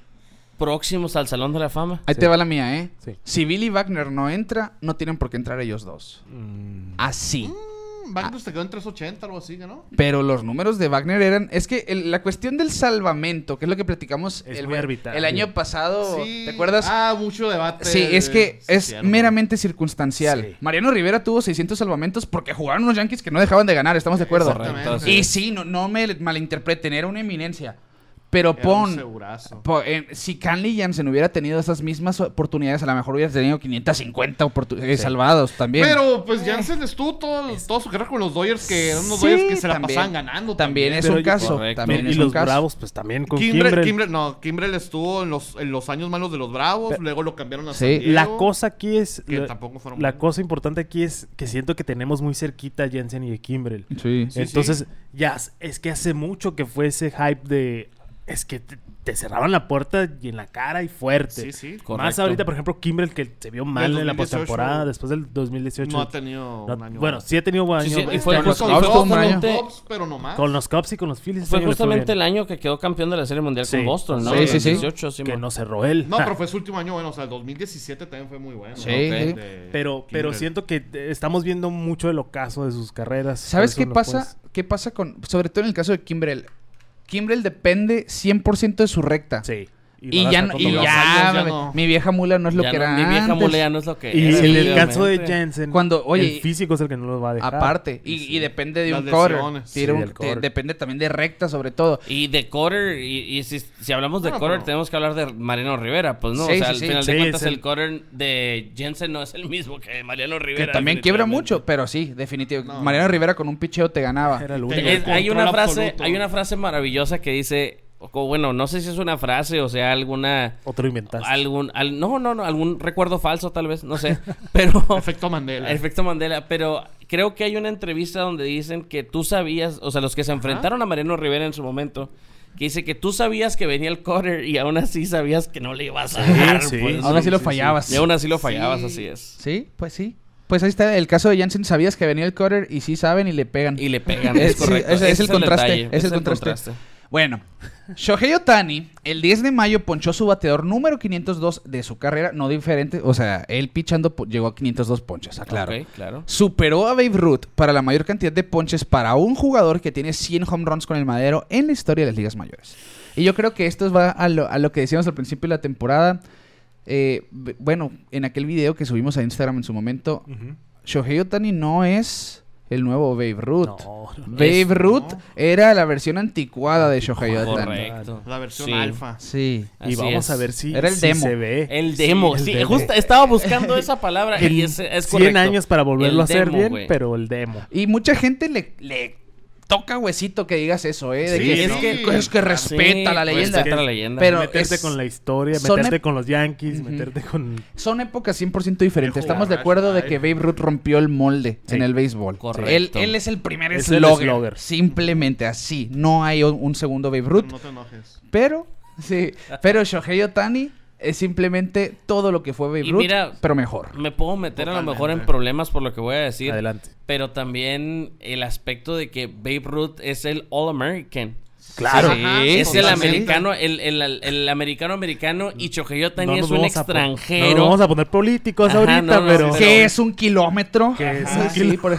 próximos al Salón de la Fama? Ahí Sí. te va la mía, ¿eh? Sí. Si Billy Wagner no entra, no tienen por qué entrar ellos dos. Mm, Así. Mm, ah. Magnus te quedó en 380, algo así, ¿no? Pero los números de Wagner eran... Es que el- la cuestión del salvamento, que es lo que platicamos Es el, muy arbitrario. el año pasado, Sí. Oh, ¿te acuerdas? Ah, mucho debate. Sí, es que Sí, es cierto. meramente circunstancial. Sí. Mariano Rivera tuvo 600 salvamentos porque jugaron unos Yankees que no dejaban de ganar, estamos de acuerdo. Correcto. Entonces, Y sí, no, no me malinterpreten, era una eminencia. Pero Era un pon, segurazo. Po- en- si Canley Jansen hubiera tenido esas mismas oportunidades, a lo mejor hubiera tenido 550 oportu- eh, salvados también. Pero pues Jansen estuvo todo, todo su carrera con los Dodgers, que eran unos Eh. Sí, Dodgers que se la también. pasaban ganando. también es Pero un yo- caso. Correcto. También y es los un caso. Bravos, pues también con Kimbrel, Kimbrel. Kimbrel- no, Kimbrel estuvo en los, en los años malos de los Bravos, Pero- luego lo cambiaron a Sí. San Diego, La cosa aquí es. que la- tampoco fueron La buenos. cosa importante aquí es que siento que tenemos muy cerquita a Jensen y a Kimbrel. Sí. Sí, Entonces, ya s- es que hace mucho que fue ese hype de. Es que te, te cerraban la puerta y en la cara y Sí, fuerte. sí. Más Correcto. ahorita, por ejemplo, Kimbrel que se vio mal en la 2018. postemporada después del 2018. No ha tenido No- un año. bueno, sí ha tenido buen Sí, año. sí, este fue año justo- con, Cubs fue tuvo un justamente- año. Cubs, pero no más. los Cubs y con los Phillies. este Fue año le estuvo justamente el bien, año que quedó campeón de la Serie Mundial Sí. con Boston, ¿no? Sí, sí, sí. 2018, sí, que mo- no cerró él. No, pero fue su último año bueno. O sea, el 2017 también fue muy bueno. Ah. Sí, ¿no? Este, sí. De- Pero, pero Kimbrel. siento que eh, estamos viendo mucho el ocaso de sus carreras. ¿Sabes Por qué eso no pasa? ¿Qué pasa con, sobre todo en el caso de Kimbrel? Kimbrel depende 100% de su recta. puedes- Sí. Y Barras ya, está no- con y los- los ya, años ya me- no. mi vieja mula no es Pues lo Ya que no- era mi vieja antes. mulea no es lo que Y era, en el definitivamente. caso de Jensen, Cuando- oye, el físico es el que no lo va a dejar. Aparte, y, y depende de Las un core. lesiones. Sí, Tira un- del te- core. depende también de recta, sobre todo. Y de Cotter, y, y si, si hablamos de Bueno, Cotter, pero- tenemos que hablar de Mariano Rivera, pues no, Sí, o sea, sí, al sí. final Sí, de cuentas es el- el Cotter de Jensen no es el mismo que de Mariano Que Rivera. también quiebra definitivamente. mucho, pero sí, definitivamente. No. Mariano Rivera con un picheo te ganaba. Era el Te- único. Es- hay una Control frase, absoluto. hay una frase maravillosa que dice, o co- bueno, no sé si es una frase o sea alguna Otro inventaste. algún al- no, no, no, algún recuerdo falso tal vez, no sé, pero Efecto Mandela. Efecto Mandela, pero creo que hay una entrevista donde dicen que tú sabías, o sea, los que se enfrentaron a Mariano Rivera en su momento, que dice que tú sabías que venía el corner y aún así sabías que no le ibas a dar. sí. pues. Ahora sí lo sí, sí. fallabas. Y aún así lo fallabas, Sí. así es. Sí, pues sí. Pues ahí está el caso de Jansen. Sabías que venía el cutter y sí saben y le pegan. Y le pegan, Eh, es sí, correcto. ese Ese es el contraste, detalle, es el contraste. Bueno, Shohei Otani, el 10 de mayo, ponchó su bateador número 502 de su carrera. No diferente, o sea, él pichando po- llegó a 502 ponches, aclaro. Ok, claro. Superó a Babe Ruth para la mayor cantidad de ponches para un jugador que tiene 100 home runs con el madero en la historia de las ligas mayores. Y yo creo que esto va a lo, a lo que decíamos al principio de la temporada. Eh, b- bueno, en aquel video que subimos a Instagram en su momento, Ujú. Shohei Otani no es el nuevo Babe Ruth. No, no. Babe Es- Ruth no. era la versión anticuada de Shohei Otani. Correcto. La versión Sí. alfa. Sí. Y Así vamos es. a ver si, Era el si demo. se ve. El demo, el sí, demo. justo estaba buscando esa palabra y En es, es 100 correcto. años para volverlo El a hacer demo, bien, güey. pero el demo. Y mucha gente le, le toca huesito que digas eso, ¿eh? De Sí, que, es es, que- que, es que respeta Ah, Sí, la leyenda. respeta la leyenda. Pero meterte es- con la historia, son meterte ep- con los Yankees, Ujú. meterte con... Son épocas 100% diferentes. Viejo Estamos de borracho, acuerdo de ay. que Babe Ruth rompió el molde Sí. en el béisbol. Correcto. Él, él es el primer Es el slogger. slugger. Simplemente así. No hay un, un segundo Babe Ruth. No te enojes. Pero, sí. Pero Shohei Otani es simplemente todo lo que fue Babe Y Ruth, mira- pero mejor. Me puedo meter a lo mejor en Totalmente. problemas por lo que voy a decir. Adelante. Pero también el aspecto de que Babe Ruth es el All-American. Claro. Sí, es el totalmente. americano, el, el, el americano americano y Chojeyo No también nos es un vamos a pon- extranjero. no nos vamos a poner políticos Ajá, ahorita, no, no, pero... sí, ¿Qué es un kilómetro? ¿Qué es Ajá, un sí, kiló- por-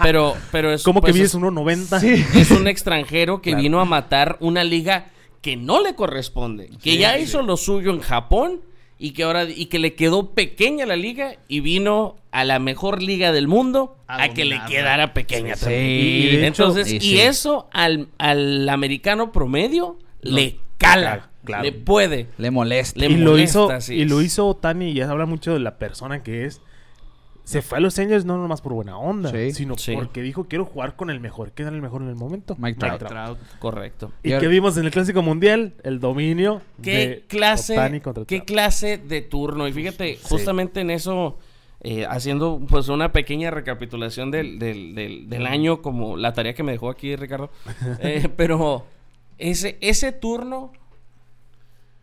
Pero, pero es, ¿Cómo pues, que es, vives 1.90? es un extranjero que vino a matar una liga que no le corresponde, que ya hizo lo suyo en Japón y que ahora y que le quedó pequeña la liga y vino a la mejor liga del mundo a, A que le dominarla. quedara pequeña también. Sí, de hecho- Entonces, sí, y sí. eso al, al americano promedio le cala, claro. le puede. Le molesta. Le y lo molesta, hizo así y lo es. hizo Otani y ya habla mucho de la persona que es se fue a los Angels no nomás por buena onda Sí. sino Sí. porque dijo quiero jugar con el mejor que era el mejor en el momento Mike Trout. Trout. Correcto. y Y ahora- que vimos en el clásico mundial el dominio ¿Qué de Ohtani clase, contra qué Trout. clase de turno? Y fíjate, justamente en eso, eh, haciendo pues una pequeña recapitulación del, del- del- del año, como la tarea que me dejó aquí Ricardo, Eh, pero ese, ese turno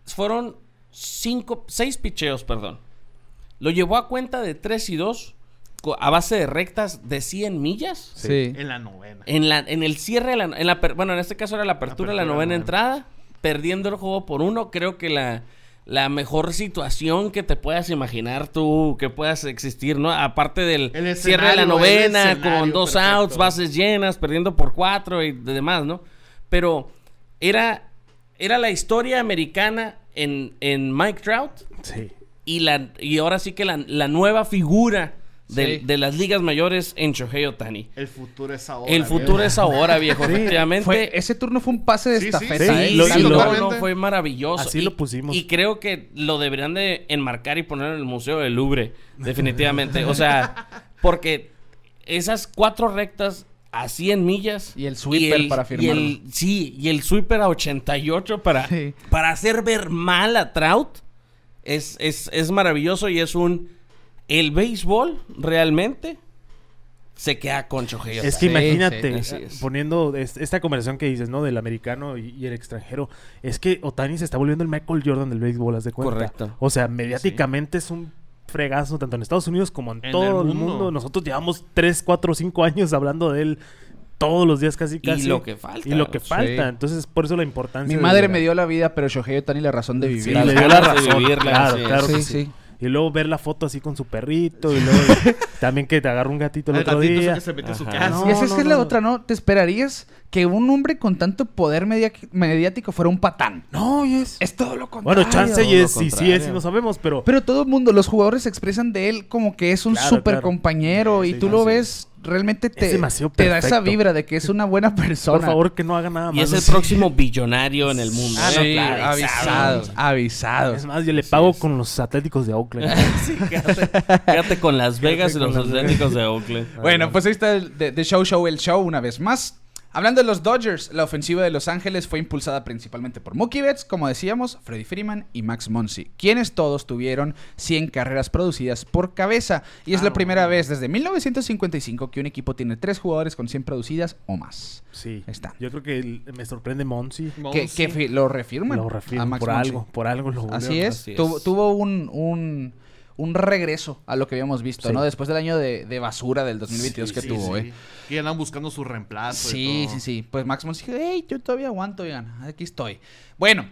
fueron cinco, seis picheos, perdón. Lo llevó a cuenta de 3 y 2 a base de rectas de 100 millas. Sí. En la novena. En, la, en el cierre, de la, en la per- bueno, en este caso era la apertura de la Apertura, novena novena. entrada, perdiendo el juego por uno, creo que la, la mejor situación que te puedas imaginar tú, que puedas existir, ¿no? Aparte del El cierre de la escenario, el novena, escenario con dos perfecto. outs, bases llenas, perdiendo por cuatro y demás, ¿no? Pero era, era la historia americana en, en Mike Trout sí y, la, y ahora sí que la, la nueva figura del- Sí. de las ligas mayores en Shohei Otani. El futuro es ahora. El futuro viejo. es ahora, viejo. Efectivamente. Fue- ese turno fue un pase de Sí, sí, estafeta. sí. ¿eh? Sí, lo- sí, y lo- no, no, totalmente. fue maravilloso. Así Y- lo pusimos. Y creo que lo deberían de enmarcar y poner en el Museo del Louvre, definitivamente. O sea, porque esas cuatro rectas a 100 millas. Y el sweeper para y el- firmarlo. sí, y el sweeper a 88 para, Sí. para hacer ver mal a Trout. Es, es, es maravilloso y es un... El béisbol realmente se queda con Shohei es Ohtani. que Sí, imagínate sí, así es. poniendo es- esta conversación que dices no del americano y, y el extranjero es que Otani se está volviendo el Michael Jordan del béisbol haz de cuenta Correcto. o sea mediáticamente es un fregazo tanto en Estados Unidos como en, En todo el el mundo. mundo. nosotros llevamos 3, 4, 5 años hablando de él todos los días casi casi lo que falta. y lo que Sí. falta entonces por eso la importancia Mi de madre llegar. me dio la vida, pero Shohei Otani la razón de vivir. Sí, las le dio la ganas de razón. vivirla, claro, sí. claro que Sí, sí. sí. Y luego ver la foto así con su perrito. Y luego también que te agarra un gatito el, El otro gatito ese día. que se metió a su Ajá. casa. No, Y esa es que es la no. otra, ¿no? ¿Te esperarías que un hombre con tanto poder media- mediático fuera un patán? No, y es. Es todo lo contrario. Bueno, chance y Todo lo es, y sí contrario. es, y no sabemos, pero. Pero todo el mundo, los jugadores se expresan de él como que es un Claro, super claro. compañero Sí, y sí, tú no, lo sí. ves, realmente te, demasiado te da esa perfecto. vibra de que es una buena persona. por favor, que no haga nada Y más. es el próximo billonario en el mundo. Ah, ¿eh? no, Sí, claro, avisados, avisados. Es más, yo le pago con los Atléticos de Oakland. Sí, quédate, quédate con Las Vegas y con los Las Vegas. Atléticos de Oakland. Bueno, pues ahí está el de, de Show Show el Show una vez más. Hablando de los Dodgers, la ofensiva de Los Ángeles fue impulsada principalmente por Mookie Betts, como decíamos, Freddy Freeman y Max Muncy, quienes todos tuvieron 100 carreras producidas por cabeza. Y es la primera vez desde 1955 que un equipo tiene tres jugadores con 100 producidas o más. Sí. Ahí está. Yo creo que el- me sorprende Monsi. Que, que fi- lo refirman. Lo a refiero Max por Muncy. algo. Por algo lo Así volvieron. es. así Tuvo, es. tuvo un, un, un regreso a lo que habíamos visto, Sí. ¿no? Después del año de, de basura del 2022 que Sí, tuvo, sí. ¿eh? Que andan buscando su reemplazo. Sí, sí, sí. Pues Max Muncy dijo, hey, yo todavía aguanto, oigan, aquí estoy. Bueno,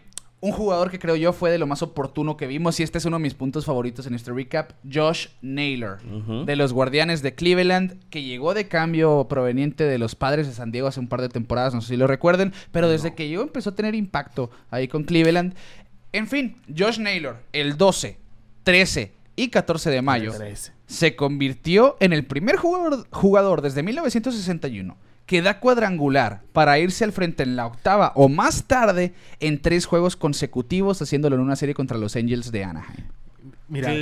un jugador que creo yo fue de lo más oportuno que vimos, y este es uno de mis puntos favoritos en este recap, Josh Naylor, Ujú. de los Guardianes de Cleveland, que llegó de cambio proveniente de los padres de San Diego hace un par de temporadas, no sé si lo recuerden, pero desde que llegó empezó a tener impacto ahí con Cleveland. En fin, Josh Naylor, el 12, 13 y 14 de mayo Trece. se convirtió en el primer jugador, jugador desde 1961 que da cuadrangular para irse al frente en la octava o más tarde en tres juegos consecutivos, haciéndolo en una serie contra los Angels de Anaheim. Mira,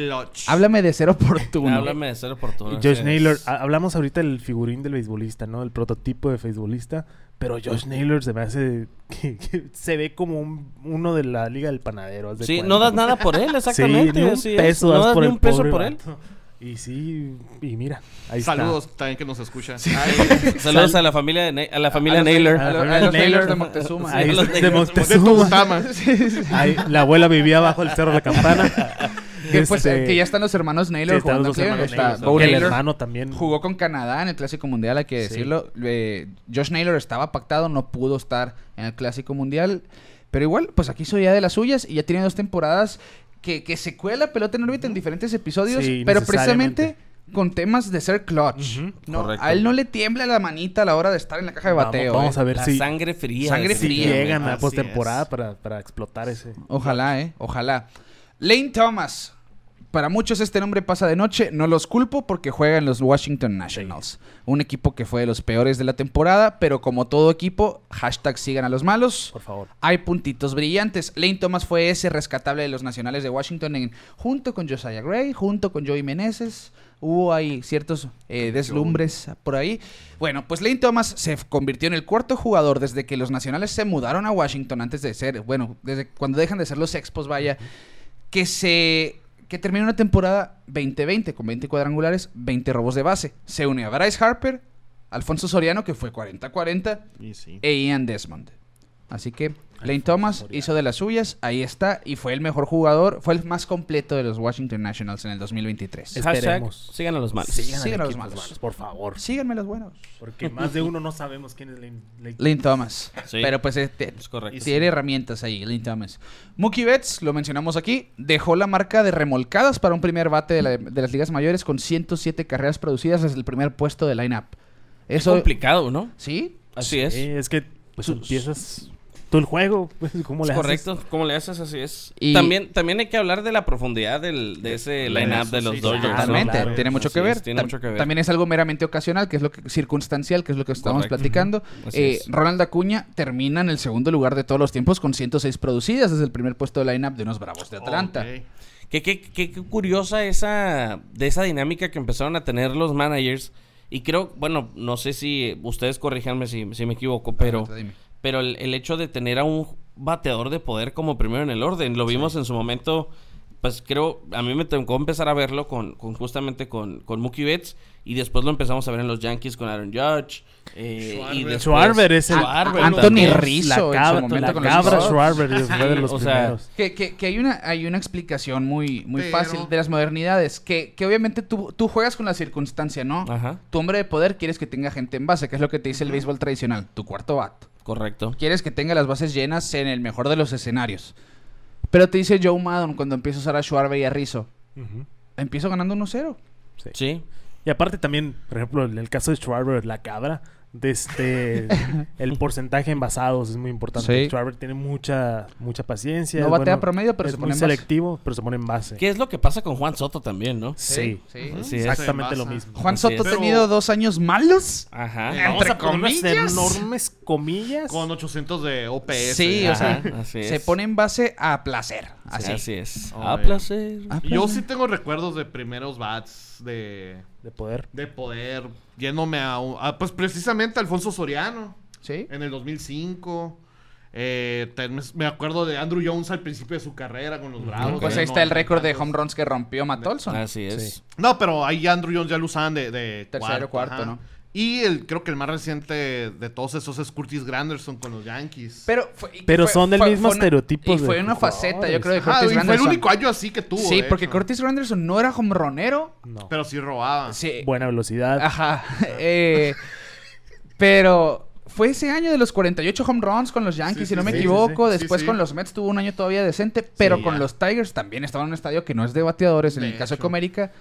Háblame de ser oportuno. Háblame de ser oportuno. Josh Sí. Naylor, ah, ha- hablamos ahorita del figurín del beisbolista, ¿no? El prototipo de beisbolista. Pero Josh Naylor se me hace. que- que se ve como un- uno de la Liga del Panadero. haz de Sí, cuenta. no das nada por él, exactamente. Sí, ni un así es. peso no das das por ni el un peso pobre por él. vato. Y sí, y mira, ahí Saludos también que nos escuchan. Saludos a la familia de Ne- a la familia Naylor. A, lo- a Naylor. los Naylor de Moctezuma. está. Ahí Sí. está, de de Moctezuma. Totama. Ahí, la abuela vivía abajo del cerro de la campana. Que, pues, Este, que ya están los hermanos Naylor sí, están jugando los en hermanos Cleveland. Está Naylor. Bo Que El Naylor hermano también. Jugó con Canadá en el Clásico Mundial, hay que Sí. decirlo. Eh, Josh Naylor estaba pactado, no pudo estar en el Clásico Mundial. Pero igual, pues aquí soy ya de las suyas y ya tiene dos temporadas que, que se cuela pelota en órbita en diferentes episodios, Sí, pero necesariamente. precisamente con temas de ser clutch. Ujú, No, correcto. a él no le tiembla la manita a la hora de estar en la caja de Vamos- bateo. Vamos, eh. a ver La si, sangre fría. Sangre si fría, llegan güey. a Así postemporada es. para, para explotar ese. Ojalá, ¿eh? Ojalá. Lane Thomas. Para muchos este nombre pasa de noche. No los culpo porque juega en los Washington Nationals. Un equipo que fue de los peores de la temporada, pero como todo equipo, hashtag sigan a los malos. Por favor. Hay puntitos brillantes. Lane Thomas fue ese rescatable de los nacionales de Washington en- junto con Josiah Gray, junto con Joey Meneses. Hubo ahí ciertos eh, deslumbres por ahí. Bueno, pues Lane Thomas se f- convirtió en el cuarto jugador desde que los nacionales se mudaron a Washington antes de ser, bueno, desde cuando dejan de ser los expos, vaya, que se que termina una temporada 20-20 con 20 cuadrangulares, 20 robos de base. Se une a Bryce Harper, Alfonso Soriano, que fue 40-40, Y sí. e Ian Desmond. Así que Lane Thomas hizo de las suyas, ahí está, y fue el mejor jugador, fue el más completo de los Washington Nationals en el 2023. Es- Hashtag, Esperemos. sigan a los malos. Sigan a los equipos malos. por favor. Síganme los buenos. Porque más de uno no sabemos quién es Lane. Lane- Lane Thomas. Sí. Pero pues este, Es correcto. tiene herramientas ahí, Lane Thomas. Mookie Betts, lo mencionamos aquí, dejó la marca de remolcadas para un primer bate de, la- de las ligas mayores con 107 carreras producidas desde el primer puesto de lineup. Es Eso, complicado, ¿no? ¿sí? Así es. Eh, es que pues empiezas tú el juego. pues, ¿Cómo le Es haces? correcto, como le haces, así es. Y- También, también hay que hablar de la profundidad del, de ese line-up de los sí, Dodgers. Ah, ¿no? Totalmente, claro. tiene, mucho Así que es, ver. tiene Tam- mucho que ver. También es algo meramente ocasional, que es lo que circunstancial, que es lo que estamos Correcto. platicando. Ujú. Así Eh, es. Ronald Acuña termina en el segundo lugar de todos los tiempos con 106 producidas desde el primer puesto de lineup de unos Bravos de Atlanta. Ok. Qué, qué- qué- qué curiosa esa de esa dinámica que empezaron a tener los managers. Y creo, bueno, no sé si ustedes corríjanme si, si me equivoco, pero, Adelante, dime. pero el, el hecho de tener a un bateador de poder como primero en el orden, lo vimos en su momento, pues creo, a mí me tocó empezar a verlo con, con justamente con, con Mookie Betts y después lo empezamos a ver en los Yankees con Aaron Judge. eh, y después- Ah, Schwarber es el- Schwarber Anthony también. Rizzo. hizo en su la cabra, momento la con los cabra Dodgers. Schwarber fue de Sí, los o sea, primeros. Que, que- que hay, una, hay una explicación muy, muy Pero- fácil de las modernidades, que, que obviamente tú, tú juegas con la circunstancia, ¿no? Ajá, Tu hombre de poder quieres que tenga gente en base, que es lo que te dice el béisbol tradicional, tu cuarto bat. correcto. Quieres que tenga las bases llenas en el mejor de los escenarios. Pero te dice Joe Maddon cuando empieza a usar a Schwarber y a Rizzo. Ujú. Empiezo ganando 1-0. Sí, Y aparte también, por ejemplo, en el caso de Schwarber, la cabra, de este, el porcentaje en basados es muy importante. Sí. Schwarber tiene mucha mucha paciencia. No es batea promedio, pero es se muy pone en base. selectivo, pero se pone en base. ¿Qué es lo que pasa con Juan Soto también, no? Sí. Sí. Así es. Exactamente Se lo basa. mismo. Juan Así Soto es. ha tenido Pero- dos años malos. Ajá. Entre Vamos a poner unas comillas. enormes comillas. Con 800 de OPS. Sí, o sea, Ajá, así se es. pone en base a placer. Así, Así. es. Oh, a bueno. placer. Ah, Yo sí tengo recuerdos de primeros bats de, De poder. de poder, yéndome a, un- a, pues precisamente a Alfonso Soriano Sí. Pues en el 2005. Eh, te- me acuerdo de Andrew Jones al principio de su carrera con los Bravos. Pues en ahí está el récord de noventa y home runs que rompió Matt Olson. Así es. Sí. No, pero ahí Andrew Jones ya lo usaban de, de Tercero, cuarto, ajá. ¿no? Y el, creo que el más reciente de todos esos es Curtis Granderson con los Yankees. Pero, fue- y Pero son del mismo una- estereotipo Y de fue una jugadores. faceta, yo creo, de Ajá, Curtis y fue el Granderson. único año así que tuvo. sí, de porque hecho. Curtis Granderson no era home runero. No. Pero eh, ah. sí robaba. Sí. Buena velocidad. Ajá. Eh, pero fue ese año de los 48 home runs con los Yankees, si Sí, no sí, me sí, equivoco. sí, sí. Después Sí, sí. con los Mets tuvo un año todavía decente, pero con ya. los Tigers también estaba en un estadio que no es de bateadores, en De el caso de hecho. Comerica.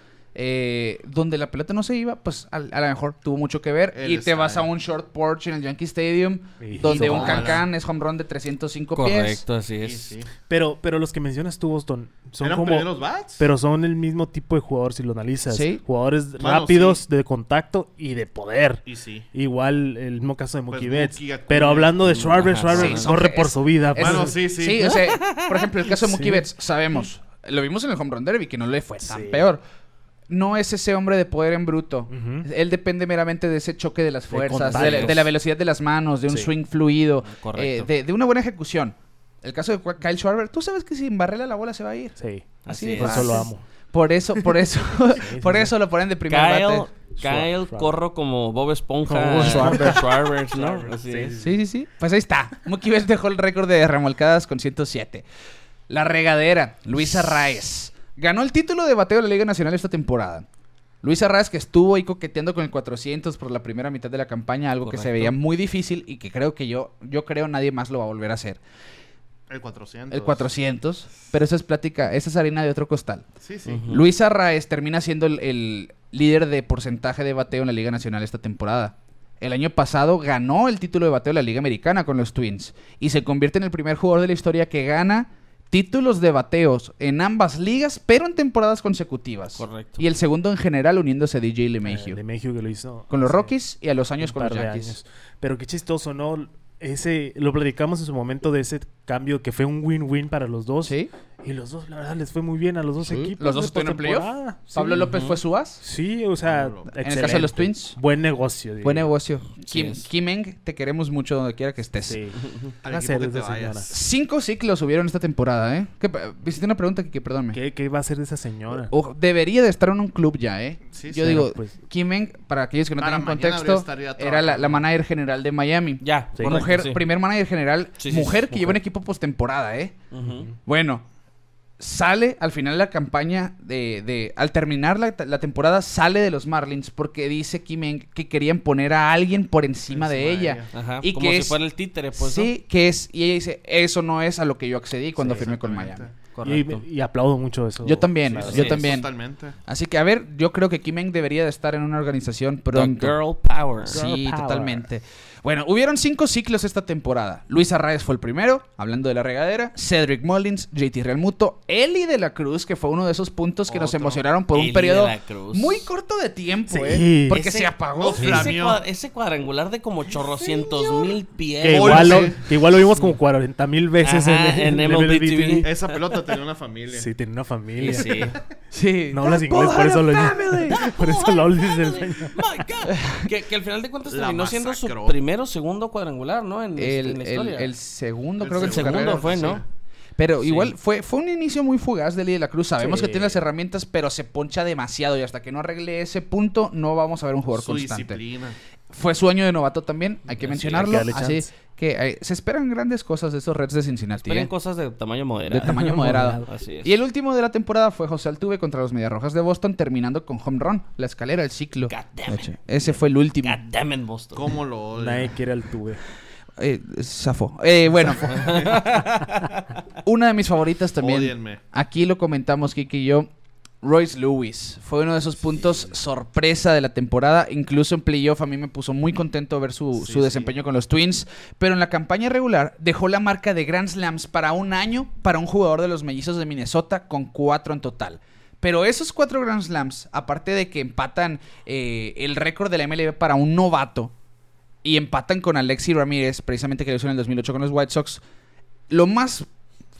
eh, donde la pelota no se iba, pues al- a, lo mejor tuvo mucho que ver. El y te vas a estadio. un short porch en el Yankee Stadium, Y- donde un Tómala. cancán es home run de 305 pies. Correcto, así es. Sí, sí. Pero, pero los que mencionas tú, Boston, son ¿Eran como. primeros bats? Pero son el mismo tipo de jugador si lo analizas. Sí. Jugadores Bueno, rápidos, sí. de contacto y de poder. Y sí. Igual el mismo caso de Mookie Pues, Betts. Mookie, Acuña. pero hablando de Schwarber, Ajá. Schwarber Sí, son corre que- por su vida. Es- pues. Bueno, sí, sí. o sea, por ejemplo, el caso de Mookie Sí. Betts, sabemos. Lo vimos en el Home Run Derby, que no le fue tan Sí. peor. No es ese hombre de poder en bruto. Ujú. Él depende meramente de ese choque de las fuerzas, de, la, contactos. de la velocidad de las manos, de un Sí. swing fluido, Correcto. eh, de, de una buena ejecución. El caso de Kyle Schwarber, tú sabes que sin barrera la bola se va a ir. Sí. Así Así de es. Por eso fácil. lo amo. Por eso, por eso, por sí. eso lo ponen de primer Kyle, bate. Kyle Schwarber. corro como Bob Esponja. Como Bob Schwarber. Schwarber, ¿no? Así es. Sí, sí, sí. Pues ahí está. Mookie Betts dejó el récord de remolcadas con 107. La regadera, Luisa Arraez. Ganó el título de bateo de la Liga Nacional esta temporada. Luis Arraez que estuvo ahí coqueteando con el 400 por la primera mitad de la campaña, algo que se Correcto. veía muy difícil y que creo que yo, yo creo nadie más lo va a volver a hacer. El 400. El 400, pero esa es plática, esa es harina de otro costal. Sí, sí. Ujú. Luis Arraez termina siendo el, el líder de porcentaje de bateo en la Liga Nacional esta temporada. El año pasado ganó el título de bateo de la Liga Americana con los Twins y se convierte en el primer jugador de la historia que gana títulos de bateos en ambas ligas, pero en temporadas consecutivas. Correcto. Y el segundo en general uniéndose a DJ LeMahieu. De México que lo hizo. con los hace Rockies y a los años Eh, un con par los de Yankees. años. Pero qué chistoso, ¿no? Ese, lo platicamos en su momento de ese cambio que fue un win-win para los dos. Sí. Y los dos, la verdad, les fue muy bien a los dos equipos. Los dos de estuvieron en playoff. postemporada. pues, Sí. Pablo López fue su as. Sí, o sea, Pablo López. En el caso de los excelente. Twins. Buen negocio. digo. Buen negocio. Kim, es. Kimeng, te queremos mucho donde quiera que estés. Sí. Al Una equipo que cerveza, te señora. vayas. Cinco ciclos hubieron esta temporada, ¿eh? Que, eh, hiciste una pregunta que, que perdóname. ¿Qué, ¿Qué va a ser de esa señora? Ojo, debería de estar en un club ya, ¿eh? Sí, Yo sí. digo, Pero, pues- Kim Eng, para aquellos que no Para tengan mañana contexto, debería estar ya era la, la trabajando. manager general de Miami. Ya, Sí. correcto, mujer, sí. primer manager general, Sí, sí, sí, mujer que lleva un mujer. equipo postemporada, ¿eh? Ujú. Bueno, sale al final de la campaña de, de- al terminar la, la temporada sale de los Marlins porque dice Kim Eng que querían poner a alguien por encima, Encima de de ella. ella. Ajá, Y como que si es- fuera el títere, pues. ¿no? sí, que es y ella dice, "Eso no es a lo que yo accedí cuando Sí, firmé con exactamente. Miami." Correcto. Y, y aplaudo mucho eso. Yo también, Claro. yo Sí, también. Totalmente. Así que, a ver, yo creo que Kimen debería de estar en una organización The pronto. girl power. Sí, Girl power. totalmente. Bueno, hubieron cinco ciclos esta temporada. Luis Arraez fue el primero, hablando de la regadera. Cedric Mullins, JT Realmuto, Eli de la Cruz, que fue uno de esos puntos que nos Otro. emocionaron por un Eli de periodo la Cruz. muy corto de tiempo, Sí. ¿eh? Porque Ese- se apagó. Sí. Oh, Ese, Flameó. cuad- ese cuadrangular de como chorrocientos mil pies. Que Hoy igual, no lo, sé. que igual lo vimos como 40 mil veces Ajá, en, en en MLB MLB TV. TV. Esa pelota tenía una familia. Sí, tiene una Sí, familia. sí. Sí. No hablas inglés, por eso lo Por eso lo hablas del baño. My God. Que, que al final de cuentas La terminó siendo su masacró. primero segundo cuadrangular, ¿no? En, este, en El, la el- historia. el segundo, El creo que El en su segundo carrera. fue, ¿no? sí. Pero igual fue, fue un inicio muy fugaz de Eli de la Cruz. Sabemos Sí. que tiene las herramientas, pero se poncha demasiado y hasta que no arregle ese punto no vamos a ver un jugador Su constante. disciplina. Fue su año de novato también, hay que Sí, mencionarlo. hay que darle así chance. que eh, se esperan grandes cosas de esos Reds de Cincinnati. Pero en ¿eh? cosas de tamaño De moderado. tamaño moderado. Así es. Y el último de la temporada fue José Altuve contra los Mediarrojas de Boston, terminando con home run, la escalera, el ciclo. God damn it. Ese fue el último. God damn it, Boston. ¿Cómo lo odio? Nadie quiere al tuve. Eh, zafó. Eh, bueno. Una de mis favoritas también. Ódienme. Aquí lo comentamos, Kiki y yo. Royce Lewis fue uno de esos puntos sorpresa de la temporada. Incluso en playoff a mí me puso muy contento ver su, Sí, su desempeño con los Twins. Pero en la campaña regular dejó la marca de Grand Slams para un año para un jugador de los mellizos de Minnesota con cuatro en total. Pero esos cuatro Grand Slams, aparte de que empatan eh, el récord de la MLB para un novato, y empatan con Alexi Ramírez, precisamente que lo hizo en el 2008 con los White Sox. Lo más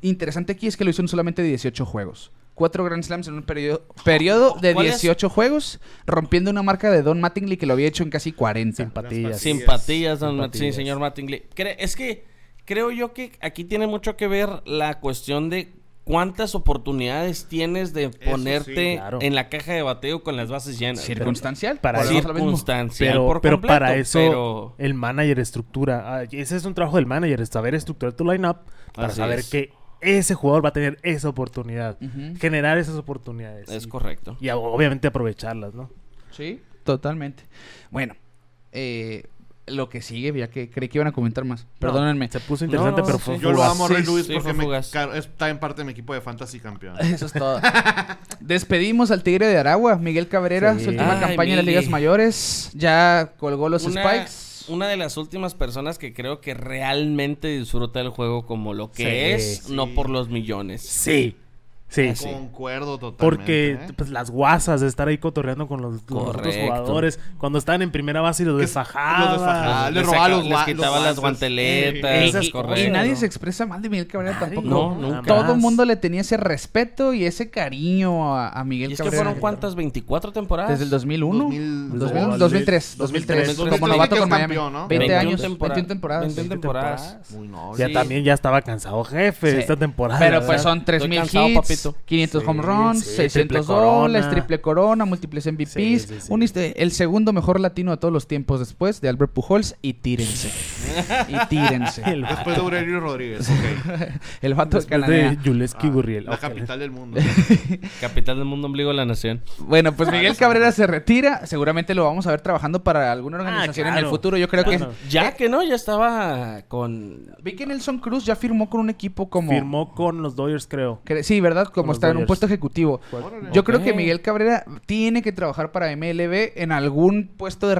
interesante aquí es que lo hizo en solamente 18 juegos. Cuatro Grand Slams en un periodo, periodo de ¿Cuál es? 18 juegos, rompiendo una marca de Don Mattingly que lo había hecho en casi 40. Sin patillas. Sin Simpatías, don Mat- Simpatías. sí, señor Mattingly. Cre- es que creo yo que aquí tiene mucho que ver la cuestión de cuántas oportunidades tienes de ponerte sí, claro. en la caja de bateo con las bases llenas. Circunstancial. Para volvemos a lo mismo. circunstancial Pero, por pero completo, para eso pero- el manager estructura. Ah, ese es un trabajo del manager, es saber estructurar tu lineup para Así saber es. que ese jugador va a tener esa oportunidad. Ujú. Generar esas oportunidades. Es y, correcto. y obviamente aprovecharlas, ¿no? Sí, totalmente. Bueno, eh, lo que sigue, ya que creí que iban a comentar más. Perdónenme. Se puso interesante, no, pero sí. fue Yo lo fugaz. amo a Roy Sí, Lewis sí, porque fue me fugaz. car- está en parte de mi equipo de fantasy campeón. Eso es todo. Despedimos al Tigre de Aragua, Miguel Cabrera, Sí. su última Ay, campaña en las Miguel. ligas mayores. Ya colgó los una, spikes. una de las últimas personas que creo que realmente disfruta el juego como lo que Sí, es, sí. no por los millones. Sí. Ah, Sí, sí. Concuerdo totalmente. Porque ¿eh? pues, las guasas de estar ahí cotorreando con los, con los otros Correcto. jugadores. Cuando estaban en primera base y los Que- desfajaba. los desfajaba. Ah, le Les robaba saca- los les gua- quitaba los las guantes. guanteletas, Ey, Y- esas y- es correcto. Y nadie se expresa mal de Miguel Cabrera Nadie, tampoco. No, nada nunca. más. Todo el mundo le tenía ese respeto y ese cariño a, a Miguel ¿Y es que Cabrera. fueron cuántas? ¿24 temporadas? Desde el 2001. 2000, 2000, no, 2003, 2003, 2003, como 2003, novato que es con Miami. campeón, ¿no? 20 21 años, tempora- 21 temporadas. 21 temporadas. Muy noble. Ya Sí. también ya estaba cansado, jefe, Sí. esta temporada. Pero pues ¿verdad? son 3000 cansado, hits, bonito. 500 Sí, home runs, sí, 600 triple dólares, corona. triple corona, múltiples MVPs. Sí, sí, sí. un hist- el segundo mejor latino de todos los tiempos después de Albert Pujols y tírense. y tírense. El vato Después de Aurelio Rodríguez, ok. El vato de de Canadá. Yuleski Ah, Gurriel. La Ok. capital del mundo. Capital del mundo, ombligo de la nación. Bueno, pues Miguel Cabrera se retira. Seguramente lo vamos a ver trabajando para alguna organización en el claro. futuro. Yo creo que... Claro. Ya que no, ya estaba con. Vi que Nelson Cruz ya firmó con un equipo como... Firmó con los Dodgers, creo. Cre- Sí, ¿verdad? Como los está en un Dodgers. puesto ejecutivo. Órale. Yo creo que Ok. Miguel Cabrera tiene que trabajar para MLB en algún puesto de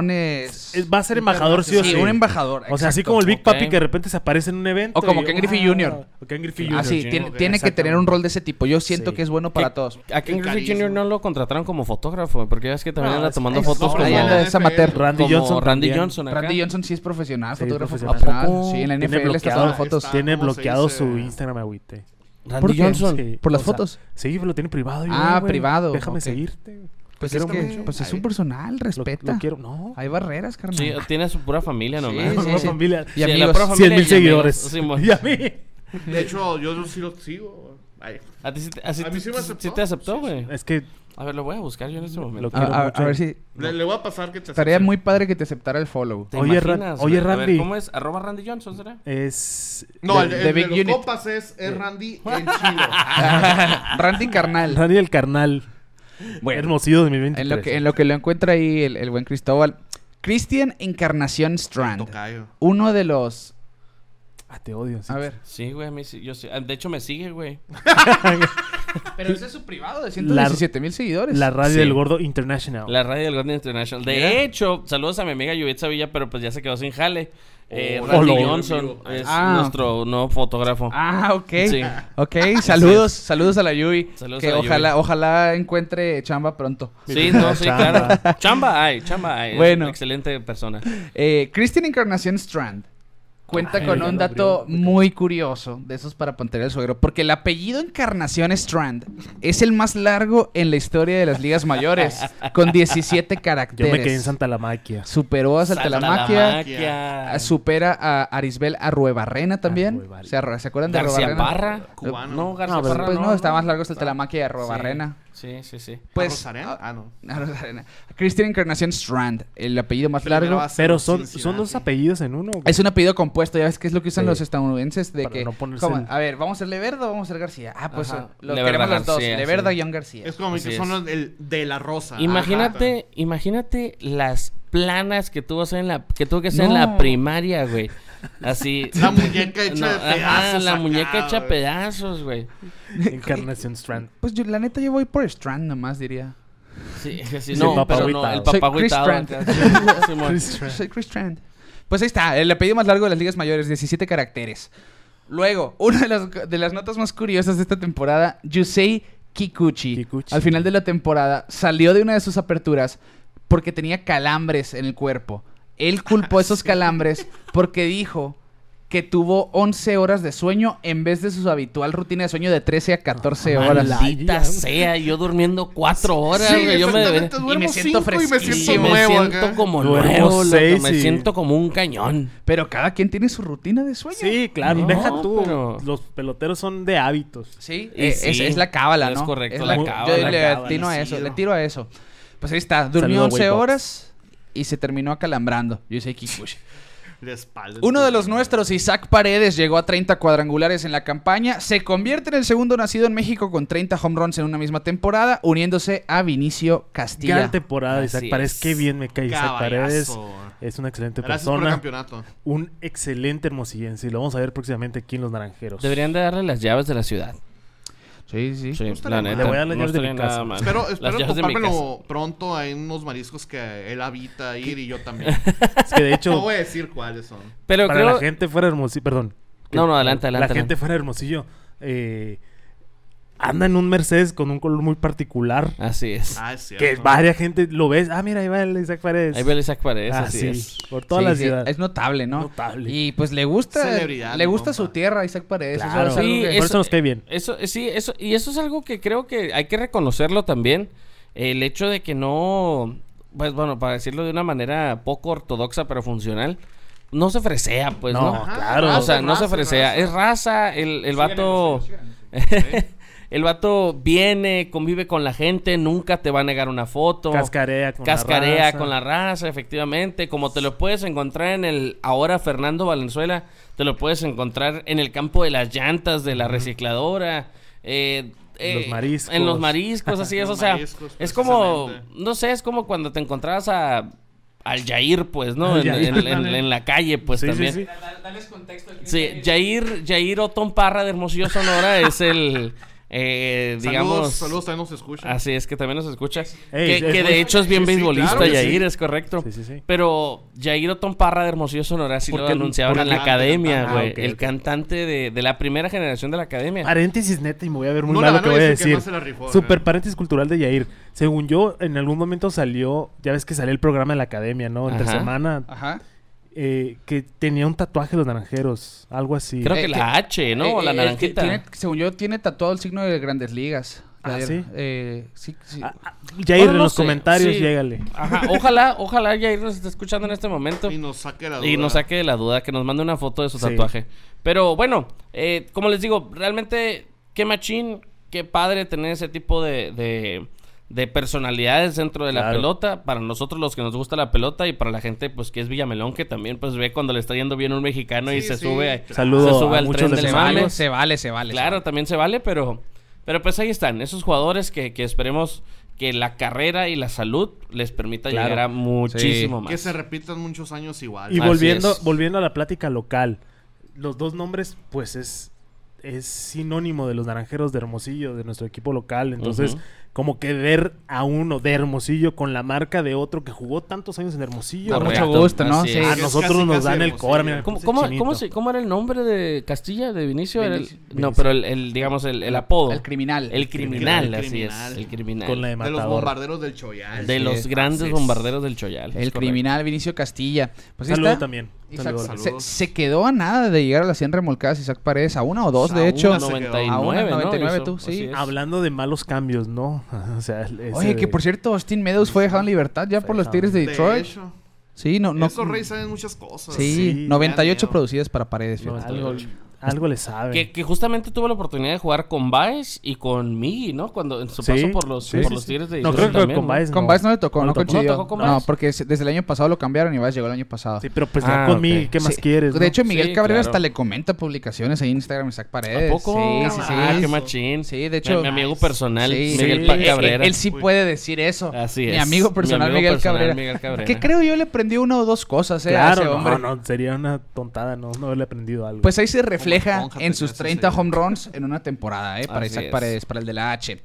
relaciones. Es- Eh, Va a ser embajador, sí o sí. Sí, un embajador. O sea, así exacto. como el Big Ok. Papi que de repente se aparece en un evento. O como y- Ken Griffey Ah, Jr.. O Ken Griffey Ah, Jr. sí, sí. tiene, ok, tiene que tener un rol de ese tipo. Yo siento Sí. que es bueno para ¿Qué- todos. A Ken El Griffey carisma. Jr. no lo contrataron como fotógrafo, porque ya es que también No, anda es- tomando es- fotos no, como, Ahí anda, como- es amateur. Randy como Johnson Randy también. Johnson. acá. Randy Johnson sí es profesional, Sí, fotógrafo profesional. profesional. ¿A poco? Sí, en la Tiene NFL está bloqueado- tomando fotos. está- Pues Tiene Ah, ¿cómo se bloqueado dice? su Instagram agüite. ¿Por Randy qué? Johnson. Sí, ¿Por las o sea, fotos? sí, lo tiene privado. yo, Ah, güey. privado, Déjame ok. seguirte. güey. Pues Te es quiero que mucho. pues es Ay, un personal, lo- respeta. Lo quiero, no. Hay barreras, carnal. Sí, tiene a su pura familia nomás. Sí, sí, Una sí. familia. Y Sí, la amigos. pura familia 100 mil y amigos, seguidores. Simón. Y a mí. De hecho, yo sí lo sigo. Ay. A ti sí te- a sí A mí sí me te- aceptó. sí te aceptó, Sí, sí. güey. Es que A ver, lo voy a buscar yo en este Lo momento. A, quiero a- mucho. a ver si. Le, le voy a pasar que te Estaría acepte. muy padre que te aceptara el follow. ¿Te Oye, Ran- imaginas, oye, güey? A ver, Randy. ¿Cómo es? ¿Arroba Randy Johnson será? es. No, de- el, el de de, Big los Unit. copas es, es Randy el chino. Randy Carnal. Randy el carnal. Hermosillo 2023. En lo, que, en lo que lo encuentra ahí el, el buen Cristóbal. Christian Encarnación Strand. Tocayo. Uno de los. Ah, te odio. sí. A ver. Sí, güey, a mí sí- yo sí. Ah, De hecho, me sigue, güey. Pero ese es su privado de 117 mil seguidores. Pues, La radio Sí. del gordo international. La radio del Guardian International. De Mira. hecho, saludos a mi amiga Yubitsa Villa, pero pues ya se quedó sin jale. Eh, Oh, Randy lo- Johnson es Ah. nuestro nuevo fotógrafo. Ah, ok. Sí. Ok, saludos, saludos a la Yui. Saludos que a la ojalá, ojalá encuentre chamba pronto. Sí, no, sí, Chamba. claro. Chamba hay, chamba hay. Es Bueno. una Excelente persona. Eh, Christian Encarnación Strand cuenta Ay, con ya un lo dato abrió. muy curioso de esos para Pantería del Suegro, porque el apellido Encarnación Strand es el más largo en la historia de las ligas mayores, con 17 Yo caracteres. me quedé en Santa Lamaquia. Superó a Saltalamaquia, Saltalamaquia. a- supera a Arisbel Arruebarrena también. Arruebarrena. ¿Se, arru- ¿se acuerdan de García Arruebarrena? Parra. Cubano. No, García No, pero- Parra Pues no, no. está más Ah, largo Saltalamaquia y Arruebarrena. Sí, sí, sí. Pues, Pues, Ah, no. Ah, Arruebarrena. Christian Encarnación Strand, el apellido más Primera largo. base, Pero son, son Cincinnati. dos apellidos en uno. güey. Es un apellido compuesto, ya ves que es lo que usan Sí. los estadounidenses de Para que no ponerse ¿cómo? el- a ver, vamos a ser Leverda o vamos a ser García. Ah, pues Ajá. lo Leverda queremos los dos, García, Leverda sí. y García. Es como Así que es. son los del- de la rosa. Imagínate, Ajá. imagínate las planas que tuvo, que hacer en la, que tuvo que hacer en No. la primaria, güey. Así. La muñeca hecha de ajá, pedazos la acá, muñeca hecha güey. pedazos, güey. Encarnación Strand. Pues yo, la neta yo voy por Strand nomás diría. Sí, sí, el no, papá pero no, agüitado. el Soy papá Chris agüitado Pratt. acá, sí, Simón. Chris Strand. Soy Chris Strand. Pues ahí está, el apellido más largo de las ligas mayores, 17 caracteres. Luego, una de las, de las notas más curiosas de esta temporada, Yusei Kikuchi, Kikuchi. al final de la temporada, salió de una de sus aperturas porque tenía calambres en el cuerpo. Él culpó esos calambres porque dijo que tuvo 11 horas de sueño en vez de su habitual rutina de sueño de 13 a Ah, 14 horas. Maldita sea, yo durmiendo cuatro horas, Sí, güey. Yo me exactamente, debería- duermo y me siento cinco y me fresquísimo. siento Sí, me nuevo siento acá. como Duermo nuevo, loco, seis me y- siento como un cañón. Pero cada quien tiene su rutina de sueño. Sí, claro. No, deja tú. pero- Los peloteros son de hábitos. Sí, Y eh, Es, sí, es la cábala, ¿no? es correcto, Es la Yo cábala, le cábala, atino a sí, eso, ¿no? le tiro a eso. Pues ahí está, durmió Saludo a 11 Wade Boggs. horas y se terminó acalambrando. Yo sé Kikuchi. La espalda. Uno de los nuestros, Isaac Paredes, llegó a 30 cuadrangulares en la campaña. Se convierte en el segundo nacido en México con 30 home runs en una misma temporada, uniéndose a Vinicio Castilla. Gran temporada, de Isaac Así Paredes. es. Qué bien me cae Isaac Paredes. Caballazo. Es una excelente Gracias por el persona. campeonato. Un excelente hermosillense. Y lo vamos a ver próximamente aquí en Los Naranjeros. Deberían de darle las llaves de la ciudad. Sí, sí. Sí, estaría la mal. neta. Le voy a dar las no llaves de mi estaría nada casa. mal. Espero, Las espero llaves de mi casa. topármelo pronto en unos mariscos que él habita ir y yo también. Es que de hecho, No voy a decir cuáles son. Pero para creo... la gente fuera de hermosillo. Perdón. No, no, adelante, adelante, La gente adelante. fuera de hermosillo. eh, anda en un Mercedes con un color muy particular. Así es. Ah, es cierto. Que varias gente lo ves. Ah, mira, ahí va el Isaac Paredes. Ahí ve el Isaac Paredes, Ah, así sí, es. Por toda Sí, la sí, ciudad. Es notable, ¿no? Notable. Y pues le gusta, Celebridad, le gusta mi su compa. tierra, Isaac Paredes. Eso Claro. es algo Sí, que- Por eso nos cae bien. Eso, eh, sí, eso, y eso es algo que creo que hay que reconocerlo también. El hecho de que no, pues bueno, para decirlo de una manera poco ortodoxa pero funcional, no se fresea, pues, ¿no? No, claro. o sea, raza, no se raza, fresea. raza. Es raza, el, el vato. El vato viene, convive con la gente, nunca te va a negar una foto. Cascarea con la Cascarea raza. con la raza, efectivamente. Como te lo puedes encontrar en el ahora Fernando Valenzuela, te lo puedes encontrar en el campo de las llantas de la recicladora. eh, En los eh, mariscos. En los mariscos, así es. Los o sea, mariscos, es como, precisamente. no sé, es como cuando te encontrabas a, al Jair, pues, ¿no? Al En, Yair, en- en- ándale. en la calle, pues, Sí, sí, también. sí. Dales contexto. Sí, Jair, Jair Otón Parra de Hermosillo Sonora es el, eh, digamos... Saludos, saludos, también nos escuchan. Así es que también nos escuchas. Ey, que es que muy- de hecho es bien Sí, sí, beisbolista, claro que Yair, sí. es correcto. Sí, sí, sí. Pero Yair Otón Parra de Hermosillo Sonora sí lo Porque- anunciaban porque en la canta, academia, ah, güey. ok, el ok. cantante de, de la primera generación de la academia. Paréntesis neta y me voy a ver muy No la mal lo ganó, que voy a dicen que decir. no se la rifó, Super ¿no? paréntesis cultural de Yair. Según yo, en algún momento salió, ya ves que salió el programa de la academia, ¿no? Entre Ajá. semana, Ajá. eh, que tenía un tatuaje de los naranjeros, algo así. Ah, Creo Eh, que que- la H, ¿no? Eh, O la eh, naranjita. tiene- según yo, tiene tatuado el signo de Grandes Ligas. Ah, Jair. ¿sí? Eh, sí, sí. Ah, ah, Yair, Bueno, en no los sé, comentarios, sí. llégale. Ajá, ojalá, ojalá Yair nos esté escuchando en este momento. Y nos saque la duda. Y nos saque de la duda, que nos mande una foto de su Sí. tatuaje. Pero bueno, eh, como les digo, realmente, qué machín, qué padre tener ese tipo de, de- de personalidades dentro de la Claro. pelota. Para nosotros los que nos gusta la pelota y para la gente pues que es Villamelón, que también pues ve cuando le está yendo bien un mexicano y Sí, se sí. sube, Saludo se sube a al muchos tren de del se, esos mame. vale, se vale, se vale. Claro, también se vale, pero, pero pues ahí están, esos jugadores que, que esperemos que la carrera y la salud les permita Claro. llegar a muchísimo más. Que se repitan muchos años igual. Y Así volviendo, es. volviendo a la plática local, los dos nombres, pues es, es sinónimo de los naranjeros de Hermosillo, de nuestro equipo local. Entonces, Ujú. como que ver a uno de Hermosillo con la marca de otro que jugó tantos años en Hermosillo. Con Correcto. mucho gusto, ¿no? Así Sí. es. Ah, A Es nosotros casi, nos casi dan el Hermosillo. cobra. mira, ¿Cómo, ese cómo- chinito. cómo se- cómo era el nombre de Castilla, de Vinicio? Era el- Vinicio. no, pero el, el, digamos, el, el apodo. El criminal. El criminal, El así criminal. es. El criminal. Con la de De los Matador. bombarderos del Choyal. de Así los es. grandes Así es. bombarderos del Choyal. es El correcto. criminal Vinicio Castilla. Pues ahí Saludo está. también. Isaac- Saludo. se, Saludo. se quedó a nada de llegar a las 100 remolcadas Isaac Paredes, a una o dos, A de una hecho. se quedó. A una 99, ¿no? 99 Hizo, tú, sí. así es. Hablando de malos cambios, ¿no? o sea, el- ese Oye, de- que por cierto, Austin Meadows fue dejado en libertad ya por los dejado. Tigres de De Detroit. hecho, Sí, no, no. Esos reyes saben muchas cosas. Sí, Sí, 98 me da miedo. producidas para Paredes. fíjate. algo, algo le saben. Que, que justamente tuvo la oportunidad de jugar con Baez y con Miggy, ¿no? Cuando en su Sí, paso por los, sí, por sí, los sí. Tigres de No, Detroit creo que también, con Baez Con no. Baez no le tocó, no, No tocó- coincidió. no tocó con No, Baez. porque se- desde el año pasado lo cambiaron y Baez llegó el año pasado. Sí, pero pues Ah, ya conmigo, ok. ¿qué más Sí. quieres? De no? hecho, Miguel Sí, Cabrera claro. hasta le comenta publicaciones ahí en Instagram a Isaac ¿A Paredes. poco? Sí, sí, sí. Ah, qué machín. Sí, de hecho- Mi, mi amigo personal, Sí, Miguel sí. Pa- Eh, Cabrera. Él, sí puede decir eso. Así Mi es. amigo Mi personal, amigo Miguel, personal, Cabrera. Miguel Cabrera. Que creo yo le aprendí una o dos cosas, eh, a Claro, ese hombre. no, no, sería una tontada no, no haberle aprendido algo. Pues ahí se refleja esponja en te sus haces 30 ahí. home runs en una temporada, ¿eh? Para Así Isaac es. Paredes, para el de la H.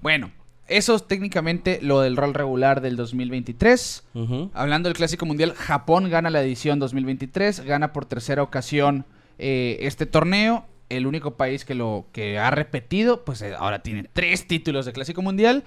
Bueno, eso es técnicamente lo del rol regular del 2023. Ujú. Hablando del Clásico Mundial, Japón gana la edición 2023, gana por tercera ocasión eh, este torneo. El único país que lo que ha repetido, pues eh, ahora tiene tres títulos de Clásico Mundial.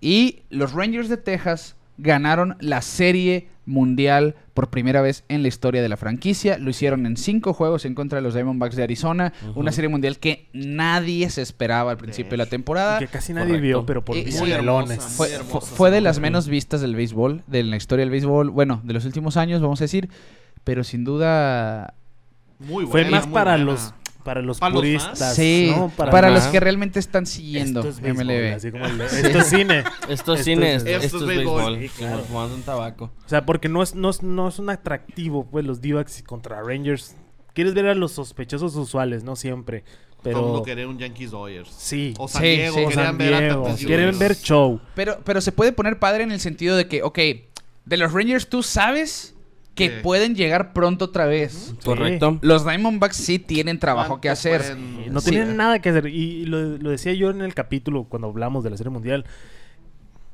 Y los Rangers de Texas ganaron la Serie Mundial por primera vez en la historia de la franquicia. Lo hicieron en cinco juegos en contra de los Diamondbacks de Arizona. Una Serie Mundial que nadie se esperaba al principio de la temporada. que casi nadie Correcto. vio, pero por Y- mis muy melones. hermosa, Fue, Muy fue- hermosa fue esa de las mujer. menos vistas del béisbol, de la historia del béisbol, bueno, de los últimos años, vamos a decir, pero sin duda... Muy Fue buena, más muy para buena. los para los ¿Para los puristas, sí, ¿no? para, Ajá. los que realmente están siguiendo Esto es béisbol, MLB. así como el- esto es cine. Esto es Esto cine, es- esto, esto esto es es béisbol. béisbol. Sí, claro. Como fumando un tabaco. O sea, porque no es, no es, no es un atractivo, pues, los D-backs contra Rangers. Quieres ver a los sospechosos usuales, ¿no? Siempre. Todo el Pero mundo quería un Yankees Dodgers. sí. O San Sí, Diego. sí. O querían San ver a Diego, tantos Quieren Dodgers. ver show. Pero, pero se puede poner padre en el sentido de que, ok, de los Rangers tú sabes que Sí. pueden llegar pronto otra vez. Correcto. Los Diamondbacks sí tienen trabajo que ¿Cuánto hacer. pueden- No Sí. tenían nada que hacer. Y y lo, lo decía yo en el capítulo cuando hablamos de la Serie Mundial.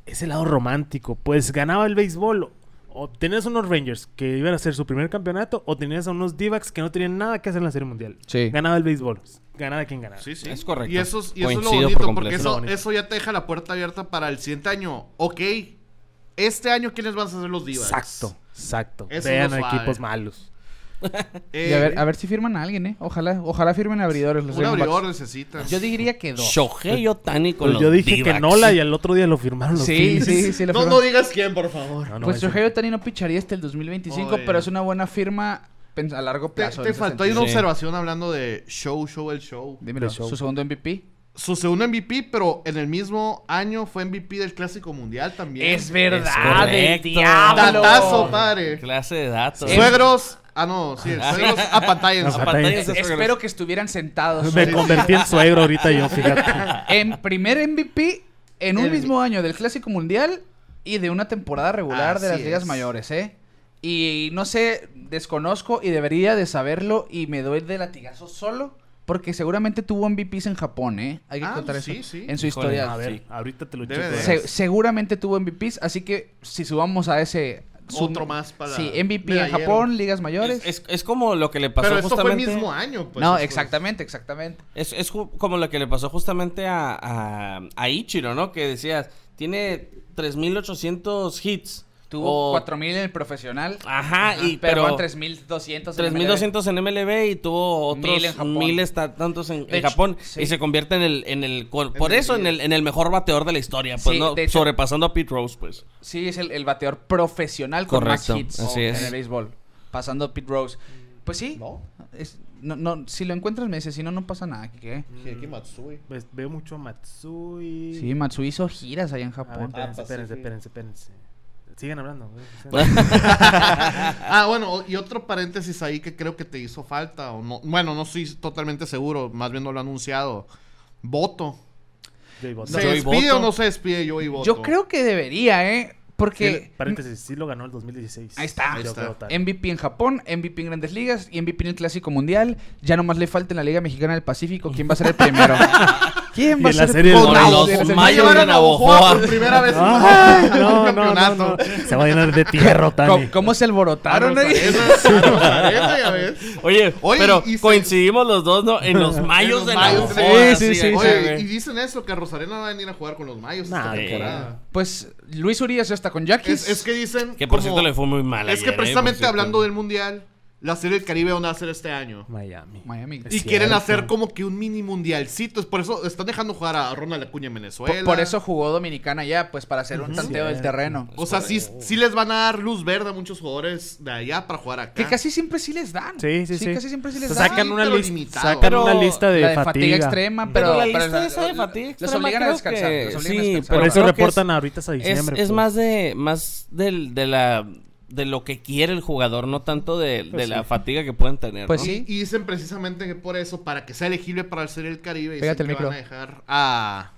Ese lado romántico. Pues ganaba el béisbol. O tenías unos Rangers que iban a hacer su primer campeonato. O tenías a unos D-backs que no tenían nada que hacer en la Serie Mundial. Sí. Ganaba el béisbol. Ganaba quien ganaba. Sí, sí. Es correcto. Y eso es, y eso es lo Coincido bonito, por porque completo. Lo eso, bonito. eso ya te deja la puerta abierta para el siguiente año. Ok, este año, ¿quiénes van a ser los divas? Exacto. Exacto. Eso Vean no a suave. equipos malos. Y a ver, a ver si firman a alguien, ¿eh? Ojalá, ojalá firmen abridores los Eh, un Diamondbacks. abridor necesitas. Yo diría que dos. Shohei Otani con los Pues yo dije que D-backs. Nola y al otro día lo firmaron los Sí, Phillies. sí, sí. la no, firman. no digas quién, por favor. Ah, No, no, pues ese- Shohei Otani no picharía hasta el 2025, Oye. pero es una buena firma pens- a largo Te, plazo. te en ese faltó ahí sentido. una Sí. observación hablando de show, show, el show. Dímelo, de show. su segundo MVP. su segundo MVP, pero en el mismo año fue MVP del Clásico Mundial también. Es verdad, el correcto. diablo. Datazo, padre. Clase de datos. Suegros. Ah, no, sí, suegros a pantalla. A pantalla. Aparte, esos Espero que estuvieran sentados. Me convertí en suegro ahorita yo, fíjate. En primer MVP en un El- mismo año del Clásico Mundial y de una temporada regular de Así las ligas es. mayores, ¿eh? Y no sé, desconozco y debería de saberlo y me doy de latigazo solo porque seguramente tuvo MVPs en Japón, ¿eh? Hay que Ah, contar sí, eso sí. en su Híjole, historia. A ver, Sí. ahorita te lo Debe checo. ¿eh? de- Se- seguramente tuvo MVPs, así que si subamos a ese... Otro más para Sí, MVP en medallero. Japón, ligas mayores. Es, es- es como lo que le pasó Pero esto fue el justamente. mismo año, pues. no, eso- exactamente, exactamente. Es, es ju- como lo que le pasó justamente a, a, a Ichiro, ¿no? Que decías, tiene 3.800 hits. Tuvo O- 4000 en el profesional. Ajá, y, pero, pero, 3200 en el 3.200 en MLB y tuvo otros Mil en Japón. miles ta- tantos en, De en hecho, Japón. sí. Y se convierte en el... En el con- por el eso, en líder. el, en el mejor bateador de la historia. Pues, Sí, ¿no? de hecho- Sobrepasando a Pete Rose, pues. Sí, es el, el bateador profesional con Correcto, más hits así en es. el béisbol. Pasando a Pete Rose. Pues sí. No, es- no, no, si lo encuentras, me dices. Si no, no pasa nada. ¿qué? Hideki Matsui. Pues veo mucho a Matsui. Sí, Matsui hizo giras allá en A ver, Japón. Ah, espérense, espérense, Pacífico. espérense, espérense. Sigan hablando. ¿eh? güey, sigan Ah, bueno, y otro paréntesis ahí que creo que te hizo falta. O no, bueno, no estoy totalmente seguro, más bien no lo ha anunciado. Voto. hablando. ¿Se Joey despide Boto. o no se despide Joey Boto? Yo creo que debería, ¿eh? Porque Sí, paréntesis, sí lo ganó el 2016. Ahí está. Yo Ahí está. creo tal. MVP en Japón, MVP en Grandes Ligas y MVP en el Clásico Mundial. Ya nomás le falta en la Liga Mexicana del Pacífico. ¿Quién va a ser el primero? ¿Quién Y va a en la ser serie el de primero? Navajo. Sí, en la serie- Va a Mayo llevar a de Navajoa Navajoa. por primera vez en Ah, en un no, no, no, campeonato. no. Se va a llenar de tierra, Tani. ¿Cómo, cómo se alborotaron Arroz ahí? Arena, arroz arena, ya ves. Oye, Oye, pero y se- coincidimos los dos, ¿no? En los mayos los de mayos la de- Bofoa, Sí, sí, sí, güey. Oye, y dicen eso, que Rosarena va a venir a jugar con los mayos esta Nah, temporada. Pues Luis Urias ya está con Yaquis. Es, es que dicen... Que por como- cierto le fue muy mal Es ayer, que ¿eh? Por precisamente cierto. hablando del Mundial, la Serie del Caribe van a hacer este año. Miami. Miami. Es Y quieren cierto. hacer como que un mini mundialcito. es Por eso están dejando jugar a Ronald Acuña en Venezuela. Por, por eso jugó Dominicana ya, pues para hacer un tanteo del Cierto. terreno. O sea, sí, sí les van a dar luz verde a muchos jugadores de allá para jugar acá. Que casi siempre sí les dan. Sí, sí, sí. casi siempre sí les Se dan. sacan una, pero lis- limitado. sacan Pero una lista de, la de fatiga, fatiga. extrema, pero, Pero la pero lista la- esa de la- fatiga Los extrema obligan a creo descansar. que- los obligan a sí, descansar. Por Pero eso creo que reportan es- ahorita hasta Es, diciembre. es pues. más de más del, de la de lo que quiere el jugador, no tanto de, de Pues la sí. fatiga que pueden tener. Pues ¿no? sí. Y dicen precisamente que por eso, para que sea elegible para el Serie del Caribe, dicen Pégate el que micro. van a dejar a,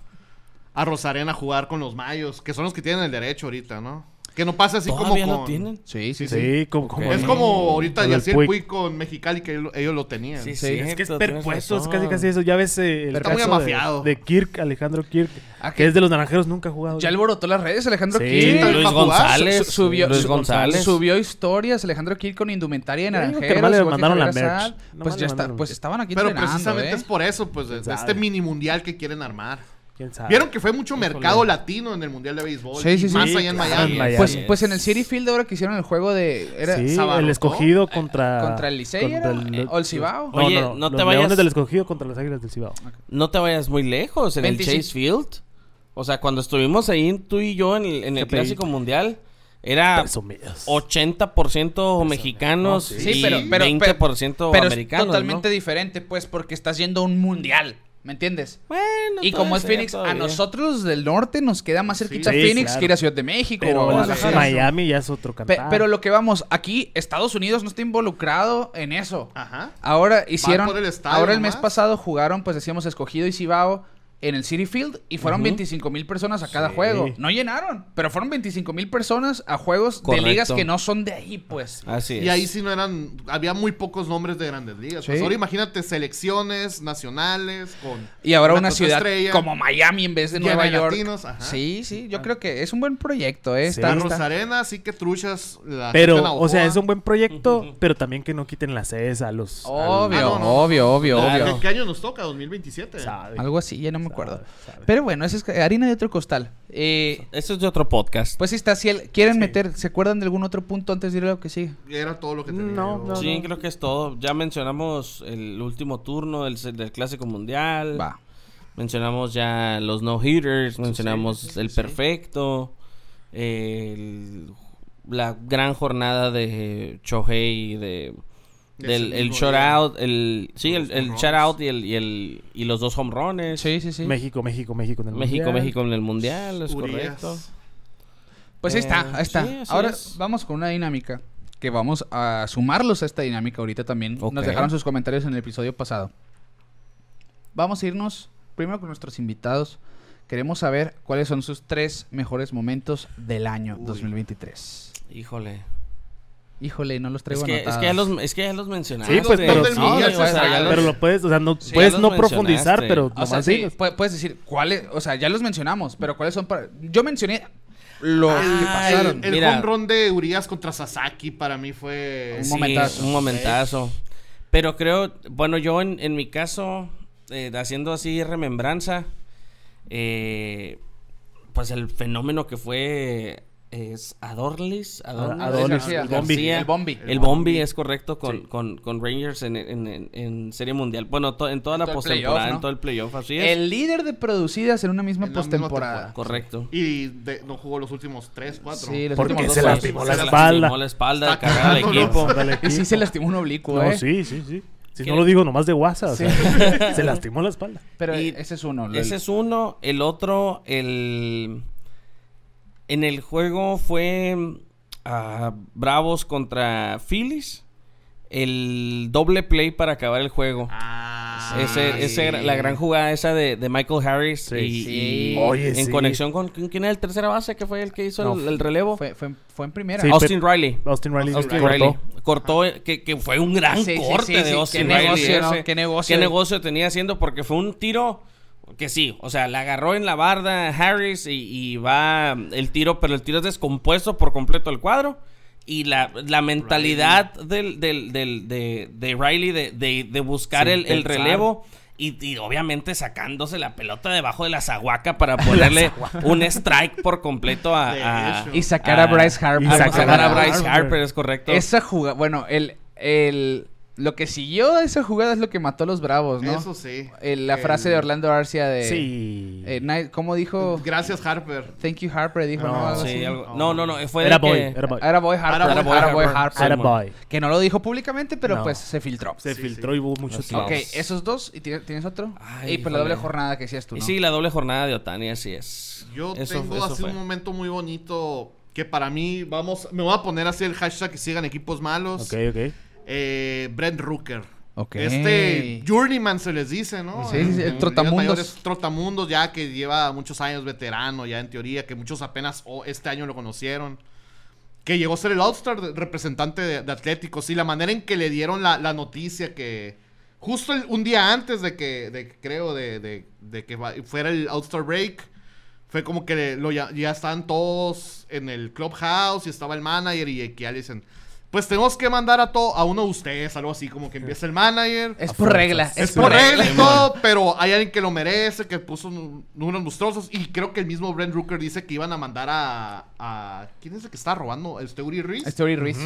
a Rosarena jugar con los mayos, que son los que tienen el derecho ahorita, ¿no? Que no pasa así como Todavía con... lo tienen. Sí, sí, Sí, sí. como, como- Es como ahorita Con el Yacir Puig. Puig con Mexicali, que ellos, ellos lo tenían. Sí, Sí, es Es que es cierto, tienes perpuesto, es razón. casi casi eso. Ya ves eh, el Pero está caso muy de- amafiado. de, Kirk, Alejandro Kirk, Ah, que es de los naranjeros, nunca ha jugado. Ya alborotó las redes Alejandro Sí, Kirk. Luis Luis Para jugar, González, Su- subió, Luis su- González. subió historias Alejandro Kirk con indumentaria de Yo digo que naranjeros. nomás le igual que mandaron la Javier merch. Assad. Pues Nomás ya le está, mandaron pues merch. estaban aquí Pero entrenando, precisamente ¿eh? es por eso, pues, de, de sabe? este mini mundial que quieren armar. ¿Quién sabe? Vieron que fue mucho mercado latino en el mundial de béisbol. Sí, sí, y sí. Más Sí, allá en claro, Miami. en Miami. Pues, Yes. pues en el City Field ahora que hicieron el juego de... Era, Eh, Sí, Sabarrotó, el escogido contra. contra el Licey, contra ¿era? eh, el- ¿O el Cibao? No, Oye, no, no te los vayas- Leones del escogido contra las águilas del Cibao. No te vayas muy lejos, en 25. el Chase Field. O sea, cuando estuvimos ahí tú y yo en el, en el Qué pedito. Clásico Mundial, era Presumidos. 80% mexicanos No, Sí, y pero, pero, 20% pero es americanos. ¿no? totalmente diferente, pues, porque estás yendo a un mundial, ¿me entiendes? Bueno, y como puede es ser Phoenix, a todavía. nosotros los del norte nos queda más cerquita Sí, Phoenix claro. que ir a Ciudad de México. o Pero Guadalajara. Miami ya es otro Pe- cantar. pero lo que vamos, aquí Estados Unidos no está involucrado en eso. Ajá. Ahora hicieron. por el estadio ahora el mes nomás. pasado jugaron, pues decíamos, escogido y Cibao en el City Field y fueron 25 mil personas a cada Sí. juego. No llenaron, pero fueron 25 mil personas a juegos Correcto. de ligas que no son de ahí, pues. Ah. Así es. Y ahí sí no eran, había muy pocos nombres de grandes ligas. Sí. Pues ahora imagínate selecciones nacionales con... Y ahora con una tu ciudad estrella. como Miami en vez de Llena Nueva de York. latinos, ajá. Ah. Sí, sí, yo creo que es un buen proyecto, ¿eh? Sí. Está- La está- Rosarena, así que truchas la gente en Pero, Navajoa. o sea, es un buen proyecto, pero también que no quiten las sedes a los. Obvio, Ah, no, no. obvio, obvio, ¿Qué- Claro. obvio. ¿Qué año nos toca? 2027. Algo así, ya no me acuerdo. sabe. Pero bueno, esa es harina de otro costal. Eh, Eso es de otro podcast. pues sí está, si el- quieren meter, ¿se acuerdan de algún otro punto antes de ir a lo que sigue? Era todo lo que tenía. No, yo. no. sí, creo que es todo. Ya mencionamos el último turno del, del Clásico Mundial. Va. Mencionamos ya los no-hitters, mencionamos el perfecto, el- la gran jornada de Chohei de, Del Ese el mismo short día. out, el, sí, el, Los el home short runs. out y, el, y, el, y los dos home runs. Sí, sí, sí. México, México, México en el México, Mundial. México en el mundial, es Urias. correcto. Pues ahí está, Eh, ahí está. sí, así Ahora es. vamos con una dinámica que vamos a sumarlos a esta dinámica ahorita también. Ok. Nos dejaron sus comentarios en el episodio pasado. Vamos a irnos primero con nuestros invitados. Queremos saber cuáles son sus tres mejores momentos del año 2023. Híjole. Híjole, no los Es traigo que, es, que ya anotados. los, es que ya los mencionaste. Sí, pues, pero, del o sea, mundial, ya pues, los- Ah, pero lo puedes, o sea, no, Sí, puedes ya los no profundizar, mencionaste. pero O nomás sea, sí, diles. pu- puedes decir cuáles, o sea, ya los mencionamos, pero cuáles son para... Yo mencioné los que Ah, el- pasaron. El Mira. home run de Urias contra Sasaki para mí fue... Un Sí, momentazo. Un momentazo. Pero creo, bueno, yo en, en mi caso, eh, haciendo así remembranza, eh, pues el fenómeno que fue es Adorlis, Adorlis, Adolis, García. el Bombi. García. El Bombi. El Bombi es correcto con, con- con Rangers en, en- en- en Serie Mundial. Bueno, to- en toda En la todo el postemporada, playoff, ¿no? en todo el playoff, así es. El líder de producidas en una misma En la misma postemporada. temporada. Correcto. Y de- no jugó los últimos 3, 4. Sí, los Porque últimos dos se juegos. lastimó Pues, Se la le espalda. lastimó la espalda de Está cargar al cagándonos. equipo. Dale, Y sí equipo. se lastimó un oblicuo, No, ¿eh? sí, sí, sí. Si ¿Qué? no lo digo nomás de WhatsApp, o sea, se lastimó la espalda. Pero Y ese es uno. Ese es uno. El otro, el. En el juego fue ah, Bravos contra Phillies. El doble play para acabar el juego. Ah, Ese- sí. ese gra- la gran jugada esa de, de Michael Harris. Sí. y, Sí. y Oye, en sí. conexión con ¿quién quién era el tercera base que fue el que hizo No, el, el relevo. Fue, fue, fue en primera. Oh, Sí, Austin Riley. Austin Riley Austin cortó. Riley. Cortó, eh, que, que fue un gran Sí, sí, corte sí, sí, de Austin qué Riley negocio, ¿no? ese. Qué negocio. tenía haciendo porque fue un tiro que sí, o sea, la agarró en la barda Harris y, y va el tiro, pero el tiro es descompuesto por completo el cuadro. Y la, la mentalidad del, del, del- de, de Riley de, de- de buscar Sin el, el pensar. relevo y, y obviamente sacándose la pelota debajo de la zaguaca para ponerle un strike por completo a... De a- hecho. Y sacar a Bryce Harper. Y Ah, sacar sacar a a Bryce Harper. Harper, es correcto. Esa jugada. Bueno, el, el, lo que siguió a esa jugada es lo que mató a los Bravos, ¿no? Eso sí. El- la El- frase de Orlando Arcia de. Sí. eh, ni- ¿Cómo dijo? Gracias, Harper. Thank you, Harper. Dijo, No, ¿no? Algo Sí, así. algo- No, no, no. Fue Era de que- boy, era boy. Era Boy Harper. Era Era Boy Boy, Harper. Era Simón. boy. Que no lo dijo públicamente, pero No. pues se filtró. Se Sí, filtró y hubo mucho Así tiempo. Ok, esos dos. ¿Y ti- tienes otro? Ay, y pues la doble híjole. jornada que decías tú. Y ¿no? sí, la doble jornada de Otani, así es. Yo Eso- tengo eso así fue. un momento muy bonito que para mí, vamos, me voy a poner así el hashtag que sigan equipos malos. Ok, ok. Eh, Brent Rooker. Ok. Este Journeyman se les dice, ¿no? Sí, sí, sí, el En trotamundos. ligas mayores, trotamundos ya que lleva muchos años veterano, ya en teoría, que muchos apenas o- este año lo conocieron. Que llegó a ser el All-Star de- representante de, de Atléticos y la manera en que le dieron la, la noticia que justo el- un día antes de que, de que creo, de, de- de que va- fuera el All-Star break, fue como que lo ya, ya estaban todos en el clubhouse y estaba el manager y que ya le dicen, pues tenemos que mandar a, to- a uno de ustedes, algo así como que empieza el manager. Ah, Es por regla. fuerzas. Es Es por por él regla. y todo, pero hay alguien que lo merece, que puso un- unos lustrosos. Y creo que el mismo Brent Rooker dice que iban a mandar a. a- ¿Quién es el que está robando? Este Uri Ruiz. Story Ruiz.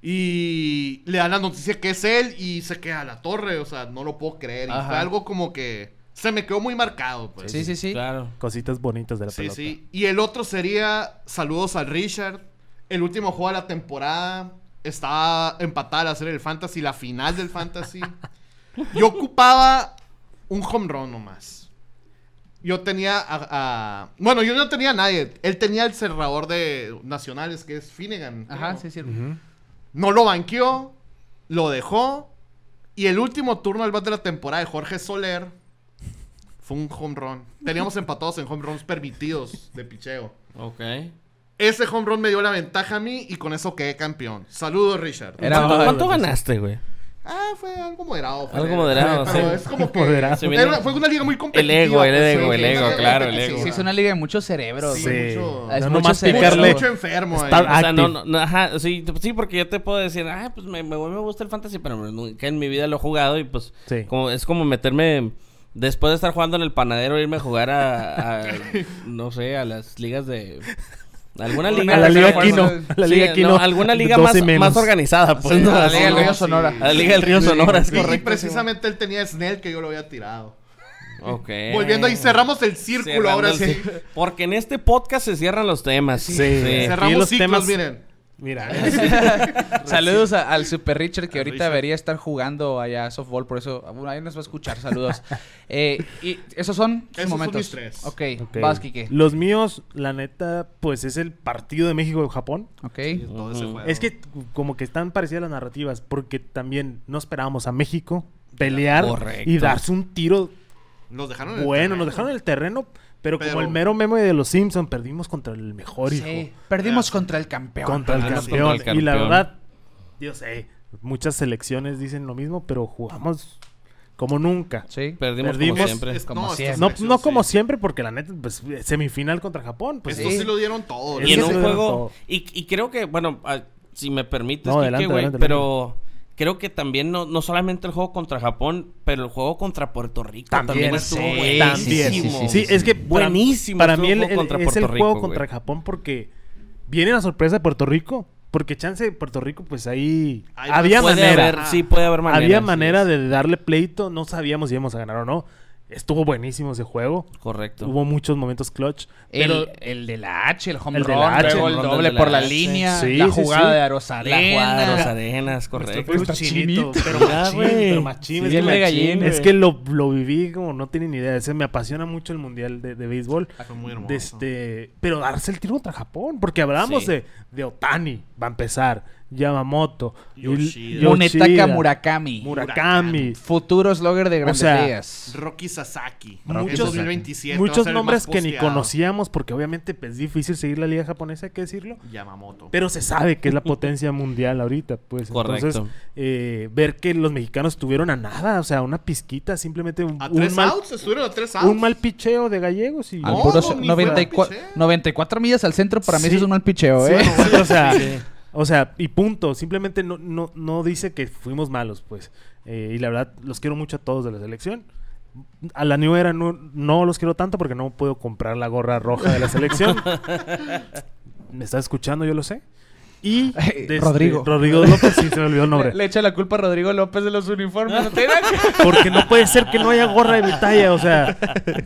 Y le dan la noticia que es él y se queda a la torre. O sea, no lo puedo creer. Y Ajá. fue algo como que se me quedó muy marcado. Pues. Sí, sí, sí. Claro. Cositas bonitas de la Sí, pelota. sí. Y el otro sería saludos al Richard. El último juego de la temporada. Estaba empatada la serie del Fantasy, la final del Fantasy. Yo ocupaba un home run nomás. Yo tenía a, a- Bueno, yo no tenía a nadie. Él tenía el cerrador de Nacionales, que es Finnegan. Ajá, creo. sí, sí. No lo banqueó, lo dejó. Y el último turno al bat de la temporada de Jorge Soler fue un home run. Teníamos empatados en home runs permitidos de picheo. Ok. Ese home run me dio la ventaja a mí y con eso quedé campeón. Saludos, Richard. Era- ¿Cuánto, boy, cuánto güey. ganaste, güey? Ah, fue algo moderado. fue Algo leve. moderado, Pero sí. es como que... Moderado. Se viene- era- fue una liga muy competitiva. ego, el pues, ego, sí, el fue una ego, liga claro, el competitiva. ego. Sí, es una liga de muchos cerebros. Sí, Sí. mucho. No, Es mucho nomás cerebro. picarle. Mucho enfermo. eh. ahí. Está- O sea, no, Active. no, no, ajá, sí, t- sí, porque yo te puedo decir, ah, pues me, me, me gusta el fantasy, pero nunca en mi vida lo he jugado y pues Sí. como, es como meterme, después de estar jugando en el panadero, irme a jugar a, a, no sé, a las ligas de... Alguna liga. A la Liga Sí, Kino. A la Liga no, Kino. alguna liga 12 más, menos. más organizada, pues. Sí, ¿no? la Así, Liga del no, Río sí. Sonora. A la Liga del Río Sonora, es Y- Y correcto. precisamente él tenía Snell que yo lo había tirado. Ok. Volviendo ahí, cerramos el círculo Eh. Cerrando ahora el sí. círculo. Porque en este podcast se cierran los temas. Sí. Cerramos Y Eh, los ciclos, temas- miren. Mira, Saludos a- al Super Richard Ah, que Al ahorita Richard. debería estar jugando allá softball, por eso bueno, ahí nos va a escuchar. Saludos. Eh, y esos son sus Esos son momentos. mis tres. Ok, Ok. vas, Kike. Los míos, la neta, pues es el partido de México-Japón. Ok. Todo ese juego. Es que como que están parecidas las narrativas, porque también no esperábamos a México pelear Correcto. y darse un tiro. Nos dejaron en el Bueno, nos terreno. dejaron en el terreno, pero, como Pero- el mero meme de los Simpson perdimos contra el mejor Sí, hijo. Perdimos contra el campeón. Ah, Contra el, Perdimos campeón. contra el Y la campeón. verdad, yo sé, muchas selecciones dicen lo mismo, pero jugamos como nunca. Sí. Perdimos, Perdimos. como siempre. Es- Como no, esta siempre. No, selección, no como sí. siempre, porque la neta, pues semifinal contra Japón, pues Estos sí. sí lo dieron todo. Es Y en que se un lo dieron juego. todo. Y, y creo que, bueno, ah, si me permites, No, Quique, adelante, güey, adelante, pero creo que también no, no solamente el juego contra Japón, pero el juego contra Puerto Rico también, estuvo sí, buenísimo. sí, sí, sí, Sí, es que Para- buenísimo. para Para, mí mí el- el juego el- contra es Puerto el juego Rico, contra güey. Japón porque viene la sorpresa de Puerto Rico. Porque chance de Puerto Rico, pues ahí Ahí había puede manera. haber, sí, puede haber manera. había sí, manera es. de darle pleito. No sabíamos si íbamos a ganar o no. Estuvo buenísimo ese juego. Correcto. Hubo muchos momentos clutch. Pero El, el de la H, el home El de run, la H, luego el el home run doble de la por la H. línea, Sí, la sí, jugada sí. de la jugada de los Arozarena. arenas, correcto. Pues, chinito, pero machín, güey. pero machín, Sí, es bien que de machín, gallina, Es güey. que lo, lo viví como no tienen idea. Ese me apasiona mucho el mundial de, de béisbol. Ah, fue muy hermoso. De este, pero darse el tiro contra Japón, porque hablábamos Sí. de, de Otani, va a empezar, Yamamoto, Yoshida. y- Munetaka Murakami. Murakami. Futuro slogger de Grandes sea, Ligas. Rocky Sasaki. Rocky En Sasaki. 2027 va a Muchos ser el nombres más que ni posteado. conocíamos, porque obviamente pues, es difícil seguir la liga japonesa, hay que decirlo. Yamamoto. Pero se sabe que es la potencia mundial ahorita, pues. Entonces, Correcto. eh, ver que los mexicanos tuvieron a nada, o sea, una pizquita, simplemente un, a un tres mal, outs, estuvieron a tres outs. un mal picheo de gallegos y... Al No, puro no, ce- ni 94, fuera picheo. 94 millas al centro, para mí Sí. eso es un mal picheo, Sí, ¿eh? sí, o sea, o sea, y punto. Simplemente no, no, no dice que fuimos malos, pues. Eh, y la verdad, los quiero mucho a todos de la selección. A la New Era no, no los quiero tanto porque no puedo comprar la gorra roja de la selección. Me está escuchando, yo lo sé. Y desde- Rodrigo. Rodrigo López, sí, se me olvidó el nombre. Le, le echa la culpa a Rodrigo López de los uniformes. ¿no te dirán? Porque no puede ser que no haya gorra de mi talla. O sea,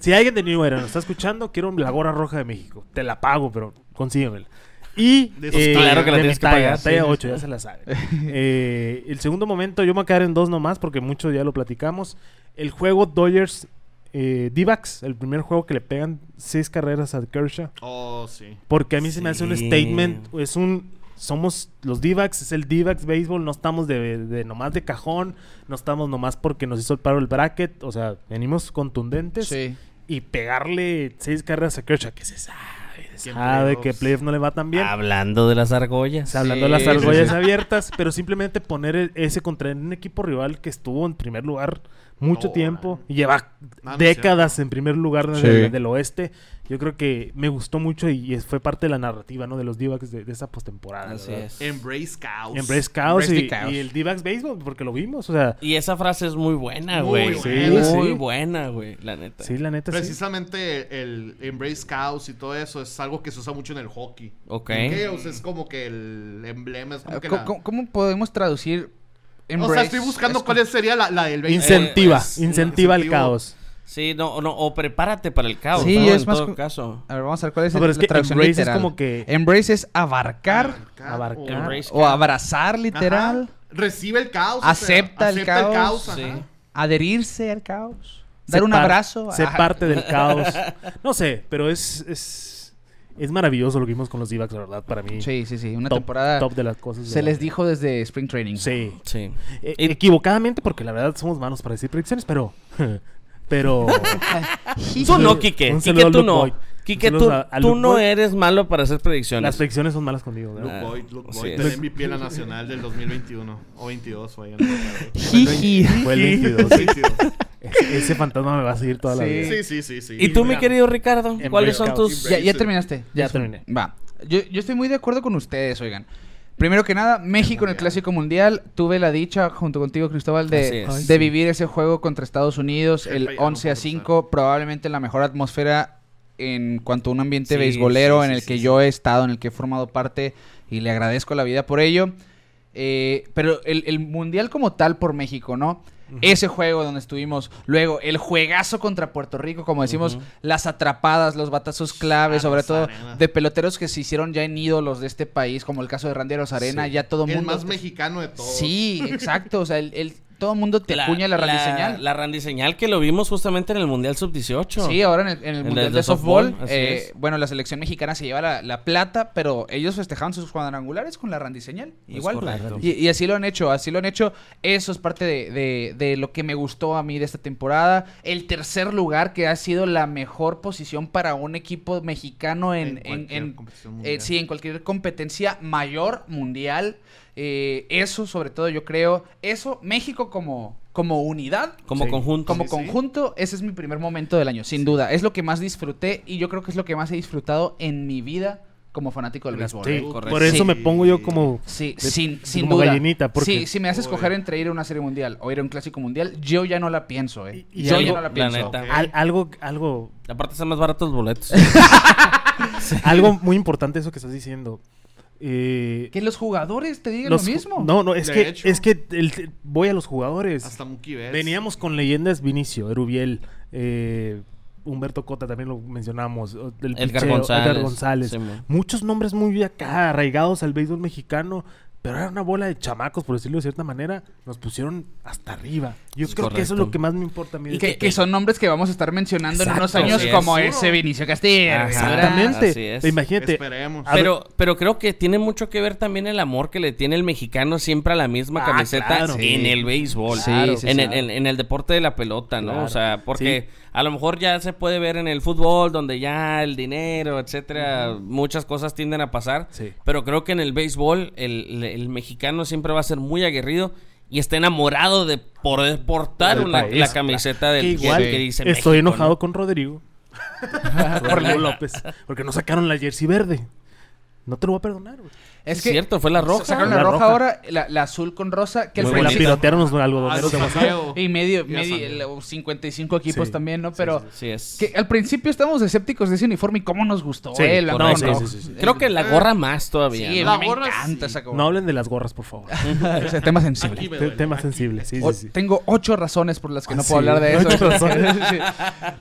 si alguien de New Era nos está escuchando, quiero la gorra roja de México. Te la pago, pero consíguemela. Y eh, De sus- claro que la de mi tienes que talla, pagar, sí, Talla sí, 8, ya se la sabe. Eh, el segundo momento, yo me voy a quedar en dos nomás porque mucho ya lo platicamos. El juego Dodgers eh, D-backs, el primer juego que le pegan seis carreras a Kershaw. Oh, sí. Porque a mí se me hace un Sí. statement, es un... Somos los D-backs, es el D-backs béisbol, no estamos de, de nomás de cajón, no estamos nomás porque nos hizo el paro el bracket, o sea, venimos contundentes sí. y pegarle seis carreras a Kershaw, que se sabe, se Que en sabe que playoffs. playoff no le va tan bien. Hablando de las argollas. Se hablando de Sí, las sí, argollas Eh, sí. abiertas, pero simplemente poner el- ese contra un equipo rival que estuvo en primer lugar mucho No, tiempo y lleva No, no es décadas en primer lugar Sí. del, del oeste. Yo creo que me gustó mucho y, y fue parte de la narrativa, ¿no? De los d de, de esa postemporada. Así ¿verdad? es. Embrace Cows. Embrace Chaos Embrace the y, Chaos. y el D-backs Baseball, porque lo vimos, o sea, Y esa frase es muy buena, Muy güey. buena. muy Sí. buena, güey. La neta. sí, la neta sí. Precisamente el Embrace Cows y todo eso es algo que se usa mucho en el hockey. Ok. ¿Qué? O sea, es como que el emblema es como que ¿Cómo, la- cómo- cómo podemos traducir O sea, embrace? estoy buscando Es cuál como- sería la, la del béisbol. Incentiva, Eh, pues, es- incentiva el incentivo. caos. Sí, no, no, o prepárate para el caos. Sí, ¿no? es en más co- todo caso. A ver, vamos a ver cuál es No, el- pero es la que traducción embrace es literal. como que- Ah, Embrace es abarcar Abarcar. o- Embrace o abrazar literal, Ajá. Recibe el caos. o sea, Acepta el caos, ajá. sí. adherirse al caos, dar Se un par- abrazo. Se ajá. parte del caos. No sé, pero es, es, es maravilloso lo que vimos con los D-backs, la verdad, para mí. Sí, sí, sí, una top, temporada top de las cosas. de se la- les dijo desde Spring Training. Sí. Sí. E- equivocadamente, porque la verdad somos malos para decir predicciones, pero. Pero. Tú no, Quique. Un saludo Quique, al tú Luke no. Boyd. Quique, Un tú, saludo a- a tú Luke no Boyd. eres malo para hacer Las predicciones. predicciones son malas conmigo, ¿verdad? Luke Ah, Boyd, Luke así Boyd, es. del MVP de la nacional del 2021 o 22, fue. ya no me acuerdo. Jiji. Fue el 22. 22. Ese, ese fantasma me va a seguir toda la Sí. vida. Sí, sí, sí, sí. y tú, mi querido Ricardo, Embrace ¿cuáles son caos. tus. Ya, ya terminaste. Ya terminé. Va. Yo, yo estoy muy de acuerdo con ustedes, oigan. Primero que nada, México en el Clásico Mundial. Tuve la dicha, junto contigo, Cristóbal, Así de, es. Ay, de vivir ese juego contra Estados Unidos, Jefe, el ya no 11 a puedo 5. Probablemente la mejor atmósfera en cuanto a un ambiente Sí, beisbolero sí, en sí, el sí, que sí. yo he estado, en el que he formado parte, y le agradezco la vida por ello. Eh, pero el, el mundial como tal por México, ¿no? Ese juego donde estuvimos. Luego, el juegazo contra Puerto Rico, como decimos, las atrapadas, los batazos clave, sobre todo Arena. de peloteros que se hicieron ya en ídolos de este país, como el caso de Randy Arena, ya todo El mundo. más mexicano de todos. sí, exacto. O sea, el, el- todo mundo te acuña la, randiseñal. La randiseñal que lo vimos justamente en el Mundial Sub-18. Sí, ahora en el, en el El Mundial de de Softball, softball, así eh, es. bueno, la selección mexicana se lleva la, la plata, pero ellos festejaban sus cuadrangulares con la randiseñal. Es Igual. correcto. Y, y así lo han hecho, así lo han hecho. Eso es parte de, de- de lo que me gustó a mí de esta temporada. El tercer lugar, que ha sido la mejor posición para un equipo mexicano en, en- En cualquier en- competición eh, mundial. sí, en cualquier competencia mayor, mundial. Eh, eso, sobre todo, yo creo. Eso, México como, como unidad. Como Sí. conjunto. Como Sí, sí. conjunto, ese es mi primer momento del año, sin duda. Es lo que más disfruté y yo creo que es lo que más he disfrutado en mi vida como fanático del béisbol. Sí, correcto. por eso Sí. me pongo yo como... Sí, de- sin, de sin como duda. gallinita, porque- Sí, si me haces escoger entre ir a una serie mundial o ir a un clásico mundial, yo ya no la pienso, eh. Y- y yo ya algo- no la la pienso. neta. al- algo, algo Aparte están más baratos los boletos. Algo muy importante eso que estás diciendo. Eh, Que los jugadores te digan los lo mismo. ju- No, no, es De que, hecho. es que el- voy a los jugadores. Hasta Mookie Betts. Veníamos con leyendas Vinicio, Erubiel, eh, Humberto Cota también lo mencionamos. o- del Edgar picheo, González. Edgar González. Sí, man. Muchos nombres muy acá arraigados al béisbol mexicano. Pero era una bola de chamacos, por decirlo de cierta manera. Nos pusieron hasta arriba. Yo Es creo que eso es correcto. lo que más me importa a mí. de Y que, este que son nombres que vamos a estar mencionando en Exacto, unos años Eh, sí, es. como ese Vinicio Castillo. Ajá. ¿verdad? Exactamente. Así es. Imagínate. Esperemos. A ver- Pero, pero creo que tiene mucho que ver también el amor que le tiene el mexicano siempre a la misma Ah, camiseta claro. en Sí. el béisbol. Claro, sí, en, sí, el, claro. en- en el deporte de la pelota, ¿no? Claro. O sea, porque a lo mejor ya se puede ver en el fútbol, donde ya el dinero, etcétera, muchas cosas tienden a pasar. Sí. Pero creo que en el béisbol el, el- el mexicano siempre va a ser muy aguerrido y está enamorado de poder portar Del una, país. la camiseta del que igual que, que dice estoy México, enojado ¿no? con Rodrigo. Rodrigo López. Porque no sacaron la jersey verde. No te lo voy a perdonar. güey. Es Es que cierto, fue la roja. sacaron la, La roja, roja. ahora, la, la azul con rosa, que al Muy Se la bonito. principio- pirotearon los algodoneros de Al Guasave. saqueo. Y medio, Ya medio salió. el- o 55 equipos Sí, también, ¿no? sí, Pero Sí es. que al principio estábamos escépticos de ese uniforme y cómo nos gustó. Sí, eh, la no, con sí, rojo. sí, sí, sí. Creo que la gorra más todavía. Ah. Sí, ¿no? a La mí me gorra, encanta sí. esa gorra. No hablen de las gorras, por favor. Ese tema sensible. Aquí me Te- duele. tema sensible. Sí, O- sí, sí. Tengo ocho razones por las que no puedo Sí, hablar de eso. ocho razones. Sí.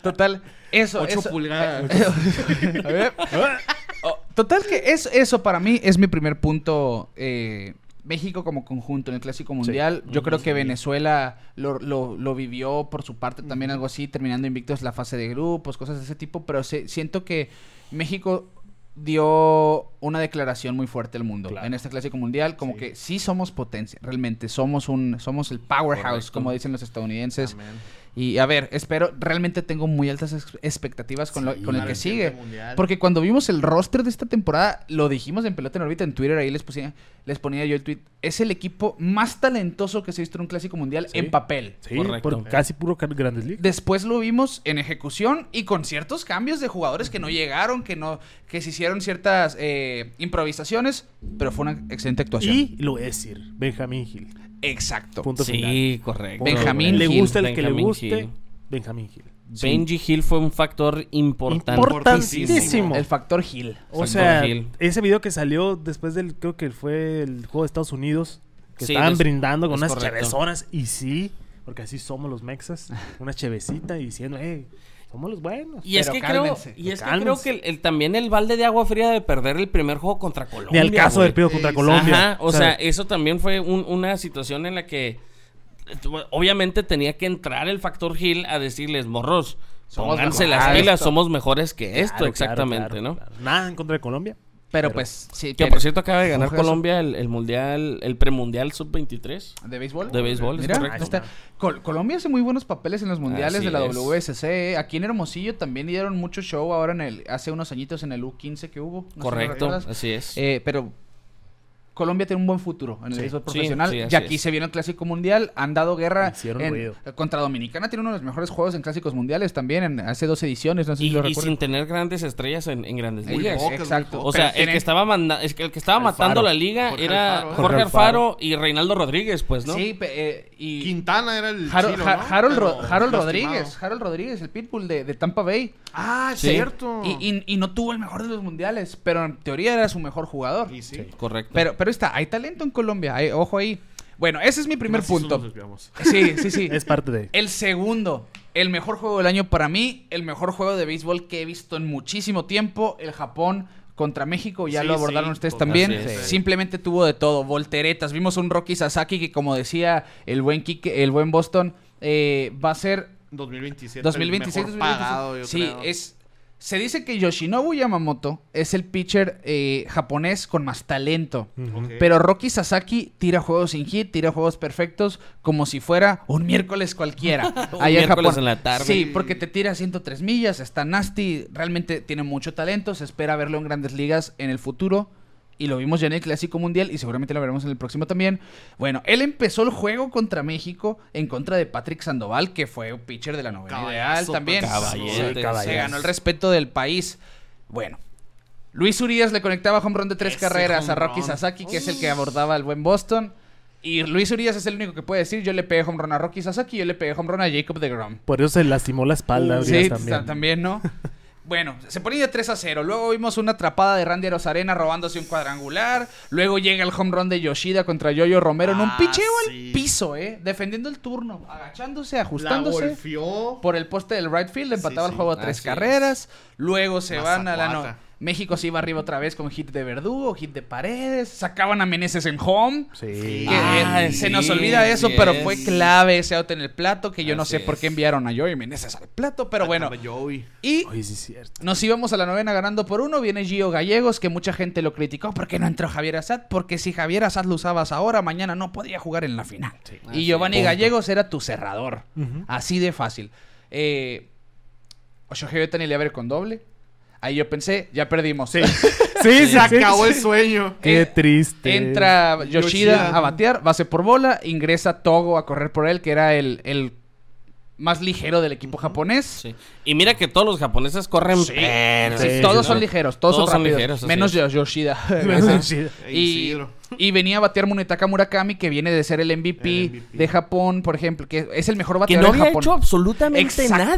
Total, eso. Ocho eso- pulgadas. A ver. Ah, O- Oh, Total que es, eso para mí es mi primer punto. eh, México como conjunto en el Clásico Mundial. Yo creo que Venezuela lo, lo- lo vivió por su parte también algo así, terminando invictos la fase de grupos, cosas de ese tipo, pero se- siento que México dio una declaración muy fuerte al mundo Claro. en este Clásico Mundial, como que sí somos potencia, realmente somos un somos el powerhouse, como dicen los estadounidenses. Amén. Y a ver, espero, realmente tengo muy altas ex- expectativas con, lo- Sí. con el Para que el sigue. siguiente mundial. Porque cuando vimos el roster de esta temporada, lo dijimos en Pelota en órbita en Twitter, ahí les, pusía, les ponía yo el tweet. Es el equipo más talentoso que se ha visto en un clásico mundial Sí. en papel. Sí, Correcto. por casi puro can- Grandes Ligas. Después lo vimos en ejecución y con ciertos cambios de jugadores que no llegaron, que no, que se hicieron ciertas eh, improvisaciones, pero fue una excelente actuación. Y lo voy a decir, Benjamín Gil. Exacto. Punto final. Sí, correcto. Benjamín Le Gil. gusta el que le Benjamín guste. Gil. Benjamín Gil. Benji Hill fue un factor importante. Importantísimo. El factor Gil. O Factor sea, Hill. ese video que salió después del, creo que fue el juego de Estados Unidos, que Sí, estaban es- brindando con es unas correcto. chevezonas, y sí, porque así somos los mexas, una chevecita y diciendo, hey, somos los buenos. Y es Pero que creo, cálmense, y es que cálmense. creo que el- el- también el balde de agua fría de perder el primer juego contra Colombia. Ni al caso güey. del Pido contra Sí, Colombia. Ajá, o sea, eso también fue un- una situación en la que tu- obviamente tenía que entrar el factor Gil a decirles, morros, Somos pónganse mejores las que pilas, esto". somos mejores que claro, esto, claro, exactamente, claro, ¿no? claro. Nada en contra de Colombia. Pero, pues, sí. Que pero- por cierto acaba de ganar Ojo, eso- Colombia el, el mundial, el premundial sub-23. ¿De béisbol? De béisbol, es Mira, correcto. ahí está. Col- Colombia hace muy buenos papeles en los mundiales Así de la es. WSC. eh. Aquí en Hermosillo también dieron mucho show ahora en el, hace unos añitos en el U15 que hubo. no sé si Correcto, recuerdas. así es. Eh, pero Colombia tiene un buen futuro en el Sí. béisbol Sí, profesional. sí, y así aquí es. se viene el Clásico Mundial. Han dado guerra Hicieron en- ruido. contra Dominicana. Tiene uno de los mejores juegos en Clásicos Mundiales también. En, hace dos ediciones, no sé si y, lo y sin recuerdan. tener grandes estrellas en, en grandes Muy ligas. pocas, exacto. muy O pocas. Pero sea, el que tienen- estaba, manda- es que el que estaba Alfaro. matando la liga Jorge era Alfaro, ¿eh? Jorge Jorge Alfaro. Alfaro. y Reinaldo Rodríguez, pues, ¿no? Sí, pe- eh, y... Quintana era el Harold, chilo, Ha- ¿no? Harold Ro- Pero Harold lastimado. Rodríguez, Harold Rodríguez, el pitbull de, de Tampa Bay. Ah, es Sí. cierto. Y, y- y no tuvo el mejor de los mundiales, pero en teoría era su mejor jugador. Y sí. Correcto. Pero, pero está, hay talento en Colombia, hay- ojo ahí. Bueno, ese es mi primer Así solo nos punto. desviamos. Sí, sí, sí. Es parte de. El segundo, el mejor juego del año para mí, el mejor juego de béisbol que he visto en muchísimo tiempo, el Japón contra México, ya Sí, lo abordaron sí, ustedes totalmente. también. Así es. Simplemente tuvo de todo, volteretas. Vimos un Rocky Sasaki que, como decía el buen Kike- el buen Boston, eh, va a ser 2027. 2026, 2026. 2026. Pagado, yo sí, creo. es. Se dice que Yoshinobu Yamamoto es el pitcher eh, japonés con más talento. Ujú. Ok. Pero Rocky Sasaki tira juegos sin hit, tira juegos perfectos, como si fuera un miércoles cualquiera. Un allá en miércoles Japón. en la tarde. Sí, porque te tira 103 millas, está nasty, realmente tiene mucho talento, se espera verlo en grandes ligas en el futuro. Y lo vimos ya en el Clásico Mundial y seguramente lo veremos en el próximo también. Bueno, él empezó el juego contra México en contra de Patrick Sandoval, que fue un pitcher de la novena ideal Caballazo, pues. también. Patrick Caballero, Se- Se caballero. ganó el respeto del país. Bueno, Luis Urias le conectaba home run de tres Ese carreras a home Rocky run. Sasaki, que es el que abordaba al buen Boston. Y Luis Urias es el único que puede decir, yo le pegué home run a Rocky Sasaki, yo le pegué home run a Jacob DeGrom. Por eso se lastimó la espalda. Sí, Urias, está- también. ¿no? Bueno, se ponía de 3 a 0. Luego vimos una atrapada de Randy Arozarena robándose un cuadrangular. Luego llega el home run de Yoshida contra Yoyo Romero en un Ah, picheo sí. al piso, ¿eh? Defendiendo el turno, agachándose, La ajustándose. golfeó. Por el poste del right field, empataba Sí, el sí. juego a tres Así carreras. Luego se van a la. no- Mazacuata. México se iba arriba otra vez con hit de Verdugo, hit de Paredes. Sacaban a Meneses en home. Sí. Que, Ah, eh, Ay, se sí, nos olvida eso, así pero es. fue clave ese out en el plato, que yo no Así sé por qué es. enviaron a Joey Meneses al plato, pero bueno. Estaba Joey. Y Oye, sí, es cierto. nos íbamos a la novena ganando por uno. Viene Gio Gallegos, que mucha gente lo criticó. ¿Por qué no entró Javier Assad? Porque si Javier Assad lo usabas ahora, mañana no podía jugar en la final. Así Y es. Giovanni Ah, Punto. Gallegos era tu cerrador. Ujú. Así de fácil. Eh, Shohei Ohtani le va a ver con doble. Ahí yo pensé, ya perdimos. Sí, sí, Se sí, acabó sí. el sueño. Eh, Qué triste. Entra Yoshida, Yoshida. a batear, base por bola, ingresa Togo a correr por él, que era el, el más ligero del equipo japonés. Sí. Y mira que todos los japoneses corren. Sí. pero- Sí, Sí, todos sí, son sí. ligeros, todos, Todos son son rápidos, ligeros, así menos es. Yoshida. Yoshida. E y, Isidro. y venía a batear Munetaka Murakami, que viene de ser el MVP, El MVP. de Japón, por ejemplo, que es el mejor Que bateador no de había Japón. hecho absolutamente nada en todo el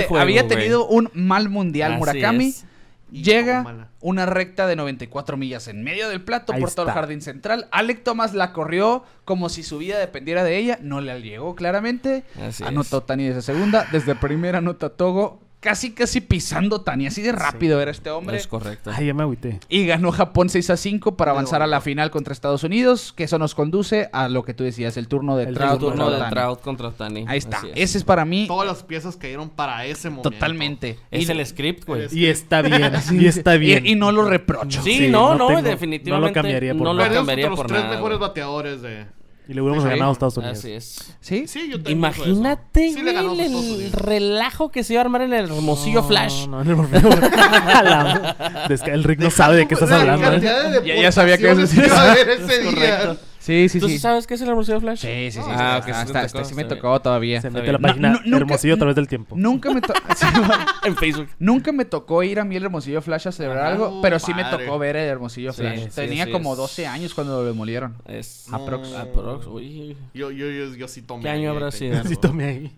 Exactamente, juego. Había güey. tenido un mal mundial Así Murakami. es. Y Llega tómala. una recta de 94 millas en medio del plato Ahí por todo el está. jardín central. Alec Thomas la corrió como si su vida dependiera de ella. No le llegó claramente. Así Anotó Tani desde segunda. Desde primera anota Togo. Casi, casi pisando Tani. Así de rápido era este hombre. Es correcto. Ay, ya me agüité. Y ganó Japón 6 a 5 para avanzar a la final contra Estados Unidos, que eso nos conduce a lo que tú decías, el turno de El Trout. El turno contra de Otani. Trout contra Tani. Ahí está. Así Es. Ese es para mí Todas las piezas cayeron para ese momento. totalmente. Es Y- el script, güey. Es- Y está bien. Y está y- bien. Y, no lo reprocho. Sí, Sí, no, no no, tengo- definitivamente. no lo cambiaría por no lo nada. Perdimos cambiaría contra los por tres nada, mejores güey. bateadores de. Y le hubiéramos Sí. ganado a Estados Unidos. Así es. ¿Sí? Sí, yo también pienso eso. Imagínate, Sí le güey, ganamos a Estados el Unidos. relajo que se iba a armar en el Hermosillo Flash. No, no, no, no, no. A la- Desca- El Rick no sabe de qué estás La hablando. ¿eh? cantidad de Ya- ya sabía que ibas a decir deportaciones que iba a haber ese día. Correcto. Sí, sí, ¿Tú sí. sí sabes qué es el Hermosillo Flash? Sí, sí, sí. Ah, Ah, ok, sí hasta, te hasta, tocó, sí me está bien. tocó todavía. Se Está mete a la bien. página No, no, nunca- Hermosillo a través del tiempo. Nunca me, to- sí, En Facebook. nunca me tocó ir a mí el Hermosillo Flash a celebrar Ajá. algo, Oh, pero sí me padre. tocó ver el Hermosillo Sí, Flash. sí, Tenía sí como es. 12 años cuando lo demolieron. Es. Aprox. Aprox. Uy. Yo, yo, yo, yo sí tomé. ¿Qué año ahí, habrá ahí te sido? encargo. Sí, tome ahí.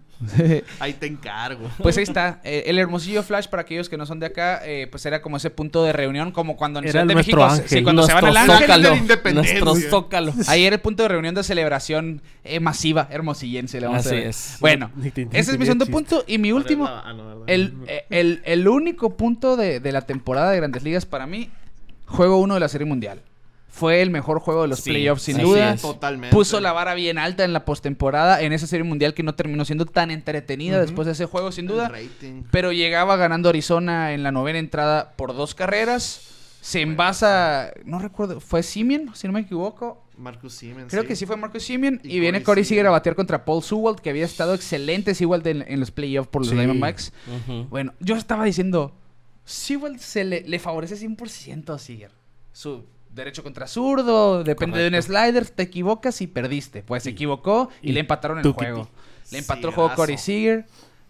Ahí te encargo. Pues ahí está. eh, el Hermosillo Flash, para aquellos que no son de acá, eh, pues era como ese punto de reunión, como cuando en Era Ciudad de nuestro México. ángel. sí, cuando se van al Nuestro ángel. de la zócalo. independencia. Nuestro zócalo. Ahí era el punto de reunión de celebración eh, masiva hermosillense. Le vamos a Así ver. es. Bueno, Ni te ese es mi entendí el segundo chiste. punto. Y mi último, Ah, no, ¿verdad? el, eh, el, el único punto de, de la temporada de Grandes Ligas para mí, juego uno de la Serie Mundial. Fue el mejor juego de los Sí, playoffs, sin así duda. es. Totalmente. Puso la vara bien alta en la postemporada, en esa Serie Mundial que no terminó siendo tan entretenida después de ese juego, sin duda. El rating. Pero llegaba ganando Arizona en la novena entrada por dos carreras. Se envasa, no recuerdo, fue Simeon, si no me equivoco. Marcus Siemens. Creo que sí fue Marcus Simeon. Y Y, viene Corey Corey Seager a Seager. batear contra Paul Sewald, que había estado excelente Sewald en, en los playoffs por los Sí. Diamondbacks. Ujú. Bueno, yo estaba diciendo, Sewald se le, le favorece 100% a Seager. Su derecho contra zurdo, depende de un Correcto. slider, te equivocas y perdiste. Pues se equivocó y, y le empataron el tuquiti. juego. Le empató el juego Sigazo. Corey Seager.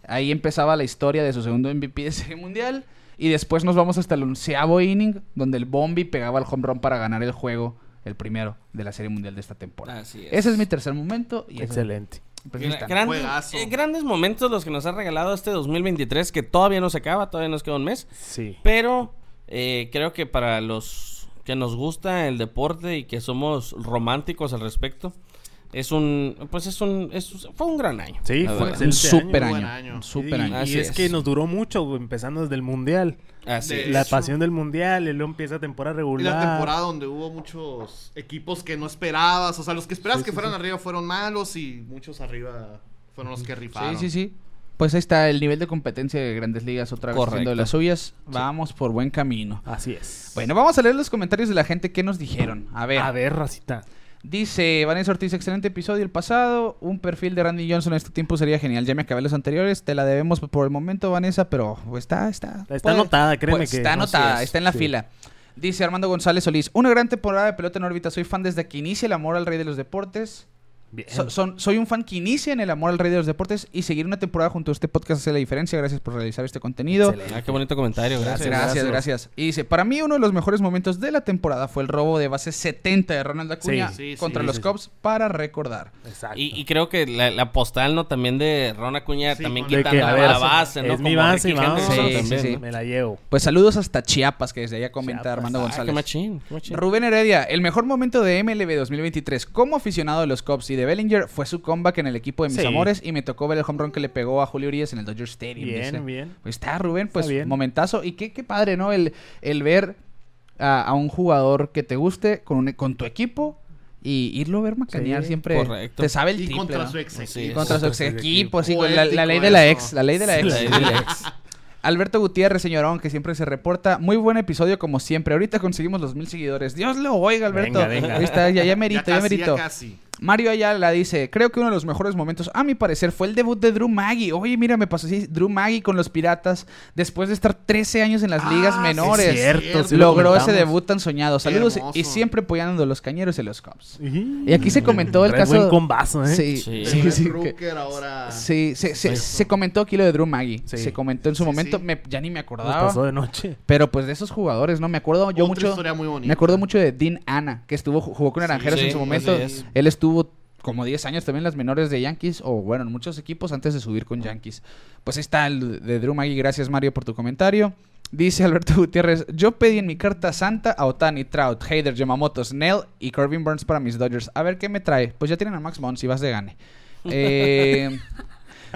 Ahí empezaba la historia de su segundo MVP de Serie Mundial. Y después nos vamos hasta el onceavo inning, donde el Bombi pegaba el home run para ganar el juego, el primero de la Serie Mundial de esta temporada. Así es. Ese es mi tercer momento. Y ese- Excelente. pues ahí Gra- está. grandes, Juegazo. eh, grandes momentos los que nos ha regalado este 2023, que todavía no se acaba, todavía nos queda un mes. Sí. Pero eh, creo que para los que nos gusta el deporte y que somos románticos al respecto. Es un, pues es un, es- fue un gran año. Sí, la fue verdad. excelente. Un Excelente super año, buen año. año. un Sí, super Y- año. Y, Así es, que es. nos duró mucho, güey, empezando desde el mundial. Así De- es. La Eso. pasión del mundial, y luego empieza temporada Y regular. la temporada donde hubo muchos equipos que no esperabas. O sea, los que esperabas que fueran arriba fueron malos y muchos arriba fueron los que rifaron. Sí, sí, sí. Pues ahí está el nivel de competencia de Grandes Ligas otra vez Correcto. haciendo de las suyas. Vamos por buen camino. Así es. Bueno, vamos a leer los comentarios de la gente que nos dijeron. A ver. A ver, racita. Dice Vanessa Ortiz, excelente episodio el pasado. Un perfil de Randy Johnson en este tiempo sería genial. Ya me acabé los anteriores. Te la debemos por el momento, Vanessa, pero está, está. pues, Está anotada, créeme que- Está no, anotada, sí es, está en la sí. fila. Dice Armando González Solís, una gran temporada de pelota en órbita. Soy fan desde que inicia el amor al rey de los deportes. Bien. So- son- soy un fan que inicia en el amor al rey de los deportes y seguir una temporada junto a este podcast hace la diferencia. Gracias por realizar este contenido. Ah, qué bonito comentario. Gracias. Gracias, gracias, gracias. Y dice, para mí uno de los mejores momentos de la temporada fue el robo de base 70 de Ronald Acuña Sí, sí, sí, contra sí, los sí. Cubs para recordar. Exacto. Y, y creo que la, la postal, ¿no? También de Ron Acuña, Sí, también con- De quitando que, a la, ver, base, ¿no? es mi Como base y Ricky vamos. Henderson Sí, sí, también, sí. ¿no? Me la llevo. Pues saludos hasta Chiapas, que desde allá comenta Chiapas. Armando Ah, Ah, qué González. machín, qué machín. Rubén Heredia, el mejor momento de MLB 2023 como aficionado de los Cubs y de Bellinger fue su comeback en el equipo de mis Sí. amores y me tocó ver el home run que le pegó a Julio Urias en el Dodger Stadium. Bien, dice. bien. Pues está Rubén, pues bien. momentazo. Y qué, qué padre, ¿no? El, el ver a, a un jugador que te guste con, un- con tu equipo y irlo a ver macanear Sí, siempre. correcto. Te sabe el Y triple, contra ¿no? su ex Así equipo. Y es. contra su ex Contra su equipo, equipo. sí, güey, la, la ley de la ex, la ley de la Sí, ex. la ley de la ex. Alberto Gutiérrez, señorón, que siempre se reporta. Muy buen episodio, como siempre. Ahorita conseguimos los mil seguidores. Dios lo oiga, Alberto. Venga, venga. Ahí está, ya, ya merito, ya, ya casi, merito. ya casi. Mario Ayala dice, creo que uno de los mejores momentos, a mi parecer, fue el debut de Drew Maggie. Oye, mira, me pasó así, Drew Maggie con los Piratas, después de estar 13 años en las ligas menores. cierto, sí lo logró ese comentamos. debut tan soñado. Qué Saludos hermoso. y siempre apoyando a los cañeros y los Cubs. Y, Y aquí se comentó el Traes caso... buen combazo, ¿eh? Sí, Sí. sí, Pero sí, el que- Rooker ahora. Sí, se, se- se comentó aquí lo de Drew Maggie. Sí. Se comentó en su Sí, momento. sí. me- ya ni me Nos acordaba. pasó de noche. Pero pues de esos jugadores, ¿no? Me acuerdo yo Otra mucho. historia muy bonita. Me acuerdo mucho de Dean Anna, que estuvo jugó con Naranjeros Sí, en su sí, momento. así es. Él estuvo como 10 años también en las menores de Yankees, o bueno, en muchos equipos antes de subir con Yankees. Pues ahí está el de Drew Maggie. Gracias, Mario, por tu comentario. Dice Alberto Gutiérrez: Yo pedí en mi carta santa a Otani, Trout, Hader, Yamamoto, Snell y Corbin Burns para mis Dodgers. A ver qué me trae. Pues ya tienen a Max Bond si vas de gane. Eh,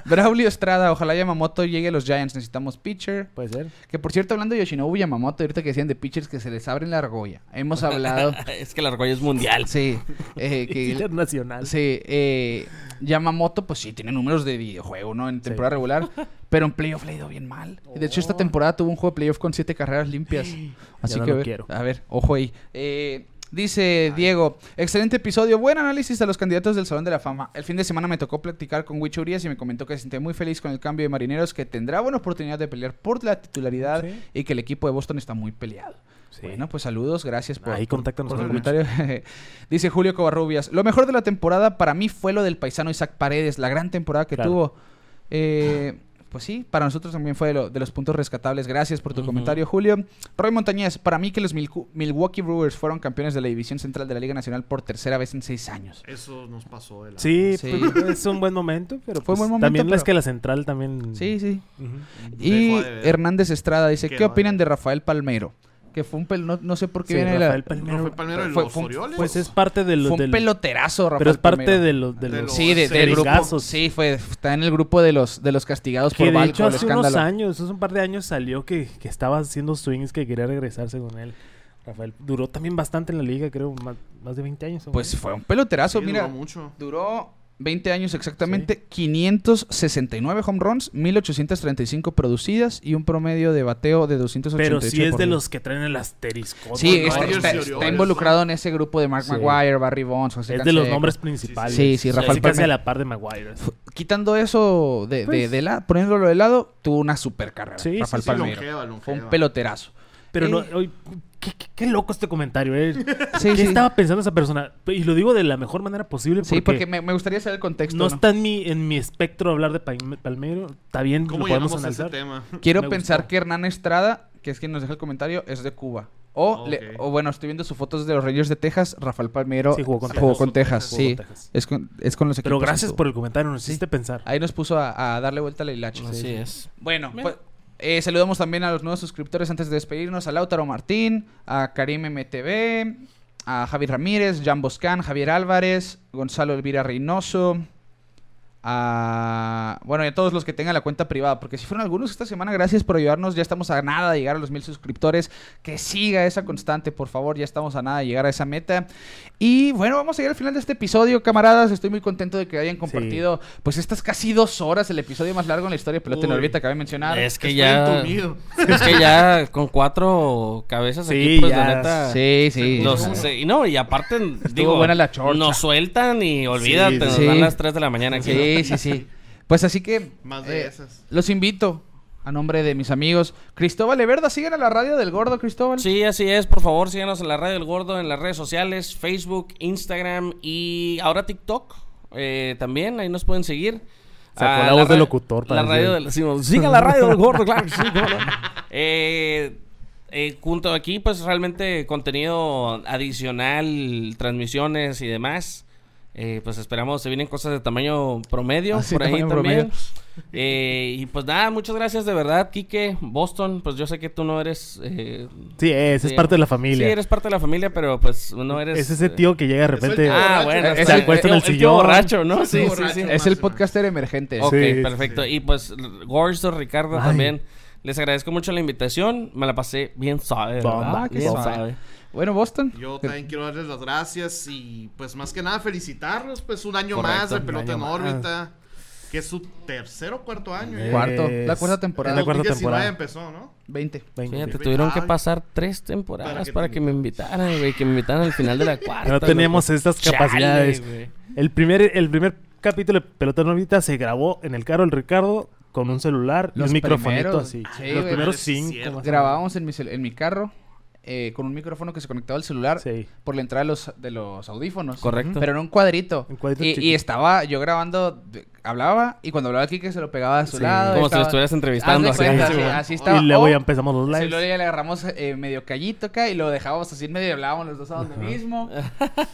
Braulio Estrada, ojalá Yamamoto llegue a los Giants. Necesitamos pitcher. Puede ser. Que por cierto, hablando de Yoshinobu Yamamoto, ahorita que decían de pitchers que se les abren la argolla. Hemos hablado. es que la argolla es mundial. sí. eh, que, Internacional. sí. eh, Yamamoto, pues sí, tiene números de videojuego, ¿no? En temporada regular. Pero en playoff le ha ido bien mal. Y De hecho, esta temporada tuvo un juego de playoff con siete carreras limpias. Así Oh. no que, lo ve- quiero. a ver, ojo ahí. Eh, Dice Diego, excelente episodio, buen análisis a los candidatos del Salón de la Fama. El fin de semana me tocó platicar con Huicho Urias y me comentó que se siente muy feliz con el cambio de marineros, que tendrá buena oportunidad de pelear por la titularidad Sí. y que el equipo de Boston está muy peleado. Bueno, pues saludos, gracias por, Ahí por- contáctanos por con el el comentario. Dice Julio Covarrubias, lo mejor de la temporada para mí fue lo del paisano Isaac Paredes, la gran temporada que Claro. tuvo. Eh, pues sí, para nosotros también fue de, lo- de los puntos rescatables. Gracias por tu comentario, Julio. Roy Montañez, para mí que los Milku- Milwaukee Brewers fueron campeones de la División Central de la Liga Nacional por tercera vez en seis años. Eso nos pasó. El Sí, Sí. pues, es un buen momento, Fue pero un pues, buen momento, también pero- es que la central también... Sí, sí. Ujú. Y Dejó de ver. Hernández Estrada dice, Qué ¿qué opinan de vale. Rafael Palmeiro? Que fue un pel... No, no sé por qué Sí, viene la- Rafael Palmero. ¿No fue Palmero de Fue- los fue un- Orioles? Pues es parte de los... Fue un del- peloterazo, Rafael Pero es parte Palmeiro. de los... De De los los- Sí, de- Sí, del grupo. gringazos. Sí, fue, está en el grupo de los, de los castigados que por de Valco, hecho el hace unos escándalo. años, hace un par de años salió que, que estaba haciendo swings que quería regresarse con él. Rafael duró también bastante en la liga, creo, más, más de 20 años. ¿no? Pues fue un peloterazo, Sí, mira. duró mucho. Duró 20 años exactamente, 569 home runs, 1835 producidas y un promedio de bateo de 288. Pero sí es por de mil. los que traen el Este, asterisco. Sí, ¿no? está, Dodgers está- y está Orioles. involucrado en ese grupo de Mark Sí. McGuire, Barry Bonds, José Es de los Canseco. nombres principales. Sí, sí, Rafael Casi casi Palmero. a la par de Maguire. Quitando eso de, de- Pues- de la, poniéndolo de lado, tuvo una super carrera. Sí, sí, Rafael sí, Palmeiro. longeva, longeva. Fue un peloterazo. Pero no, Eh, oye, qué, qué- qué loco este comentario, ¿eh? Sí, ¿Qué sí. estaba pensando esa persona? Y lo digo de la mejor manera posible porque, Sí, porque me, me gustaría saber el contexto. no ¿no? está en mi, en mi espectro hablar de Palme- Palmeiro. Está bien, lo ¿Cómo podemos llegamos a ese analizar. tema? Quiero Me pensar gustó. que Hernán Estrada, que es quien nos deja el comentario, es de Cuba. O, Ok. le- o bueno, estoy viendo sus fotos de los Rangers de Texas. Rafael Palmero Sí, jugó con Texas. Texas, Jugó con sí. Texas. Es con, es con los equipos. Pero gracias que Ah. por el comentario, nos hiciste pensar. tuvo. Ahí nos puso a, a darle vuelta la hilacha. Así es. Bueno, pues, Eh, saludamos también a los nuevos suscriptores antes de despedirnos, a Lautaro Martín, a Karim MTV, a Javi Ramírez, Jan Boscan, Javier Álvarez, Gonzalo Elvira Reynoso, a... Bueno, y a todos los que tengan la cuenta privada, porque si fueron algunos esta semana, gracias por ayudarnos, ya estamos a nada de llegar a los mil suscriptores, que siga esa constante, por favor, ya estamos a nada de llegar a esa meta. Y bueno, vamos a llegar al final de este episodio, camaradas, estoy muy contento de que hayan compartido, pues estas casi dos horas, el episodio más largo en la historia de Pelota en Uy. Orbita, acabé de mencionar. Es que Estoy ya. entumido. Es que ya con cuatro cabezas Sí, aquí, pues la ya. neta. Sí, sí. Nos- sí. sí, y no, y aparte, digo, buena la chorcha. nos sueltan y olvídate, nos sí. dan las 3 de la mañana aquí. Sí, sí, sí. Pues así que eh, Más de esas. los invito a nombre de mis amigos. Cristóbal Everda, sigan a la radio del gordo, Cristóbal. ¿no? Sí, así es. Por favor, síganos en la radio del Gordo, en las redes sociales, Facebook, Instagram y ahora TikTok. eh, también, ahí nos pueden seguir. Sacó la voz de radio- locutor, La parece. radio del, sí, sigan la radio del Gordo, claro. que sí, cómo no. Eh, eh, junto aquí, pues realmente contenido adicional, transmisiones y demás. Eh, pues esperamos, se vienen cosas de tamaño promedio Ah, sí, por ahí tamaño también. promedio. Eh, y pues nada, muchas gracias de verdad, Quique, Boston. Pues yo sé que tú no eres. eh, Sí, es, es sí. parte de la familia. Sí, eres parte de la familia, pero pues no eres. Es ese tío que llega de repente. tío Ah, borracho. bueno, Se está- acuesta en el tío- tío sillón. borracho, ¿no? Sí, Sí, sí, sí. borracho. Es el podcaster emergente. Ok, Sí, perfecto. Y pues, Gordo, Ricardo Ay. también. Les agradezco mucho la invitación. Me la pasé bien suave. ¿verdad? Bomba, qué bien suave. Bueno, Boston. Eh, Yo también quiero darles las gracias y pues más que nada felicitarlos, pues un año Correcto, más de un pelota año en más. órbita, que es su tercer o cuarto año. Ah, Eh, ¿eh? Cuarto. La cuarta En temporada. La cuarta 2019 temporada. empezó, ¿no? 20. Venga. Fíjate, Bien. tuvieron que Ay. pasar tres Para temporadas que para te que me invitaran, güey. Que me invitaran al final de la cuarta. No teníamos estas Chale, capacidades. güey. El primer, el primer capítulo de Pelota Novita se grabó en el carro del Ricardo con un celular y Los un microfonito primeros. así. Sí, Los güey. primeros Es cinco. cierto. más o menos. Grabábamos en mi, cel- en mi carro eh, con un micrófono que se conectaba al celular Sí. por la entrada de los, de los audífonos. Correcto. Pero en un cuadrito. Un cuadrito y, y chiquito. estaba yo grabando, de- hablaba y cuando hablaba Kike se lo pegaba a su Sí. lado. Como si estaba- lo estuvieras entrevistando, Haz de así. cuenta, Sí, sí, güey. así estaba. Y luego Oh. O- ya empezamos los Sí, lives. luego ya le agarramos eh, medio callito acá y lo dejábamos así en medio y hablábamos los dos a donde mismo.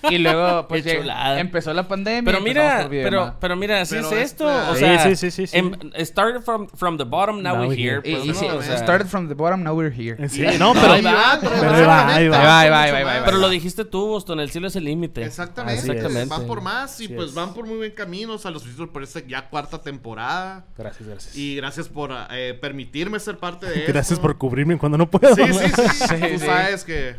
Y luego, pues, Qué lleg- chulada. empezó la pandemia. Pero y empezamos mira, por pero, videollamada. pero mira, así Pero es es esto. la- O Sí, sea, sí, sí, sí, sí. em- started from, from the bottom, now, we're here. Y- pues, y ¿no? sí, O sea, started from the bottom, now we're here. En serio, no, pero. ahí va, pero pero ahí va, Ahí ahí va. va, ahí va, ahí va, ahí va. Pero lo dijiste tú, Boston, el cielo es el límite. Exactamente. Así es. Exactamente. Van por más y Así pues es. van por muy buen camino. O sea, los felicito por esta ya cuarta temporada. Gracias, gracias. Y gracias por eh, permitirme ser parte de esto. Gracias por cubrirme cuando no puedo. Sí, sí, sí. Sí, Tú sí. sabes que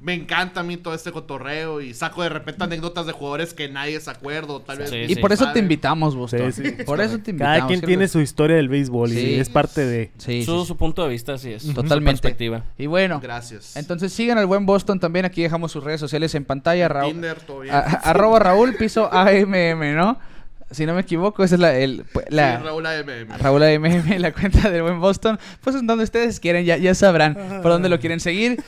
me encanta a mí todo este cotorreo y saco de repente anécdotas de jugadores que nadie se acuerda o tal vez. Sí, ni Y sí. por eso te saben. invitamos, Boston. Sí, sí. Por eso te invitamos. Cada quien creo tiene que- su historia del béisbol y Sí. es parte de. Sí, sí, Su, sí. su punto de vista, así es. Totalmente. Su perspectiva. Y bueno, Gracias. entonces sigan al buen Boston también. Aquí dejamos sus redes sociales en pantalla. Raúl, Tinder, todo bien. a- a- arroba Raúl Piso AMM, ¿no? Si no me equivoco, esa es la... el- la- Sí, Raúl AMM. Raúl AMM, la cuenta del buen Boston. Pues en donde ustedes quieren, ya, ya sabrán por dónde lo quieren seguir.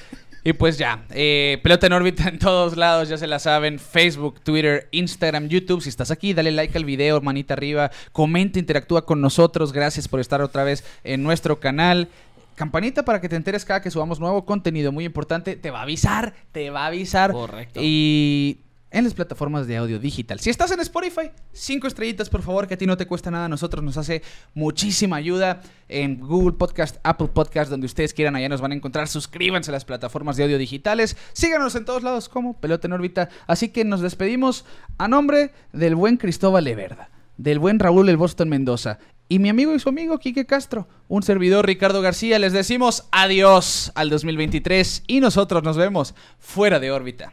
Y pues ya, eh, pelota en órbita en todos lados, ya se la saben. Facebook, Twitter, Instagram, YouTube. Si estás aquí, dale like al video, manita arriba. Comenta, interactúa con nosotros. Gracias por estar otra vez en nuestro canal. Campanita para que te enteres cada que subamos nuevo contenido muy importante. Te va a avisar, te va a avisar. Correcto. Y en las plataformas de audio digital. Si estás en Spotify, cinco estrellitas, por favor, que a ti no te cuesta nada. A nosotros nos hace muchísima ayuda en Google Podcast, Apple Podcast, donde ustedes quieran, allá nos van a encontrar. Suscríbanse a las plataformas de audio digitales. Síganos en todos lados como Pelota en órbita. Así que nos despedimos a nombre del buen Cristóbal Everda, del buen Raúl El Boston Mendoza y mi amigo y su amigo Quique Castro, un servidor Ricardo García. Les decimos adiós al 2023 y nosotros nos vemos fuera de órbita.